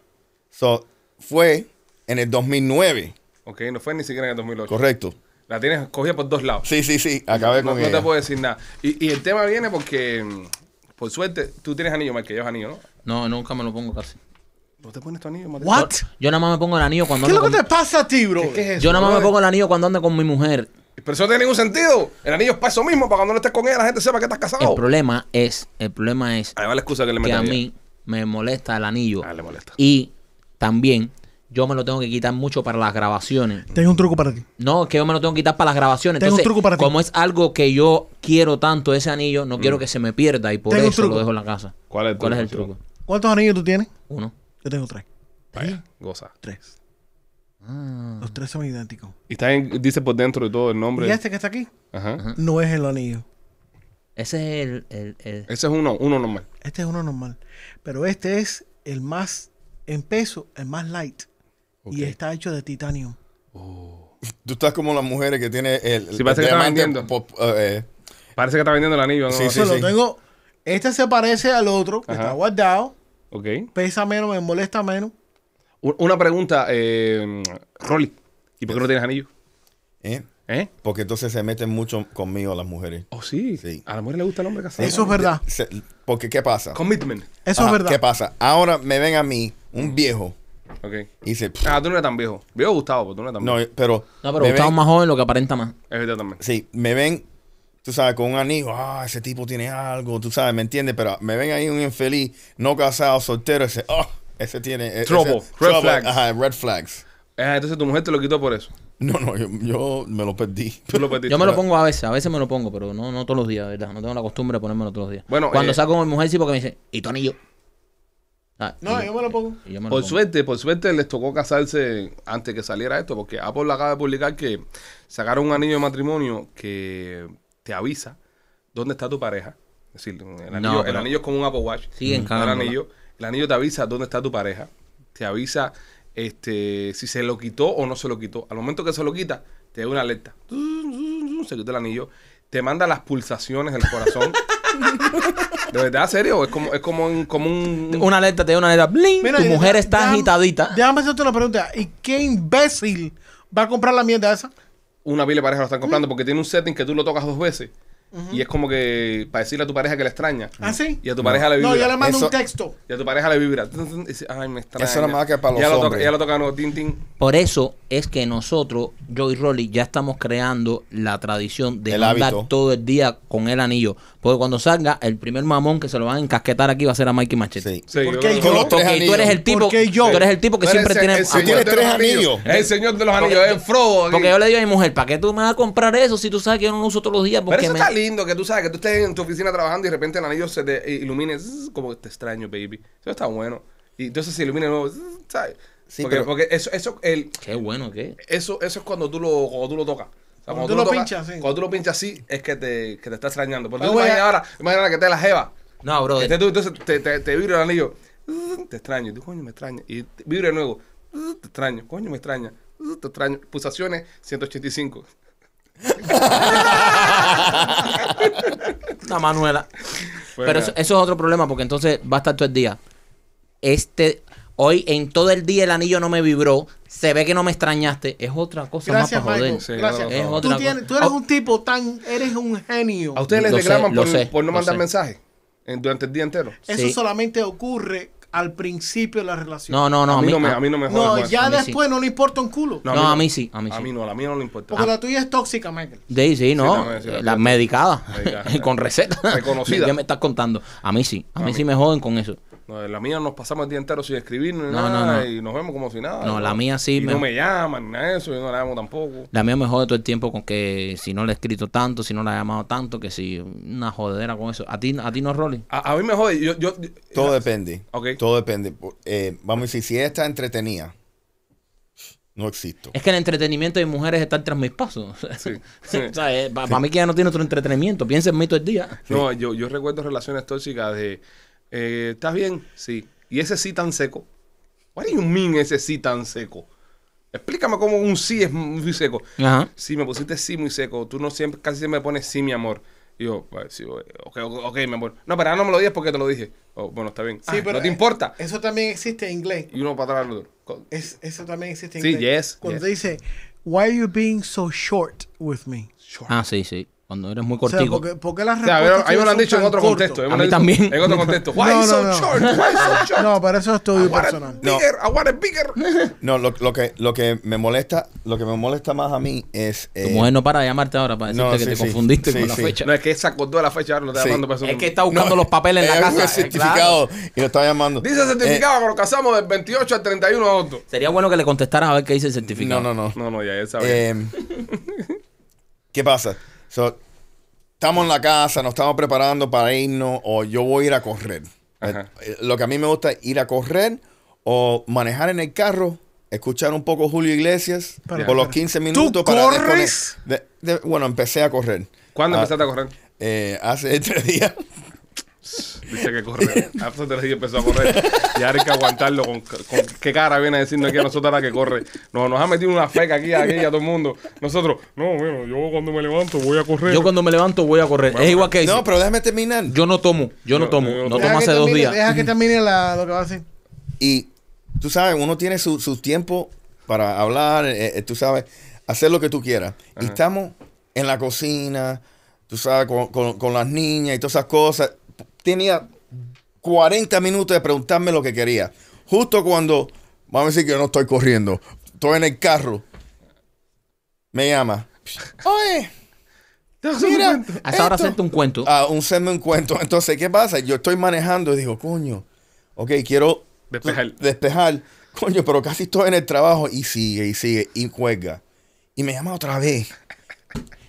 S3: So, fue en el 2009,
S1: Ok, no fue ni siquiera en el 2008.
S3: correcto.
S1: La tienes cogida por dos lados.
S3: Sí, sí, sí, acabé
S1: no,
S3: con
S1: no
S3: ella.
S1: te puedo decir nada. Y, y el tema viene porque, mm, por suerte, tú tienes anillo, Mike, que llevas anillo, ¿no?
S2: No, nunca me lo pongo casi.
S1: ¿No te pones tu anillo, Mike?
S4: What?
S2: Yo nada más me pongo el anillo cuando
S4: ¿Qué es
S2: ando
S4: lo que te
S2: con...
S4: pasa a ti, bro?
S1: ¿Qué es eso?
S2: Yo nada más me
S1: brother?
S2: pongo el anillo cuando ando con mi mujer.
S1: Pero eso no tiene ningún sentido. El anillo es para eso mismo, para cuando no estés con ella, la gente sepa que estás
S2: El
S4: Oh.
S1: casado.
S2: problema es, el problema es
S1: Ahí va la excusa que le
S2: que
S1: meten
S2: a
S1: ella.
S2: mí me molesta el anillo.
S1: Ah, le molesta.
S2: Y también yo me lo tengo que quitar mucho para las grabaciones.
S4: Tengo un truco para ti.
S2: No, que yo me lo tengo que quitar para las grabaciones.
S4: Tengo un
S2: Entonces,
S4: truco para ti. Mm.
S2: como es algo que yo quiero tanto, ese anillo, no quiero que se me pierda y por
S4: Tengo un
S2: eso lo
S4: truco.
S2: dejo en la casa.
S1: ¿Cuál es el
S2: ¿Cuál es el
S1: truco,
S2: truco? ¿Eh?
S4: ¿Cuántos anillos tú tienes?
S2: Uno.
S4: Yo tengo tres.
S1: Vaya, goza.
S4: Tres. Los tres son idénticos.
S1: Y está en- dice por dentro de todo el nombre.
S4: Ah. Y este que está aquí
S1: Ajá.
S4: no es el anillo.
S2: Ese es el... el- el-
S1: Ese es uno, uno normal.
S4: Este es uno normal. Pero este es el más en peso, el más light. Y
S1: Ok.
S4: está hecho de titanio.
S3: Tú estás como las mujeres que tiene el,
S1: Sí, parece
S3: el
S1: que está
S3: diamante
S1: vendiendo.
S3: pop- eh,
S1: Parece que está vendiendo el anillo. ¿no?
S3: Sí, sí.
S4: Se lo tengo. Este se parece al otro, que
S1: Ajá.
S4: está guardado,
S1: Ok.
S4: pesa menos, me molesta menos.
S1: U- Una pregunta, eh, Rolly. ¿Y por qué no tienes anillo?
S3: eh,
S1: ¿Eh?
S3: porque entonces se meten mucho conmigo las mujeres.
S1: Oh, sí.
S3: Sí.
S1: A la mujer le gusta el hombre casado.
S4: Eso es verdad.
S3: Se- porque ¿qué pasa?
S1: Commitment.
S4: Eso
S3: Ajá,
S4: es verdad.
S3: ¿Qué pasa? Ahora me ven a mí, un viejo,
S1: Ok.
S3: y dice,
S1: Ah, tú no eres tan viejo. Viejo Gustavo, pero tú no eres tan
S3: no,
S1: viejo.
S3: pero...
S2: No, pero
S3: me
S2: Gustavo es
S3: ven-
S2: más joven, lo que aparenta más.
S1: Es verdad también.
S3: Sí, me ven, tú sabes, con un anillo, ah, ese tipo tiene algo, tú sabes, ¿me entiendes? Pero me ven ahí un infeliz, no casado, soltero, ese, oh, ese tiene... e- ese-
S1: Trouble, red flags.
S3: Ajá, red flags.
S1: Ah, entonces tu mujer te lo quitó por eso.
S3: No, no, yo, yo me lo
S4: <laughs>
S3: perdí.
S2: <laughs>
S1: Tú lo perdiste.
S2: Yo me lo pongo a veces, a veces me lo pongo, pero no, no todos los días, ¿verdad? No tengo la costumbre de ponérmelo todos los días.
S1: Bueno,
S2: Cuando
S1: eh,
S2: saco con mi mujer, sí, porque me dice, ¿y tu anillo? Ah, y
S4: No, yo me lo pongo.
S2: y yo me lo
S1: Por
S2: pongo.
S1: suerte, por suerte les tocó casarse antes que saliera esto, porque Apple acaba de publicar que sacaron un anillo de matrimonio que te avisa dónde está tu pareja. Es decir, el anillo, el
S2: pero-
S1: anillo es como un Apple Watch.
S2: Siguen
S1: No el
S2: cagándola.
S1: anillo. El anillo te avisa dónde está tu pareja. Te avisa este, si se lo quitó o no se lo quitó. Al momento que se lo quita, te da una alerta. Se quitó el anillo. Te manda las pulsaciones del corazón. ¿De verdad, serio? Es como, es como un... Como un
S2: Una alerta, te da una alerta. bling,
S4: Mira,
S2: tu
S4: y-
S2: mujer está
S4: déjame-
S2: agitadita.
S4: Déjame hacerte una pregunta. ¿Y qué imbécil va a comprar la mierda esa?
S1: una pila de pareja lo están comprando porque tiene un setting que tú lo tocas dos veces y es como que para decirle a tu pareja que la extraña.
S4: ¿Ah, sí?
S1: Y a tu pareja le vibra.
S4: No, yo le mando
S3: Eso-
S4: un texto.
S1: Y a tu pareja le vibra. Y dice, Ay, me extraña.
S3: Eso era más que para los
S1: ya lo toca,
S3: hombres.
S1: ya lo toca, no, tin, tin.
S2: Por eso es que nosotros, yo y Rolly, ya estamos creando la tradición de
S3: El
S2: andar
S3: hábito.
S2: todo el día con el anillo. Porque cuando salga, el primer mamón que se lo van a encasquetar aquí va a ser a Mikey Machete.
S3: Sí.
S1: Sí,
S4: ¿Por
S1: yo
S4: qué
S1: creo- Tú
S4: yo?
S3: Con los tres
S2: Porque tú
S3: anillos.
S2: eres el tipo,
S4: ¿Por qué yo?
S2: tú eres el tipo que
S1: eres
S2: siempre
S1: el-
S2: tiene
S1: el señor
S3: tiene
S1: de los
S3: tres anillos.
S1: Es el señor de los anillos. Es Frodo. aquí.
S2: Porque yo le digo a mi mujer, ¿para qué tú me vas a comprar eso si tú sabes que yo no lo uso todos los días?
S1: Pero
S2: Porque
S1: eso
S2: me-
S1: está lindo, que tú sabes que tú estés en tu oficina trabajando y de repente el anillo se te ilumine. zzz, Como te extraño, baby. Eso está bueno. Y entonces se ilumina de nuevo. zzz, ¿Sabes?
S3: Sí,
S1: porque,
S3: pero-
S1: porque eso, eso, el,
S2: Qué bueno que es.
S1: Eso, eso es cuando tú lo, cuando tú lo tocas. O sea,
S4: Cuando tú lo
S1: tocas-
S4: pinchas, sí.
S1: Cuando tú lo pinchas así, es que te, que te está extrañando. Porque tú
S4: Ah, güey,
S1: imaginas
S4: ah.
S1: ahora, imagina ahora que te la jeva.
S2: No,
S1: Que estés
S2: brother.
S1: tú, entonces te, te, te vibra el anillo. Mm, Te extraño. Y tú, coño, me extraña. Y te- vibra de nuevo. Mm, Te extraño. Coño, me extraña. Mm, Te extraño. Pulsaciones 185.
S2: Una Manuela.
S1: Pues
S2: Pero
S1: nada.
S2: eso, eso es otro problema, porque entonces va a estar todo el día. Este, hoy en todo el día el anillo no me vibró. Se ve que no me extrañaste. Es otra cosa
S4: Gracias,
S2: más para
S4: Michael.
S2: joder.
S1: Sí,
S4: Gracias.
S1: no, no,
S2: no.
S4: Tú,
S2: Otra
S4: tienes-
S2: cosa.
S4: tú eres
S2: Ah.
S4: un tipo tan... Eres un genio.
S1: A ustedes les
S2: Lo sé,
S1: reclaman
S2: lo
S1: por,
S2: sé,
S1: por no
S2: lo
S1: mandar
S2: sé.
S1: mensajes en- durante el día entero.
S4: Eso
S2: Sí.
S4: solamente ocurre al principio de la relación.
S2: No, no, no.
S1: a, mí no me,
S2: a-
S1: a mí no me
S4: No,
S1: jodan con
S2: a
S4: ya
S2: mí sí.
S4: después no le importa un culo.
S1: eso.
S2: No, a mí sí, a mí
S1: A
S2: sí.
S1: mí no, a mí no le importa.
S4: Porque la tuya es tóxica, Michael.
S2: Sí, sí, no.
S1: no, sí, la-
S2: las medicadas.
S1: Medicadas.
S2: <laughs> con receta.
S1: Reconocida.
S2: ¿Qué me estás contando? A mí sí. A mí,
S1: mí.
S2: sí me joden con eso.
S1: No, la mía nos pasamos el día entero sin escribir ni
S2: No,
S1: nada
S2: no, no.
S1: y nos vemos como si nada.
S2: No, la mía sí
S1: Y
S2: me-
S1: no me llaman ni nada de eso, yo no la llamo tampoco.
S2: La mía me jode todo el tiempo con que si no le he escrito tanto, si no la he llamado tanto, que si una jodedera con eso. ¿A ti, a ti no, Rolly?
S1: A, a mí me jode, yo... yo, yo-
S3: Todo depende.
S1: Ok.
S3: Todo depende. Eh, vamos a decir, si esta entretenida, no existo.
S2: Es que el entretenimiento de mujeres está tras mis pasos. <laughs>
S1: Sí, sí.
S2: Para mí que ya no tiene otro entretenimiento. Piensa en mí todo el día.
S1: <laughs> No, yo, yo recuerdo relaciones tóxicas de... eh, ¿Estás bien? Sí. ¿Y ese sí tan seco? What do you mean ese sí tan seco? Explícame cómo un sí es muy seco.
S2: Ajá.
S1: Sí, me pusiste sí muy seco. Tú no siempre, casi siempre me pones sí, mi amor. Y yo, pues, sí, ok, ok, ok, mi amor. No, pero ahora no me lo digas porque te lo dije. Oh, bueno, está bien. Ah, no te
S4: eh,
S1: importa.
S4: Eso también existe en inglés.
S1: Y uno para atrás al otro. Co-
S4: Es- eso también existe en
S1: Sí,
S4: inglés.
S1: yes,
S4: Cuando
S1: yes.
S4: te dice, why are you being so short with me?
S2: Ah, sí, sí. Cuando eres muy
S4: O sea,
S2: cortico.
S4: porque, porque las
S1: O sea, a ver,
S4: respuestas
S1: ahí me lo han
S4: tuyas son
S1: dicho en
S4: tan
S1: otro
S4: corto?
S1: contexto. me lo
S2: A mí
S1: han dicho
S2: también.
S1: En otro contexto. Why
S4: <laughs> No,
S1: is
S4: no,
S1: so
S4: no.
S1: short? Why is
S4: <laughs>
S1: so short? Ah,
S4: No, pero eso es tuyo
S1: I
S4: personal.
S1: want it bigger. I want it bigger.
S2: <laughs>
S3: No, lo, lo que, lo que me molesta, lo que me molesta más a mí es.
S2: Tu
S3: eh,
S2: mujer no para de llamarte ahora para
S3: no,
S2: decirte que te
S3: sí, sí.
S2: confundiste
S3: Sí,
S2: con la
S3: sí.
S2: fecha.
S1: No, es que se acordó de la fecha, ahora no está
S3: Sí.
S1: llamando para eso.
S2: Es que está buscando los papeles en la
S3: ella busca
S2: casa.
S3: el
S2: eh, claro.
S3: certificado y lo está llamando. Eh,
S1: Dice el certificado
S2: Eh.
S1: que nos casamos del 28 al 31 de agosto.
S2: Sería bueno que le contestaras a ver qué dice el
S3: Eh,
S2: certificado.
S3: no, no, no.
S1: No, no, ya, ya sabía.
S3: Eh, ¿Qué pasa? So, estamos en la casa, nos estamos preparando para irnos o yo voy a ir a correr.
S1: Ajá.
S3: Eh, Lo que a mí me gusta es ir a correr o manejar en el carro, escuchar un poco Julio Iglesias
S4: Pero-
S3: por los
S4: pero-
S3: 15 minutos para
S4: corres?
S3: descone- de- de- bueno, empecé a correr.
S1: ¿Cuándo
S3: Ah,
S1: empezaste a correr?
S3: eh, hace <laughs> tres días.
S1: Dice que corre. <laughs> Ah, pues, Hace tres días empezó a correr. Y ahora hay que aguantarlo. Con, con- qué cara viene a decirnos aquí a nosotros ahora que corre? No, nos ha metido una feca aquí, aquí a todo el mundo. Nosotros, no, bueno, yo cuando me levanto voy a correr.
S2: Yo cuando me levanto voy a correr. es igual que
S3: No,
S2: dice,
S3: pero déjame terminar.
S2: yo no tomo, yo no
S1: Yo-
S2: tomo,
S1: yo-
S2: no
S4: Deja
S2: tomo
S4: que
S2: hace dos
S4: termine-
S2: días.
S4: Deja que termine la- lo que va a decir.
S3: Y tú sabes, uno tiene su, su tiempo para hablar, eh, eh, tú sabes, hacer lo que tú quieras. Y estamos en la cocina, tú sabes, con, con- con las niñas y todas esas cosas. Tenía 40 minutos de preguntarme lo que quería. Justo cuando, vamos a decir que yo no estoy corriendo, estoy en el carro, me llama. Oye, mira,
S2: Hasta ahora
S3: esto".
S2: hacerte un cuento.
S3: a un serme un cuento. <laughs> Entonces, ¿qué pasa? Yo estoy manejando y digo, coño, ok, quiero
S1: Despejar.
S3: despejar. Coño, pero casi estoy en el trabajo y sigue y sigue y cuelga. Y me llama otra vez.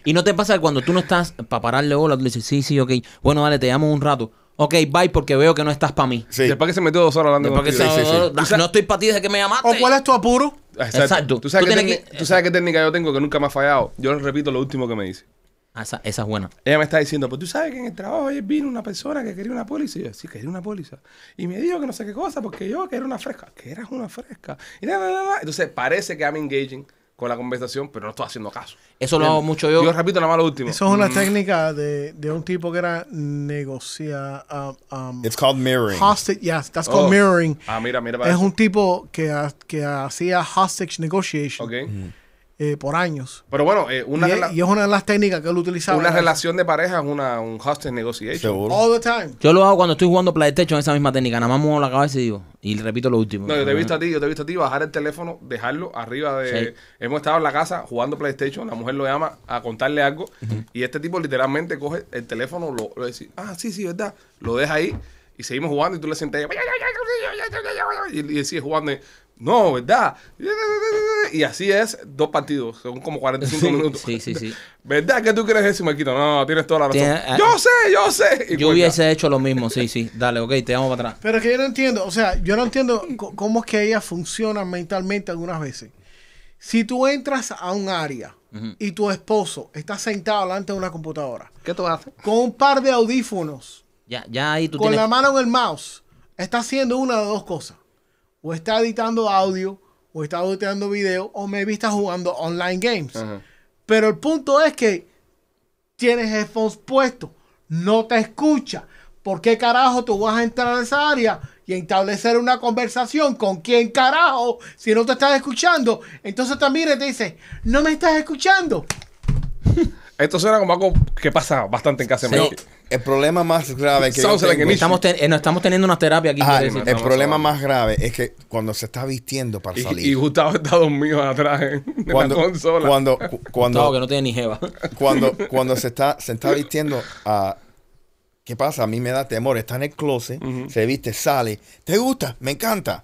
S2: Y no te pasa que cuando tú no estás para pararle bola, tú le dices, sí, sí, ok, bueno, dale, te llamo un rato. Ok, bye, porque veo que no estás para mí.
S3: Sí.
S1: Después que se metió dos horas hablando
S2: Porque
S1: contigo.
S2: se-
S3: sí, sí.
S2: no- no estoy para ti desde que me llamaste.
S4: ¿O cuál es tu apuro?
S1: Exacto.
S2: Exacto.
S1: ¿Tú sabes,
S2: Tú
S1: qué
S2: tienes
S1: técnica-
S2: que-
S1: tú sabes qué técnica yo tengo que nunca me ha fallado. Yo le repito lo último que me dice.
S2: Ah, Esa, esa es buena.
S1: Ella me está diciendo, pues tú sabes que en el trabajo ayer vino una persona que quería una póliza. Y yo, sí, quería una póliza. Y me dijo que no sé qué cosa, porque yo que era una fresca. Que eras una fresca. Y na, na, na, na. Entonces parece que I'm engaging con la conversación, pero no estoy haciendo caso.
S2: Eso lo hago mucho yo.
S1: Yo, repito nada más lo último. Mm.
S4: Eso es una técnica de, de un tipo que era negocia. um, um,
S3: It's called mirroring.
S4: hostage, yes, that's
S1: Oh.
S4: called mirroring.
S1: Ah, mira, mira para
S4: Es
S1: eso.
S4: un tipo que, ha- que hacía hostage negotiation
S1: Ok.
S2: Mm.
S4: eh, por años.
S1: Pero bueno, eh, una,
S4: y, es-
S1: rela-
S4: y es una de las técnicas que él utilizaba.
S1: una relación de pareja es una, un hostage negotiation.
S3: Seguro.
S4: All the time.
S2: Yo lo hago cuando estoy jugando PlayStation, esa misma técnica. Nada más muevo la cabeza y digo, y repito lo último.
S1: No, yo te he visto a ti, yo te he visto a ti bajar el teléfono, dejarlo arriba de...
S2: Sí.
S1: Hemos estado en la casa jugando PlayStation, la mujer lo llama a contarle algo y este tipo literalmente coge el teléfono, lo, lo dice, ah, sí, sí, verdad, lo deja ahí y seguimos jugando y tú le sientes y, y él sigue jugando y, no, verdad. Y así es dos partidos, son como 45
S2: Sí,
S1: minutos.
S2: sí, sí, sí.
S1: <laughs> ¿Verdad que tú crees eso, Marquito? No, no, tienes toda la razón.
S2: Tiene- ah,
S1: yo sé, yo sé. Y
S2: Yo
S1: cuelga.
S2: hubiese hecho lo mismo, sí, sí. Dale, ok, te llamo para atrás.
S4: Pero es que yo no entiendo, o sea, yo no entiendo co- cómo es que ellas funcionan mentalmente algunas veces. Si tú entras a un área y tu esposo está sentado delante de una computadora
S1: ¿Qué tú haces?
S4: con un par de audífonos,
S2: Ya, ya ahí tú
S4: con
S2: tienes.
S4: la mano en el mouse, está haciendo una de dos cosas. O está editando audio, o está editando video, o maybe está jugando online games. Pero el punto es que tienes headphones puestos, no te escucha. ¿Por qué carajo tú vas a entrar a esa área y establecer una conversación con quién carajo si no te estás escuchando? Entonces te mira y te dice, no me estás escuchando.
S1: Esto suena como algo que pasa bastante en casa. de
S2: Sí.
S1: Marquito.
S3: El problema más grave que yo
S1: Sounds like
S3: tengo-
S1: an issue.
S2: Estamos, ten- eh, no, estamos teniendo una terapia aquí.
S3: Ajá,
S2: quiero decir.
S3: el problema más grave es que cuando se está vistiendo para
S1: Y,
S3: salir.
S1: y Gustavo está dormido atrás en en
S3: cuando,
S1: la consola.
S3: cuando, cu-
S2: Gustavo, que
S3: cuando,
S2: no tiene ni jeva.
S3: cuando, cuando se está, se está vistiendo a. ¿Qué pasa? A mí me da temor. Está en el closet, se viste, sale. ¿Te gusta? Me encanta.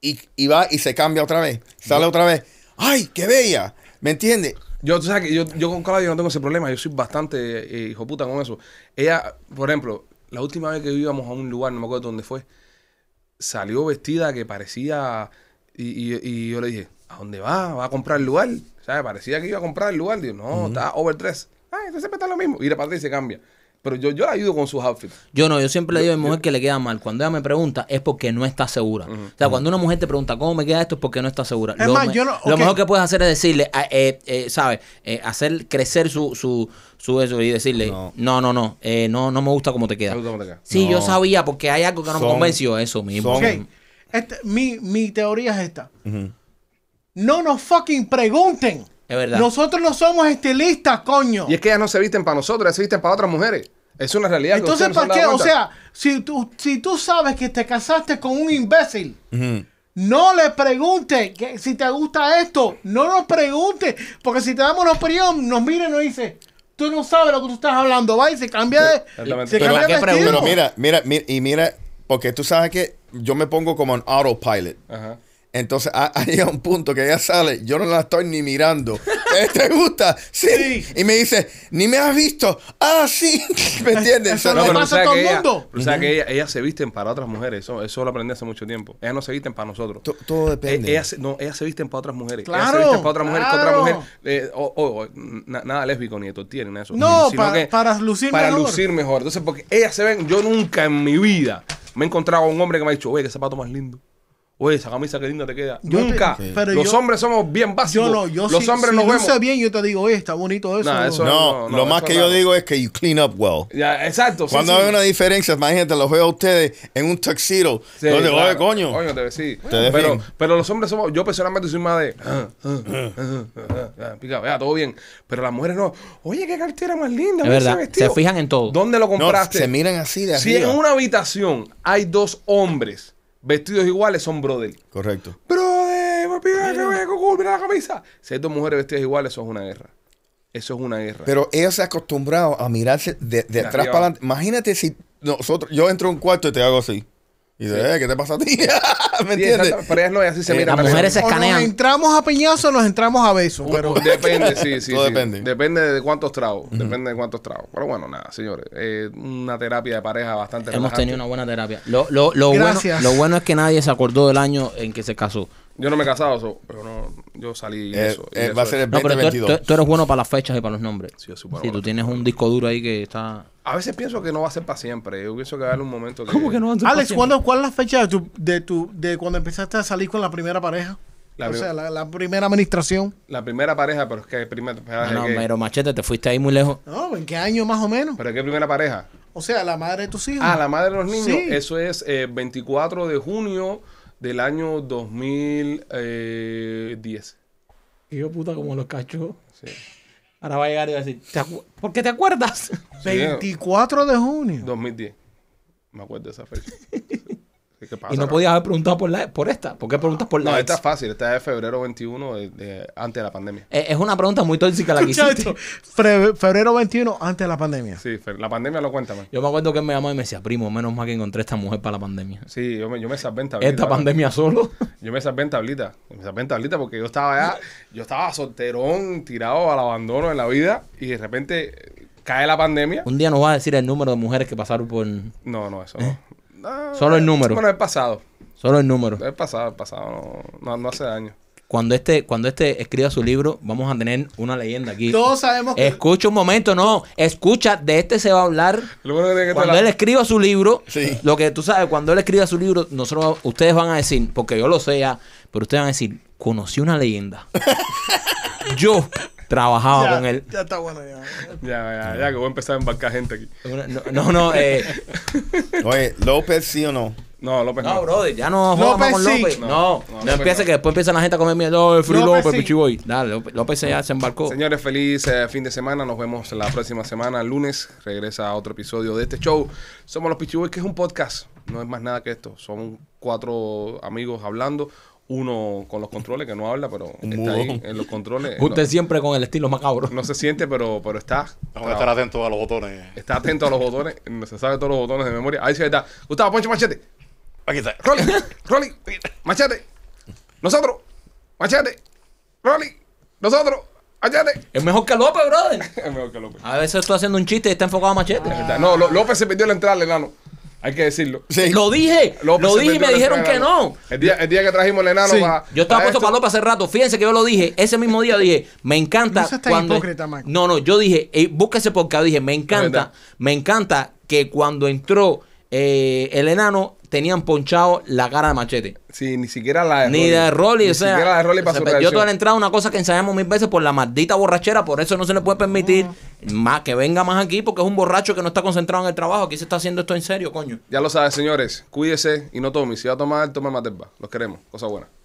S3: Y, y va y se cambia otra vez. Sale otra vez. ¡Ay, qué bella! ¿Me entiendes?
S1: Yo, tú sabes que yo, yo con Claudia no tengo ese problema. Yo soy bastante eh, hijo puta con eso. Ella, por ejemplo, la última vez que íbamos a un lugar, no me acuerdo dónde fue, salió vestida que parecía. Y, y- y yo le dije, ¿a dónde va? ¿Va a comprar el lugar? ¿Sabes? Parecía que iba a comprar el lugar. Digo, no, está over 3. Ah, entonces siempre está lo mismo. Y de parte se cambia. Pero yo, yo la ayudo con sus outfits.
S2: Yo no, yo siempre le digo a mi mujer que le queda mal. Cuando ella me pregunta es porque no está segura. O sea, cuando una mujer te pregunta cómo me queda esto es porque no está segura.
S4: Es
S2: lo
S4: más,
S2: me-
S4: yo no-
S2: lo
S4: ok.
S2: mejor que puedes hacer es decirle, a- eh, eh, ¿sabes? Eh, hacer crecer su, su, su eso y decirle, no,
S3: No.
S2: no, no, no, eh, no, no me gusta cómo te queda.
S1: Me gusta cómo te queda.
S2: Sí, yo
S3: No.
S2: sabía porque hay algo que no me
S3: Son-
S2: convenció, eso mismo.
S3: son-
S4: Ok, este- mi, mi teoría es esta. No nos fucking pregunten.
S2: Es verdad.
S4: Nosotros no somos estilistas, coño.
S1: Y es que ellas no se visten para nosotros, ellas se visten para otras mujeres. Es una realidad. que
S4: Entonces,
S1: ustedes no se
S4: ¿para
S1: han
S4: qué?
S1: dado
S4: O
S1: cuenta.
S4: sea, si tú, si tú sabes que te casaste con un imbécil, no le preguntes que si te gusta esto. No nos preguntes. Porque si te damos la opinión, nos mira y nos dice, tú no sabes lo que tú estás hablando. Va y se cambia de,
S1: Exactamente.
S4: se
S1: Pero
S4: cambia
S2: ¿a qué
S4: de
S2: pregunta?
S4: vestido.
S2: Pero
S3: Pero mira, mira, mira, y mira, porque tú sabes que yo me pongo como en autopilot.
S4: Ah.
S1: Ajá.
S3: Entonces ha, ha llegado un punto que ella sale, yo no la estoy ni
S4: <laughs>
S3: mirando. ¿Eh, ¿Te gusta? Sí.
S4: Sí.
S3: Y me dice, ni me has visto. Ah, sí. <laughs> ¿Me entiendes?
S4: eso
S3: O sea,
S4: no
S3: no-
S4: pasa a
S1: tú sabes
S4: todo
S1: que
S4: el
S1: ella-
S4: mundo.
S1: pero tú sabes que ella- ellas se visten para otras mujeres. Eso, eso lo aprendí hace mucho tiempo. Ellas no se visten para nosotros.
S3: To- todo depende.
S1: Eh, ellas, se- no, ellas se visten para otras mujeres.
S4: Claro,
S1: ellas se visten para otras mujeres que
S4: claro.
S1: otra mujer. eh, o- o- o, na- nada lésbico ni de tortilla ni nada de eso.
S4: No,
S1: Sino
S4: pa-
S1: que
S4: para lucir
S1: para
S4: mejor.
S1: lucir mejor. Entonces, porque ellas se ven, yo nunca en mi vida me he encontrado a un hombre que me ha dicho, oye, qué zapato más lindo. Oye, esa camisa qué linda te queda.
S4: Yo te-
S1: nunca.
S4: Sí. pero
S1: Los
S4: yo-
S1: hombres somos bien básicos.
S4: Yo no, yo
S1: Los
S4: si,
S1: hombres
S4: si
S1: nos
S4: luce
S1: vemos.
S4: bien, yo te digo, oye, está bonito eso.
S1: Nah, eso
S3: no,
S1: no, no,
S3: lo más
S1: eso
S3: que
S1: no.
S3: yo digo es que you clean up well.
S1: Ya, exacto. sí,
S3: Cuando
S1: sí.
S3: hay una diferencia, imagínate, los veo a ustedes en un tuxedo.
S1: Sí,
S3: yo digo,
S1: claro.
S3: "Oye, coño.
S1: Coño, te sí.
S3: Ustedes
S1: Pero,
S3: bien.
S1: pero los hombres somos. Yo personalmente soy más de. ah, ah, ah, ah, ah, pica, vea, todo bien. Pero las mujeres no. Oye, qué cartera más linda.
S2: Es
S1: mira ese
S2: verdad,
S1: vestido.
S2: se fijan en todo.
S1: ¿Dónde lo
S3: No,
S1: compraste?
S3: se miran así de
S1: si
S3: arriba.
S1: en una habitación hay dos hombres vestidos iguales, son brother.
S3: Correcto.
S1: Brother, me pica, que vea, qué cool, mira la camisa. Si hay dos mujeres vestidas iguales, eso es una guerra. Eso es una guerra.
S3: Pero ellos se han acostumbrado a mirarse de, de atrás
S1: arriba.
S3: para adelante. Imagínate si nosotros, yo entro a un cuarto y te hago así. Y dices, "Eh, ¿qué te pasa a <laughs> ti? ¿Me
S1: Sí,
S3: entiendes?
S1: exacto, pero ellas no, ellas sí se
S3: Eh,
S1: miran.
S2: Las
S1: para
S2: mujeres se
S1: arriba.
S4: O nos
S2: escanean.
S4: entramos a peñazo o nos entramos a besos. Pero
S1: <laughs> Depende, sí, sí.
S3: Todo
S1: sí.
S3: depende.
S1: de cuántos tragos. Depende de cuántos tragos. Pero bueno, nada, señores. Eh, una terapia de pareja bastante
S2: Hemos
S1: relajante.
S2: tenido una buena terapia. Lo, lo, lo, bueno,
S4: Gracias.
S2: lo bueno es que nadie se acordó del año en que se casó.
S1: Yo no me he casado, so- pero no, yo salí y
S3: Eh,
S1: eso. y
S3: eh,
S1: eso
S3: va a ser
S1: es.
S3: el
S2: No, pero tú,
S3: 2022.
S2: tú- tú eres bueno para las fechas y para los nombres.
S1: Sí,
S2: Sí,
S1: yo soy bueno para
S2: tú
S1: los
S2: tienes un disco duro ahí que está.
S1: A veces pienso que no va a ser para siempre. Yo pienso que va a haber un momento que...
S4: Alex, ¿cuándo, ¿cuál es la fecha de, tu, de, tu, de cuando empezaste a salir con la primera pareja?
S1: La
S4: o
S1: prim-
S4: sea, la, la primera administración.
S1: La primera pareja, pero es que... Primera pareja
S2: Ah, no,
S1: que-
S2: pero machete, te fuiste ahí muy lejos.
S4: ¿No? ¿En qué año más o menos?
S1: ¿Pero qué primera pareja?
S4: O sea, la madre de tus hijos.
S1: Ah, la madre de los niños.
S4: Sí.
S1: Eso es eh, 24 de junio del año 2010.
S5: Y yo, puta, como los cachó.
S1: Sí.
S5: Ahora va a llegar y va a decir, "¿Te acu- ¿por qué te acuerdas?
S4: 24 de junio.
S1: 2010. Me acuerdo de esa
S2: <laughs>
S1: fecha. Sí, ¿Qué pasa?
S5: Y no podías haber preguntado por, la, por esta. ¿Por qué preguntas por la
S1: Ah, No,
S5: ex?
S1: esta es fácil. Esta es de febrero 21, de, de- antes de la pandemia.
S2: Eh, Es una pregunta muy tóxica la que
S4: Escucha
S1: <laughs>
S2: hiciste.
S4: esto. Fe- Febrero 21, antes de la pandemia.
S1: Sí, Fer, la pandemia lo cuenta, man.
S2: <laughs> Yo me acuerdo que él me llamó y me decía, primo, menos mal que encontré esta mujer para la pandemia.
S1: Sí, yo me, yo me salvé en tablita.
S2: Esta
S1: mano.
S2: pandemia solo. <laughs>
S1: Yo me salvé en tablita. Me salvé en tablita porque yo estaba allá, yo estaba solterón, tirado al abandono en la vida y de repente eh, cae la pandemia.
S2: Un día nos va a decir el número de mujeres que pasaron por.
S1: No, no, eso no. No,
S2: ¿Eh? Solo el número.
S1: Bueno, es pasado.
S2: Solo el número.
S1: Es pasado, es pasado. No, no, no hace daño.
S2: Cuando este, cuando este escriba su libro, vamos a tener una leyenda aquí.
S4: Todos sabemos que
S2: Escucha un momento, no. Escucha, de este se va a hablar.
S1: Lo bueno que tiene que
S2: Cuando
S1: te
S2: él
S1: la-
S2: escriba su libro,
S3: Sí.
S2: lo que tú sabes, cuando él escriba su libro, nosotros, ustedes van a decir, porque yo lo sé ya, pero ustedes van a decir, conocí una leyenda. yo trabajaba
S4: ya,
S2: con él.
S4: ya está bueno. Ya.
S1: Ya, ya, ya, que voy a empezar a embarcar gente aquí.
S2: Una- No, no, no, eh,
S3: Oye, López, sí o no.
S1: No, López.
S2: no, brother, ya no jugamos
S4: López
S2: con
S4: sí.
S2: López.
S1: No,
S2: No,
S1: no,
S2: no,
S1: López
S2: empiece
S1: no.
S2: que después empiezan la gente a comer miedo. Oh, el Free
S4: López
S2: López,
S4: sí.
S2: Pichiboy. Dale, López, López se, ya se embarcó.
S1: Señores, feliz eh, fin de semana. Nos vemos la próxima semana, lunes. Regresa otro episodio de este show. Somos los Pichiboys, que es un podcast. No es más nada que esto. Son cuatro amigos hablando. Uno con los controles, que no habla, pero
S3: Un
S1: está ahí
S3: mudo.
S1: en los controles.
S2: Usted
S1: eh, No,
S2: siempre con el estilo macabro.
S1: no se siente, pero, pero está.
S9: Vamos a estar atentos a los botones.
S1: Está atento a los botones. No se sabe todos los botones de memoria. Ahí sí está. Gustavo, Poncho Machete.
S9: Aquí está.
S1: Rolly. Rolly. Machete. Nosotros. Machete. Rolly. Nosotros. Machete.
S2: <laughs>
S1: <laughs>
S2: Es mejor que López, brother.
S1: Es mejor que López.
S2: A veces estoy haciendo un chiste y está enfocado a machete.
S1: verdad. No, Ló- López se perdió la entrada, enano. Hay que decirlo.
S3: Sí.
S2: Lo dije,
S1: López
S2: lo
S1: se
S2: dije y
S1: perdió
S2: me
S1: la
S2: dijeron
S1: entrada,
S2: que no.
S1: El día, el día que trajimos el enano
S4: Sí.
S1: para.
S2: Yo estaba puesto para
S1: esto,
S2: López hace rato. Fíjense que yo lo dije. Ese mismo día dije, me encanta.
S4: No seas tan
S2: cuando...
S4: hipócrita, Mac.
S2: No, no, yo dije, eh, búsquese porque dije, me
S1: verdad.
S2: encanta, me encanta que cuando entró eh, el enano tenían ponchado la cara de machete.
S1: Sí, ni siquiera la de
S2: Ni de Rolly,
S1: Ni
S2: o sea.
S1: siquiera la de Rolly para
S2: se
S1: su
S2: perdió
S1: reacción.
S2: toda la entrada, una cosa que ensayamos mil veces por la maldita borrachera, por eso no se le puede permitir más que venga más aquí, porque es un borracho que no está concentrado en el trabajo. Aquí se está haciendo esto en serio, coño.
S1: Ya lo sabes, señores. Cuídese y no tomen. Si va a tomar, toma Materba. Los queremos. Cosa buena.